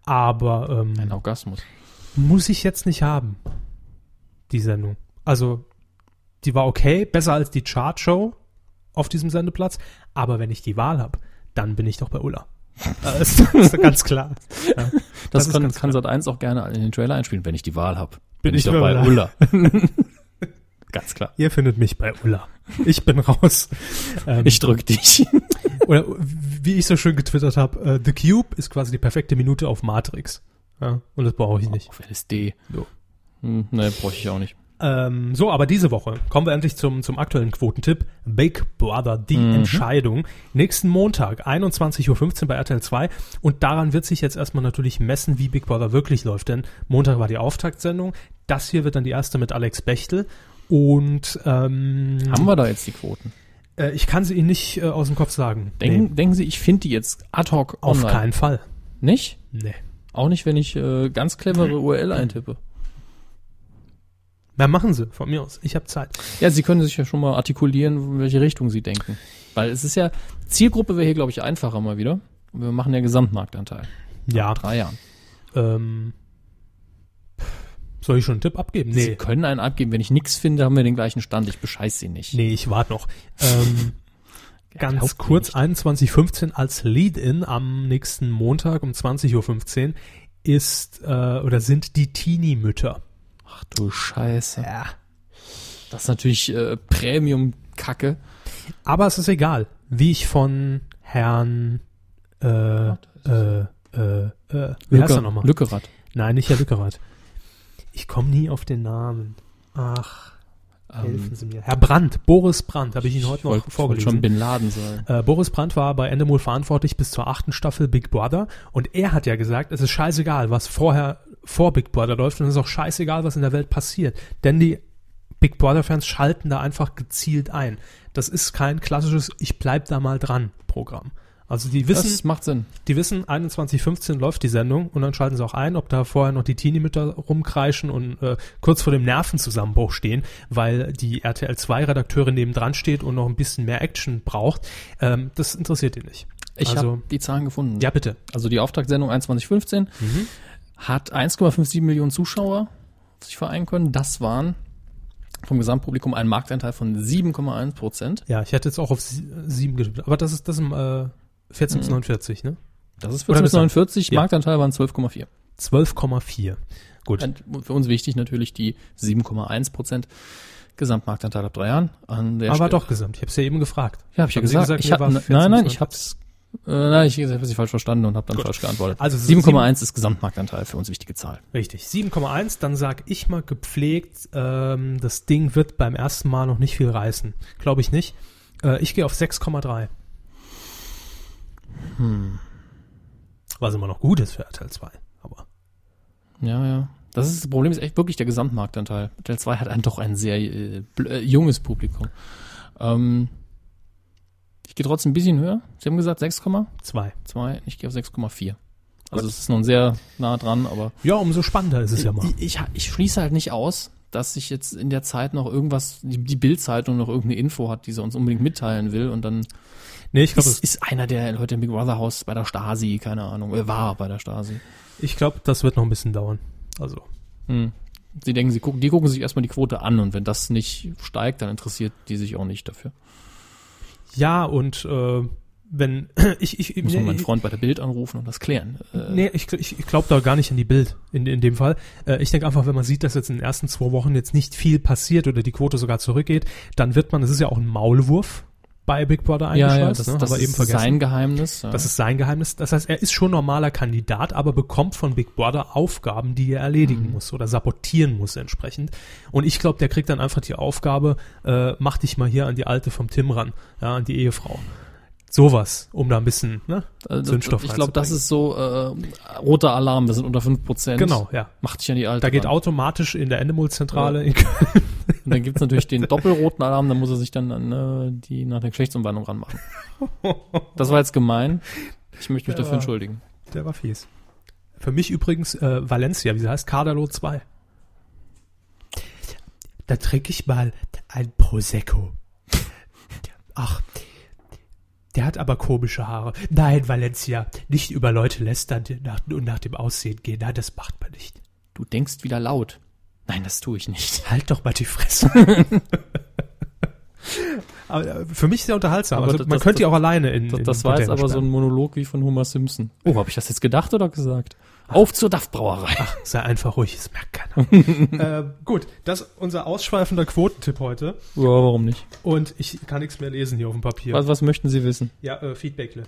aber ähm,
Ein Orgasmus.
muss ich jetzt nicht haben, die Sendung. Also, die war okay, besser als die Chartshow auf diesem Sendeplatz. Aber wenn ich die Wahl habe, dann bin ich doch bei Ulla. Äh, ist, ist ganz klar.
Das,
ist
kann,
ganz
kann Sat 1 auch gerne in den Trailer einspielen, wenn ich die Wahl habe.
Bin ich
doch bei
dabei.
Ulla. ganz klar.
Ihr findet mich bei Ulla. Ich bin raus. Ähm,
Ich drück dich.
Oder wie ich so schön getwittert habe, äh, The Cube ist quasi die perfekte Minute auf Matrix. Ja, und das brauche ich nicht.
Auf LSD. Hm, nee, bräuchte ich auch nicht.
Ähm, so, aber diese Woche kommen wir endlich zum, zum aktuellen Quotentipp. Big Brother, die
Mhm.
Entscheidung. Nächsten Montag, 21.15 Uhr bei RTL 2. Und daran wird sich jetzt erstmal natürlich messen, wie Big Brother wirklich läuft. Denn Montag war die Auftaktsendung. Das hier wird dann die erste mit Alex Bechtel. Und ähm,
Haben wir da jetzt die Quoten?
äh, ich kann sie Ihnen nicht äh, aus dem Kopf sagen.
Denken,
Nee,
denken Sie, ich finde die jetzt ad hoc
auf
online?
keinen Fall.
Nicht?
Nee.
Auch nicht, wenn ich äh, ganz clevere
Hm.
URL eintippe.
Na, machen Sie, von mir aus. Ich habe Zeit.
Ja, Sie können sich ja schon mal artikulieren, in welche Richtung Sie denken. Weil es ist ja, Zielgruppe wäre hier, glaube ich, einfacher mal wieder. Und wir machen ja Gesamtmarktanteil.
Ja.
Drei Jahren.
Ähm, pff, soll ich schon einen Tipp abgeben?
Sie können einen abgeben. Wenn ich nichts finde, haben wir den gleichen Stand. Ich bescheiß Sie nicht.
Nee, ich warte noch. Ähm, ganz
glaubt mir
kurz,
nicht.
21.15 als Lead-In am nächsten Montag um 20.15 Uhr ist äh, oder sind die Teenie-Mütter.
Ach du Scheiße.
Ja.
Das ist natürlich äh, Premium-Kacke.
Aber es ist egal, wie ich von Herrn äh, äh, äh, äh, wie heißt er nochmal?
Lückerath.
Nein, nicht Herr Lückerath. Ich komme nie auf den Namen. Ach, helfen Sie mir. Herr Brandt, Boris Brandt, habe ich Ihnen heute noch
Ähm. Wollte wollt
vorgelesen.
schon Bin Laden sagen.
Äh, Boris Brandt war bei Endemol verantwortlich bis zur achten Staffel Big Brother und er hat ja gesagt, es ist scheißegal, was vorher vor Big Brother läuft und es ist auch scheißegal, was in der Welt passiert, denn die Big Brother-Fans schalten da einfach gezielt ein. Das ist kein klassisches Ich bleib da mal dran Programm. Also die wissen,
Das macht Sinn.
die wissen, 21.15 läuft die Sendung und dann schalten sie auch ein, ob da vorher noch die Teenie-Mütter rumkreischen und äh, kurz vor dem Nervenzusammenbruch stehen, weil die RTL 2-Redakteurin nebendran steht und noch ein bisschen mehr Action braucht. Ähm, das interessiert ihn nicht.
Ich
Also-
habe die Zahlen gefunden.
Ja, bitte.
Also die Auftaktsendung 2115
Mhm.
hat 1,57 Millionen Zuschauer sich vereinen können. Das waren vom Gesamtpublikum ein Marktanteil von 7,1 Prozent.
Ja, ich hätte jetzt auch auf sie- sieben getippt. Aber das ist das ist, äh, 14 bis 49, ne?
Das ist
Oder
14 bis 49,
Ja.
Marktanteil waren 12,4.
12,4. Gut.
Und Für uns wichtig natürlich die 7,1 Prozent Gesamtmarktanteil ab drei Jahren. An der
Aber
Stelle-
doch gesamt. Ich habe es ja eben gefragt.
Ja, habe ich ja
Haben Sie
gesagt. ich
nee,
hab,
war 14
nein, nein,
bis
ich hab's. Äh, nein, ich, ich habe sie falsch verstanden und habe dann falsch geantwortet.
Also
7,1 ist Gesamtmarktanteil für uns wichtige Zahl.
Richtig, 7,1, dann sag ich mal gepflegt, ähm, das Ding wird beim ersten Mal noch nicht viel reißen. Glaube ich nicht. Äh, ich gehe auf 6,3. Hm.
Hm.
Was immer noch gut ist für RTL 2. Aber
Ja, ja. Das ist das Problem ist echt wirklich der Gesamtmarktanteil. Teil 2 hat einen, doch ein sehr äh, bl- äh, junges Publikum. Ähm, ich gehe trotzdem ein bisschen höher. Sie haben gesagt 6,2,
2.
ich gehe auf 6,4. Also es ist nun sehr nah dran, aber
Ja, umso spannender ist es ja mal.
ich, ich, ich schließe halt nicht aus, dass sich jetzt in der Zeit noch irgendwas, die, die Bild-Zeitung noch irgendeine Info hat, die sie uns unbedingt mitteilen will und dann
Nee, ich glaube,
ist, ist einer der Leute im Big Brother Haus bei der Stasi, keine Ahnung, äh, war bei der Stasi.
ich glaub, das wird noch ein bisschen dauern. Also,
Sie denken, sie gucken, die gucken sich erstmal die Quote an und wenn das nicht steigt, dann interessiert die sich auch nicht dafür.
ja, und äh, wenn ich, ich,
Muss man
nee,
meinen Freund bei der Bild anrufen und das klären. Äh,
Nee, ich, ich, ich glaube da gar nicht an die Bild in, in dem Fall. Äh, ich denke einfach, wenn man sieht, dass jetzt in den ersten zwei Wochen jetzt nicht viel passiert oder die Quote sogar zurückgeht, dann wird man, es ist ja auch ein Maulwurf, bei Big Brother
Ja,
eingeschleust,
ja, das,
ne?
das
haben wir eben
ist
vergessen.
sein Geheimnis. Ja.
Das ist sein Geheimnis. Das heißt, er ist schon normaler Kandidat, aber bekommt von Big Brother Aufgaben, die er
Mhm.
erledigen muss oder sabotieren muss entsprechend. Und ich glaube, der kriegt dann einfach die Aufgabe, äh, mach dich mal hier an die Alte vom Tim ran, ja, an die Ehefrau. Sowas, um da ein bisschen ne,
Äh, das-
Zündstoff
ich glaube, das
reinzubringen.
ist so äh, roter Alarm, wir sind unter 5%.
Genau, ja.
Macht dich an die alte.
Da geht
ran.
automatisch in der Endemol-Zentrale in Köln.
Und dann gibt's natürlich den doppelroten Alarm, dann muss er sich dann an äh, die nach der Geschlechtsumwandlung ranmachen. Das war jetzt gemein. Ich möchte mich dafür entschuldigen.
Der war fies. Für mich übrigens äh, Valencia, wie sie heißt, Cardalo 2. Da trinke ich mal ein Prosecco. Ach, der hat aber komische Haare. Nein, Valencia, nicht über Leute lästern nach, und nach dem Aussehen gehen. Nein, das macht man nicht.
Du denkst wieder laut. Nein, das tue ich nicht.
Halt doch mal die Fresse. aber äh, für mich sehr unterhaltsam.
Aber
also,
das-
man
das-
könnte die auch alleine in.
Das,
in
das war jetzt
Container
aber so
sperren.
ein Monolog wie von Homer Simpson. Oh, habe ich das jetzt gedacht oder gesagt? Auf zur Duff-Brauerei.
Sei einfach ruhig, es merkt keiner. äh, gut, das ist unser ausschweifender Quotentipp heute.
Ja, warum nicht?
Und ich kann nichts mehr lesen hier auf dem Papier.
Was, was möchten Sie wissen?
Ja, äh, Feedbackle.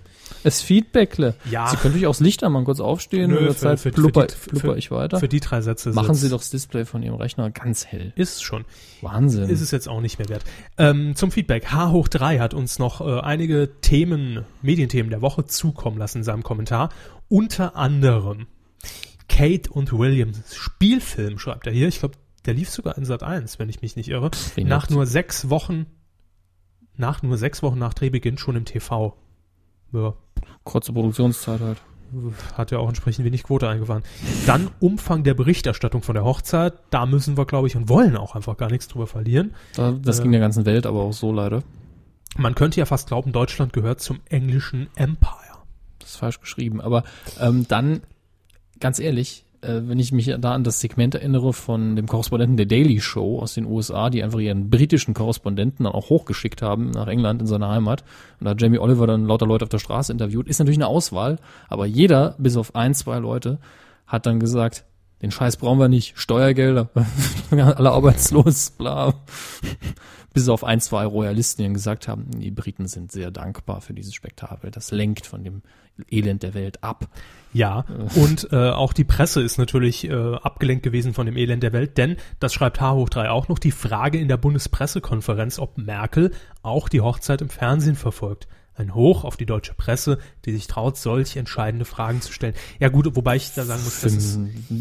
Es Feedbackle.
Ja.
Sie können durchaus Lichtermann kurz aufstehen in der Zeit plupper, plupper ich weiter.
Für die drei Sätze.
Machen
sitzt-
Sie doch das Display von Ihrem Rechner ganz hell.
Ist schon.
Wahnsinn.
Ist es jetzt auch nicht mehr wert. Ähm, zum Feedback. H hoch 3 hat uns noch äh, einige Themen, Medienthemen der Woche zukommen lassen in seinem Kommentar. Unter anderem Kate und Williams Spielfilm, schreibt er hier. Ich glaube, der lief sogar in Sat 1, wenn ich mich nicht irre.
wen
Nach
juckt's?
nur sechs Wochen, nach nur sechs Wochen nach Drehbeginn schon im TV. Ja,
Kurze Produktionszeit halt.
hat ja auch entsprechend wenig Quote eingefahren. Dann Umfang der Berichterstattung von der Hochzeit. Da müssen wir, glaube ich, und wollen auch einfach gar nichts drüber verlieren.
Da, das ging der ganzen Welt aber auch so leider.
Man könnte ja fast glauben, Deutschland gehört zum englischen Empire.
Das ist falsch geschrieben. Aber ähm, dann, ganz ehrlich, äh, wenn ich mich da an das Segment erinnere von dem Korrespondenten der Daily Show aus den USA, die einfach ihren britischen Korrespondenten dann auch hochgeschickt haben nach England in seine Heimat. Und da hat Jamie Oliver dann lauter Leute auf der Straße interviewt. Ist natürlich eine Auswahl, aber jeder, bis auf ein, zwei Leute, hat dann gesagt, den Scheiß brauchen wir nicht, Steuergelder, alle arbeitslos, bla. Bis auf ein, zwei Royalisten, die dann gesagt haben, die Briten sind sehr dankbar für dieses Spektakel. Das lenkt von dem Elend der Welt ab.
Ja, und äh, auch die Presse ist natürlich äh, abgelenkt gewesen von dem Elend der Welt, denn, das schreibt H hoch 3 auch noch, die Frage in der Bundespressekonferenz, ob Merkel auch die Hochzeit im Fernsehen verfolgt. Ein Hoch auf die deutsche Presse, die sich traut, solch entscheidende Fragen zu stellen. Ja gut, wobei ich da sagen muss, das ist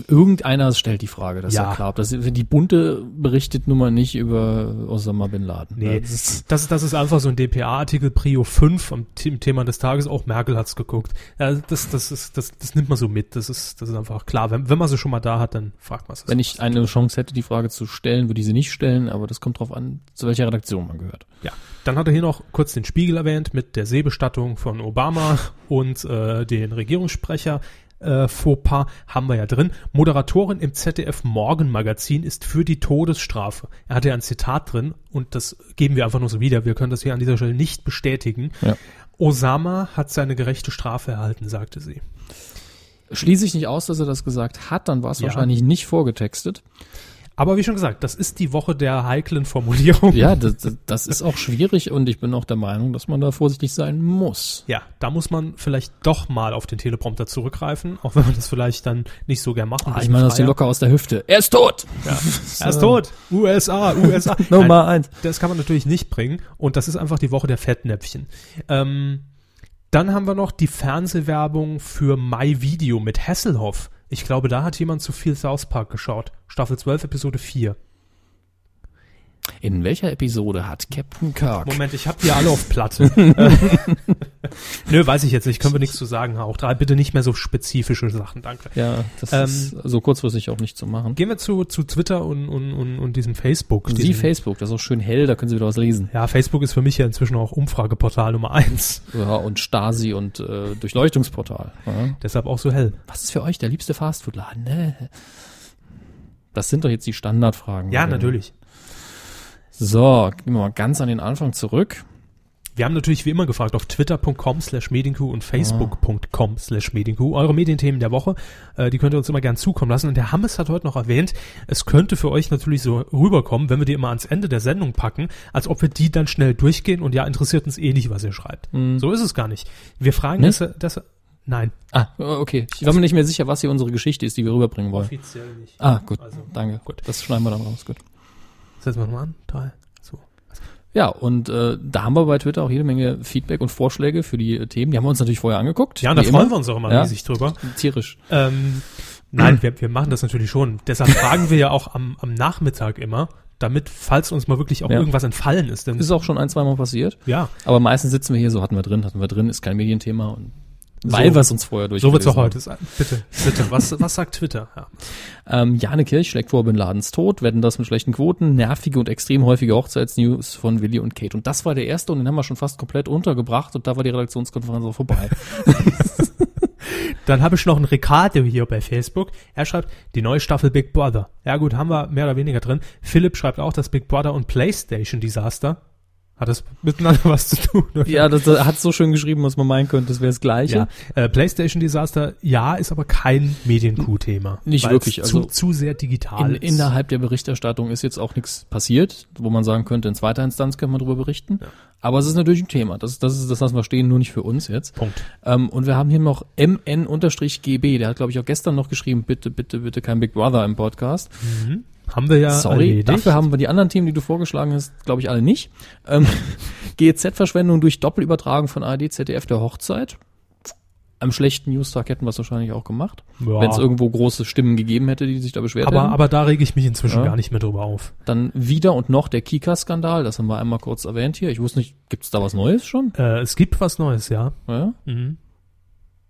Irgendeiner stellt die Frage, das ist
Ja.
ja klar. Ob Das, die Bunte berichtet nun mal nicht über Osama Bin Laden. ne?
Nee,
Das ist,
das, das ist einfach so ein DPA-Artikel, Prio 5 am The- im Thema des Tages. Auch Merkel hat's geguckt. Ja, das, das, ist, das, das nimmt man so mit. Das ist, das ist einfach klar. Wenn, wenn man sie schon mal da hat, dann fragt man es.
wenn ich eine Chance hätte, die Frage zu stellen, würde ich sie nicht stellen, aber das kommt drauf an, zu welcher Redaktion man gehört.
Ja. Dann hat er hier noch kurz den Spiegel erwähnt mit der Seebestattung von Obama und äh, den Regierungssprecher. Äh, Fauxpas haben wir ja drin. Moderatorin im ZDF Morgenmagazin ist für die Todesstrafe. Er hatte ja ein Zitat drin und das geben wir einfach nur so wieder. Wir können das hier an dieser Stelle nicht bestätigen.
Ja.
Osama hat seine gerechte Strafe erhalten, sagte sie.
Schließe ich nicht aus, dass er das gesagt hat, dann war es
Ja.
wahrscheinlich nicht vorgetextet.
Aber wie schon gesagt, das ist die Woche der heiklen Formulierung.
Ja, das, das- das ist auch schwierig und ich bin auch der Meinung, dass man da vorsichtig sein muss.
Ja, da muss man vielleicht doch mal auf den Teleprompter zurückgreifen, auch wenn man das vielleicht dann nicht so gern macht. ein
Ah, ich
bisschen
meine, das ist die
freier.
locker aus der Hüfte. Er ist tot!
Er ist äh, tot. USA, USA.
Nummer eins.
Das kann man natürlich nicht bringen. Und das ist einfach die Woche der Fettnäpfchen. Ähm, dann haben wir noch die Fernsehwerbung für My Video mit Hasselhoff. Ich glaube, da hat jemand zu viel South Park geschaut. Staffel 12, Episode 4.
In welcher Episode hat Captain Kirk?
Moment, ich hab die alle auf Platte. Äh, Nö, weiß ich jetzt nicht. Können wir nichts zu sagen. Auch drei, bitte nicht mehr so spezifische Sachen. Danke.
Ja, das
Ähm,
ist so kurzfristig auch nicht zu machen.
Gehen wir zu, zu Twitter und, und, und, und diesem Facebook.
Sie
diesem-
Facebook, das ist auch schön hell, da können Sie wieder was lesen.
Ja, Facebook ist für mich ja inzwischen auch Umfrageportal Nummer eins.
Ja, und Stasi und äh, Durchleuchtungsportal. Ja.
Deshalb auch so hell.
Was ist für euch der liebste Fastfood-Laden? Ne? Das sind doch jetzt die Standardfragen.
Ja, natürlich.
So, gehen wir mal ganz an den Anfang zurück.
Wir haben natürlich wie immer gefragt auf twitter.com slash medinku und facebook.com slash medinku eure Medienthemen der Woche. Äh, die könnt ihr uns immer gern zukommen lassen. Und der Hammes hat heute noch erwähnt, es könnte für euch natürlich so rüberkommen, wenn wir die immer ans Ende der Sendung packen, als ob wir die dann schnell durchgehen und ja, interessiert uns eh nicht, was ihr schreibt. So ist es gar nicht. Wir fragen,
Ne?
dass, er- dass er- nein.
Ah, okay. Ich war mir nicht mehr sicher, was hier unsere Geschichte ist, die wir rüberbringen wollen.
Offiziell nicht.
Ah, gut.
Also,
Danke.
gut.
Das schneiden wir dann raus. Gut.
Setzen wir nochmal an. Drei, zwei.
Ja, und äh, da haben wir bei Twitter auch jede Menge Feedback und Vorschläge für die äh, Themen. Die haben wir uns natürlich vorher angeguckt.
Ja, und da
Wie
freuen
immer.
wir uns auch immer
Ja.
riesig drüber.
Tierisch.
Ähm, nein, wir, wir machen das natürlich schon. Deshalb fragen wir ja auch am, am Nachmittag immer, damit, falls uns mal wirklich auch
Ja.
irgendwas entfallen ist, dann
Ist auch schon ein, zweimal passiert.
ja,
Aber meistens sitzen wir hier, so hatten wir drin, hatten wir drin, ist kein Medienthema. Und weil wir es uns vorher durch.
so wird's auch heute. sein. Bitte, bitte, was, was sagt Twitter? Ja.
Ähm, Jane Kirch schlägt vor Bin Ladens Tod, wetten das mit schlechten Quoten, nervige und extrem häufige Hochzeitsnews von Willi und Kate. Und das war der erste und den haben wir schon fast komplett untergebracht und da war die Redaktionskonferenz auch vorbei.
Dann habe ich noch einen Ricardo hier bei Facebook. Er schreibt, die neue Staffel Big Brother. Ja gut, haben wir mehr oder weniger drin. Philipp schreibt auch, das Big Brother und Playstation Desaster. Hat das miteinander was zu tun? oder?
ja, das, das hat so schön geschrieben, was man meinen könnte, das wäre das Gleiche.
Ja. Äh, PlayStation Desaster, ja, ist aber kein Medien-Q-Thema.
Nicht
weil's
wirklich, also
zu, zu sehr digital
In,
ist.
innerhalb der Berichterstattung ist jetzt auch nichts passiert, wo man sagen könnte, in zweiter Instanz können wir darüber berichten. Aber es ist natürlich ein Thema. Das, das, ist, das lassen wir stehen, nur nicht für uns jetzt.
Punkt.
Ähm, und wir haben hier noch MN-GB, der hat, glaube ich, auch gestern noch geschrieben, bitte, bitte, bitte kein Big Brother im Podcast.
Haben wir ja
Sorry,
erledigt.
dafür haben wir die anderen Themen, die du vorgeschlagen hast, glaube ich, alle nicht. Ähm, GEZ-Verschwendung durch Doppelübertragung von ARD, ZDF der Hochzeit. Am schlechten Newstag hätten wir es wahrscheinlich auch gemacht,
Ja.
wenn es irgendwo große Stimmen gegeben hätte, die sich da beschwert
aber,
hätten.
aber da rege ich mich inzwischen
Ja.
gar nicht mehr drüber auf.
Dann wieder und noch der Kika-Skandal, das haben wir einmal kurz erwähnt hier. Ich wusste nicht, gibt's da was Neues schon?
Äh, es gibt was Neues, ja.
Ja?
Mhm.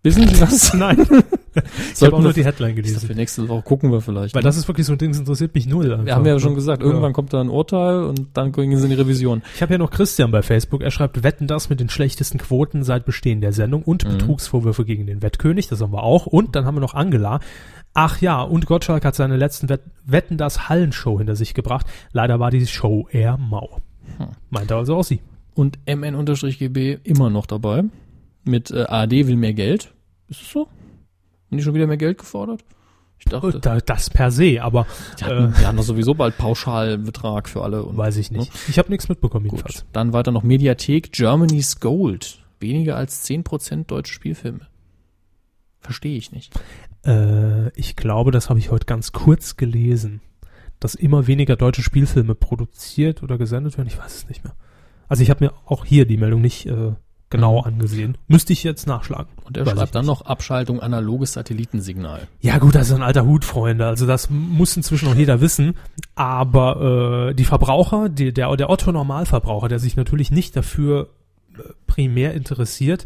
Wissen Sie was?
Nein, ich habe
Sollten
auch nur
wir
die Headline
ich dachte, für
gelesen.
nächste Woche gucken wir vielleicht.
Weil das ist wirklich so ein Ding, das interessiert mich null.
wir
einfach.
haben ja schon gesagt, irgendwann kommt da ein Urteil und dann gehen sie in die Revision.
Ich habe ja noch Christian bei Facebook. Er schreibt, wetten das mit den schlechtesten Quoten seit Bestehen der Sendung und
Mhm.
Betrugsvorwürfe gegen den Wettkönig. Das haben wir auch. Und dann haben wir noch Angela. Ach ja, und Gottschalk hat seine letzten Wett Wetten das Hallenshow hinter sich gebracht. Leider war die Show eher mau.
Hm.
Meinte also auch sie.
Und MN-GB immer noch dabei. Mit äh, AD will mehr Geld. Ist es so? Haben die schon wieder mehr Geld gefordert? Ich dachte,
Da- Das per se, aber
die, hatten, die hatten doch sowieso bald Pauschalbetrag für alle. Und,
äh, weiß ich nicht. Ich habe nichts mitbekommen jedenfalls.
Gut. Dann weiter noch Mediathek Germany's Gold. Weniger als 10% deutsche Spielfilme. Verstehe ich nicht.
Äh, ich glaube, das habe ich heute ganz kurz gelesen, dass immer weniger deutsche Spielfilme produziert oder gesendet werden. Ich weiß es nicht mehr. Also ich habe mir auch hier die Meldung nicht äh, genau angesehen. Müsste ich jetzt nachschlagen.
Und er
Weiß ich
schreibt dann
nicht.
noch Abschaltung analoges Satellitensignal.
Ja gut, das ist ein alter Hut, Freunde. Also das muss inzwischen auch jeder wissen. Aber äh, die Verbraucher, die, der, der Otto-Normalverbraucher, der sich natürlich nicht dafür äh, primär interessiert,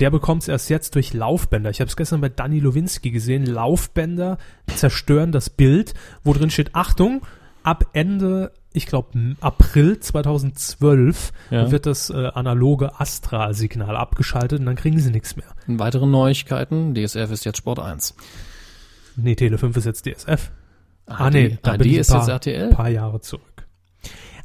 der bekommt es erst jetzt durch Laufbänder. Ich habe es gestern bei Dani Lowinski gesehen. Laufbänder zerstören das Bild, wo drin steht, Achtung, ab Ende, ich glaube, April 2012
Ja.
wird das äh, analoge Astral-Signal abgeschaltet und dann kriegen sie nichts mehr.
Und Hm, weitere Neuigkeiten, DSF ist jetzt Sport 1.
Nee, Tele5 ist jetzt DSF. Ah,
AD
nee, da
AD
bin ich ein
ist
paar,
jetzt RTL.
paar Jahre zurück.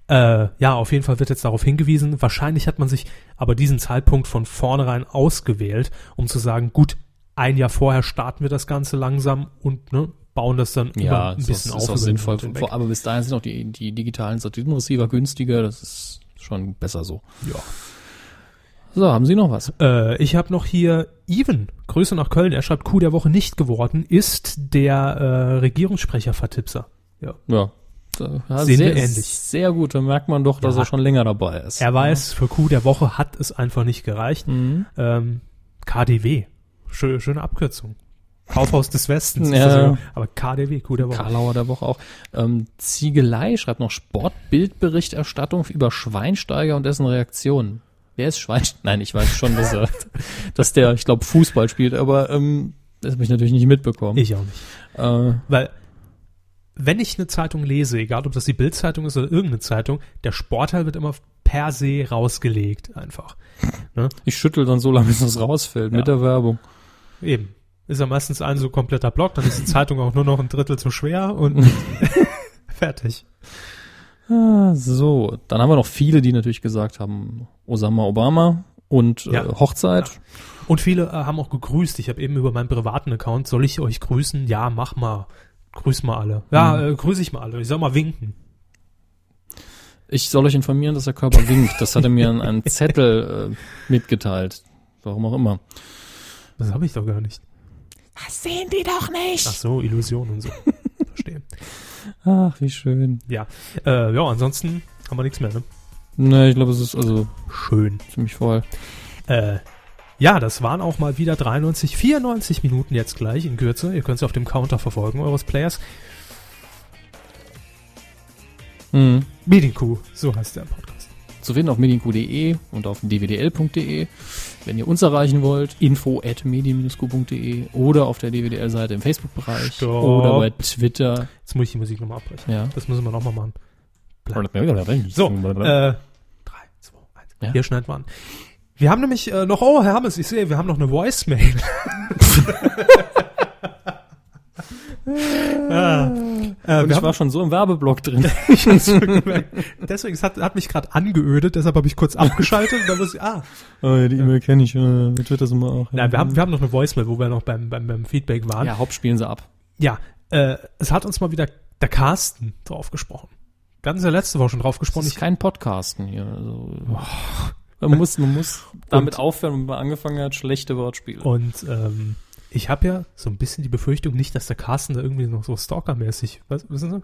Äh, ja, auf jeden Fall wird jetzt darauf hingewiesen. Wahrscheinlich hat man sich aber diesen Zeitpunkt von vornherein ausgewählt, um zu sagen, gut, ein Jahr vorher starten wir das Ganze langsam und ne, bauen das dann über
ja,
ein
ist
bisschen
auch-
auf.
ist auch
über den
sinnvoll.
Monat
Vor,
hinweg.
aber bis dahin sind auch die, die digitalen Satellitenreceiver günstiger. Das ist schon besser so.
Ja.
So, haben Sie noch was?
Äh, ich habe noch hier Even, Grüße nach Köln, er schreibt, Coup der Woche nicht geworden, ist der äh, Regierungssprecher-Vertipser.
Ja. Da- Ja,
Sehen
sehr,
wir ähnlich.
sehr gut, dann merkt man doch, dass
Ja.
er schon länger dabei ist.
Er weiß, für Coup der Woche hat es einfach nicht gereicht.
Mhm.
Ähm, KDW. Schö schöne Abkürzung. Kaufhaus des Westens. ist
Ja.
das sogar. aber KDW, cool der Woche.
Karlauer der Woche auch. Ähm, Ziegelei schreibt noch Sportbildberichterstattung über Schweinsteiger und dessen Reaktionen. Wer ist Schweinsteiger? Nein, ich weiß schon, dass, er, dass der, ich glaube, Fußball spielt, aber ähm, das habe ich natürlich nicht mitbekommen.
Ich auch nicht.
Äh,
Weil, wenn ich eine Zeitung lese, egal ob das die Bildzeitung ist oder irgendeine Zeitung, der Sportteil wird immer per se rausgelegt, einfach.
ich schüttel dann so lange, bis das rausfällt mit der Werbung.
Eben. Ist ja meistens ein so kompletter Block, dann ist die Zeitung auch nur noch ein Drittel zu schwer und fertig.
Ah, So, dann haben wir noch viele, die natürlich gesagt haben, Osama Obama und
Ja.
äh, Hochzeit.
Und viele äh, haben auch gegrüßt. Ich habe eben über meinen privaten Account, soll ich euch grüßen? Ja, mach mal. Grüß mal alle. Ja, äh, grüß ich mal alle. Ich soll mal winken.
Ich soll euch informieren, dass der Körper winkt. Das hat er mir an einem Zettel äh, mitgeteilt. Warum auch immer.
Das habe ich doch gar nicht. Das sehen die doch nicht. Ach so, Illusion und so. Verstehe.
Ach, wie schön.
Ja. Äh, ja, ansonsten haben wir nichts mehr, ne?
Ne, ich glaube, es ist also
Schön.
ziemlich voll.
Äh, ja, das waren auch mal wieder 93, 94 Minuten jetzt gleich in Kürze. Ihr könnt es auf dem Counter verfolgen eures Players.
Mhm.
Medienkuh, so heißt der Podcast.
Zu finden auf medienq.de und auf dwdl.de. Wenn ihr uns erreichen wollt, info at medien-q.de oder auf der dwdl-Seite im Facebook-Bereich
Stopp.
oder bei Twitter.
Jetzt muss ich die Musik nochmal abbrechen.
Ja.
Das müssen wir nochmal machen.
So,
Äh, drei, zwei, eins.
Ja.
Hier schneiden wir an. Wir haben nämlich äh, noch, oh Hermes, ich sehe, wir haben noch eine Voicemail. ah, äh,
und
wir
ich
haben,
war schon so im Werbeblock drin.
deswegen es hat, hat mich gerade angeödet, deshalb habe ich kurz abgeschaltet. und dann muss ich, ah,
oh, ja, die E-Mail kenne ich, äh, Twitter sind wir auch.
nein, wir haben, wir haben noch eine Voicemail, wo wir noch beim, beim, beim Feedback waren.
ja, Hauptspielen sie ab.
Ja, äh, es hat uns mal wieder der Carsten drauf gesprochen. Wir hatten es ja letzte Woche schon drauf
Das
gesprochen.
ist kein Podcasten hier. Also, man muss, man muss damit aufhören, wenn man angefangen hat, schlechte Wortspiele.
Und ähm, ich habe ja so ein bisschen die Befürchtung, nicht, dass der Carsten da irgendwie noch so stalkermäßig, was, wissen Sie?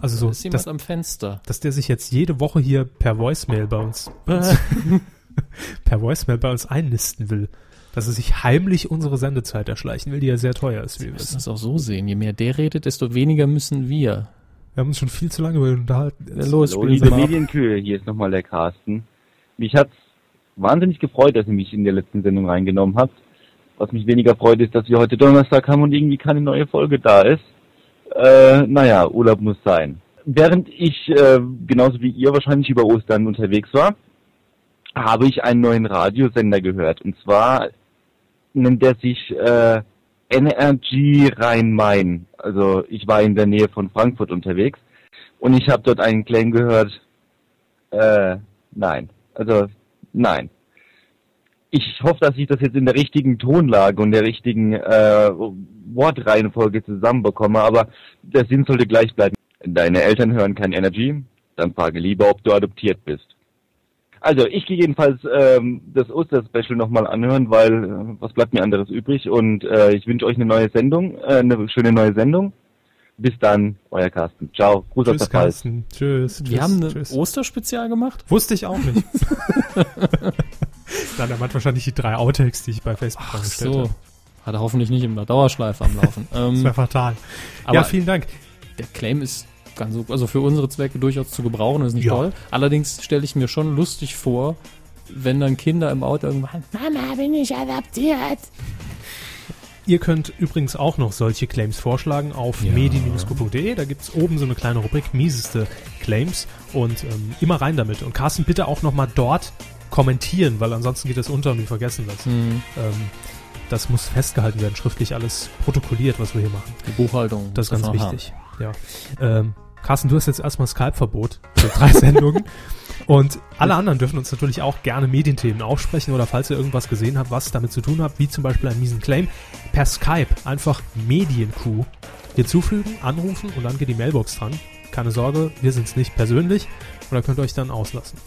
Also
Da
so, dass,
am Fenster.
dass der sich jetzt jede Woche hier per Voicemail bei uns, per Voicemail bei uns einnisten will. Dass er sich heimlich unsere Sendezeit erschleichen will, die ja sehr teuer ist, wie wir
Wir müssen
wissen.
das auch so sehen. Je mehr der redet, desto weniger müssen wir.
Wir haben uns schon viel zu lange über ihn unterhalten.
Los,
Hallo, liebe Medienkühe, hier ist nochmal der Carsten. Mich hat's wahnsinnig gefreut, dass ihr mich in der letzten Sendung reingenommen habt. Was mich weniger freut, ist, dass wir heute Donnerstag haben und irgendwie keine neue Folge da ist. Äh, naja, Urlaub muss sein. Während ich, äh, genauso wie ihr wahrscheinlich über Ostern unterwegs war, habe ich einen neuen Radiosender gehört. Und zwar nennt er sich äh, NRG Rhein-Main. Also ich war in der Nähe von Frankfurt unterwegs. Und ich habe dort einen Claim gehört. Äh, nein. Also, nein. Ich hoffe, dass ich das jetzt in der richtigen Tonlage und der richtigen äh, Wortreihenfolge zusammenbekomme, aber der Sinn sollte gleich bleiben. Deine Eltern hören kein Energy? Dann frage lieber, ob du adoptiert bist. Also, ich gehe jedenfalls ähm, das Osterspecial nochmal anhören, weil äh, was bleibt mir anderes übrig? Und äh, ich wünsche euch eine neue Sendung, äh, eine schöne neue Sendung. Bis dann, euer Carsten. Ciao, Gruß aus
Tschüss,
der Pfalz.
Carsten. Tschüss.
Wir
tschüss,
haben ein
tschüss.
Osterspezial gemacht.
Wusste ich auch nicht. Dann hat wahrscheinlich die drei Outtakes, die ich bei Facebook reingestellt habe.
Hat er hoffentlich nicht immer Dauerschleife am Laufen.
Das
ähm,
wäre fatal.
aber
ja, vielen Dank.
der Claim ist ganz so, also für unsere Zwecke durchaus zu gebrauchen, ist nicht
Ja.
toll. Allerdings stelle ich mir schon lustig vor, wenn dann Kinder im Auto irgendwann
Mama, bin ich adoptiert?
Ihr könnt übrigens auch noch solche Claims vorschlagen auf ja. medien-co.de. Da gibt's oben so eine kleine Rubrik mieseste Claims und ähm, immer rein damit. Und Carsten, bitte auch nochmal dort kommentieren, weil ansonsten geht das unter und wir vergessen das.
Hm.
Ähm, das muss festgehalten werden, schriftlich alles protokolliert, was wir hier machen.
die Buchhaltung.
Das ist ganz
davon haben.
wichtig. Ja. Ähm, Carsten, du hast jetzt erstmal Skype-Verbot für drei Sendungen. Und alle anderen dürfen uns natürlich auch gerne Medienthemen aufsprechen oder falls ihr irgendwas gesehen habt, was damit zu tun habt, wie zum Beispiel einen miesen Claim, per Skype einfach Medienkuh hinzufügen, anrufen und dann geht die Mailbox dran. Keine Sorge, wir sind's nicht persönlich und da könnt ihr euch dann auslassen.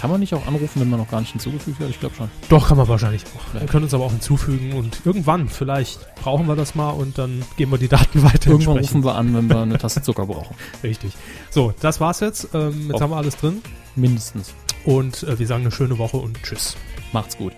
Kann man nicht auch anrufen, wenn man noch gar nicht hinzugefügt hat? Ich glaube schon.
Doch, kann man wahrscheinlich auch. Ihr könnt uns aber auch hinzufügen und irgendwann vielleicht brauchen wir das mal und dann geben wir die Daten weiter.
Irgendwann
entsprechend.
rufen wir an, wenn wir eine Tasse Zucker brauchen.
Richtig. So, das war's jetzt. Ähm, jetzt
Oh.
haben wir alles drin.
Mindestens.
Und äh, wir sagen eine schöne Woche und tschüss.
Macht's gut.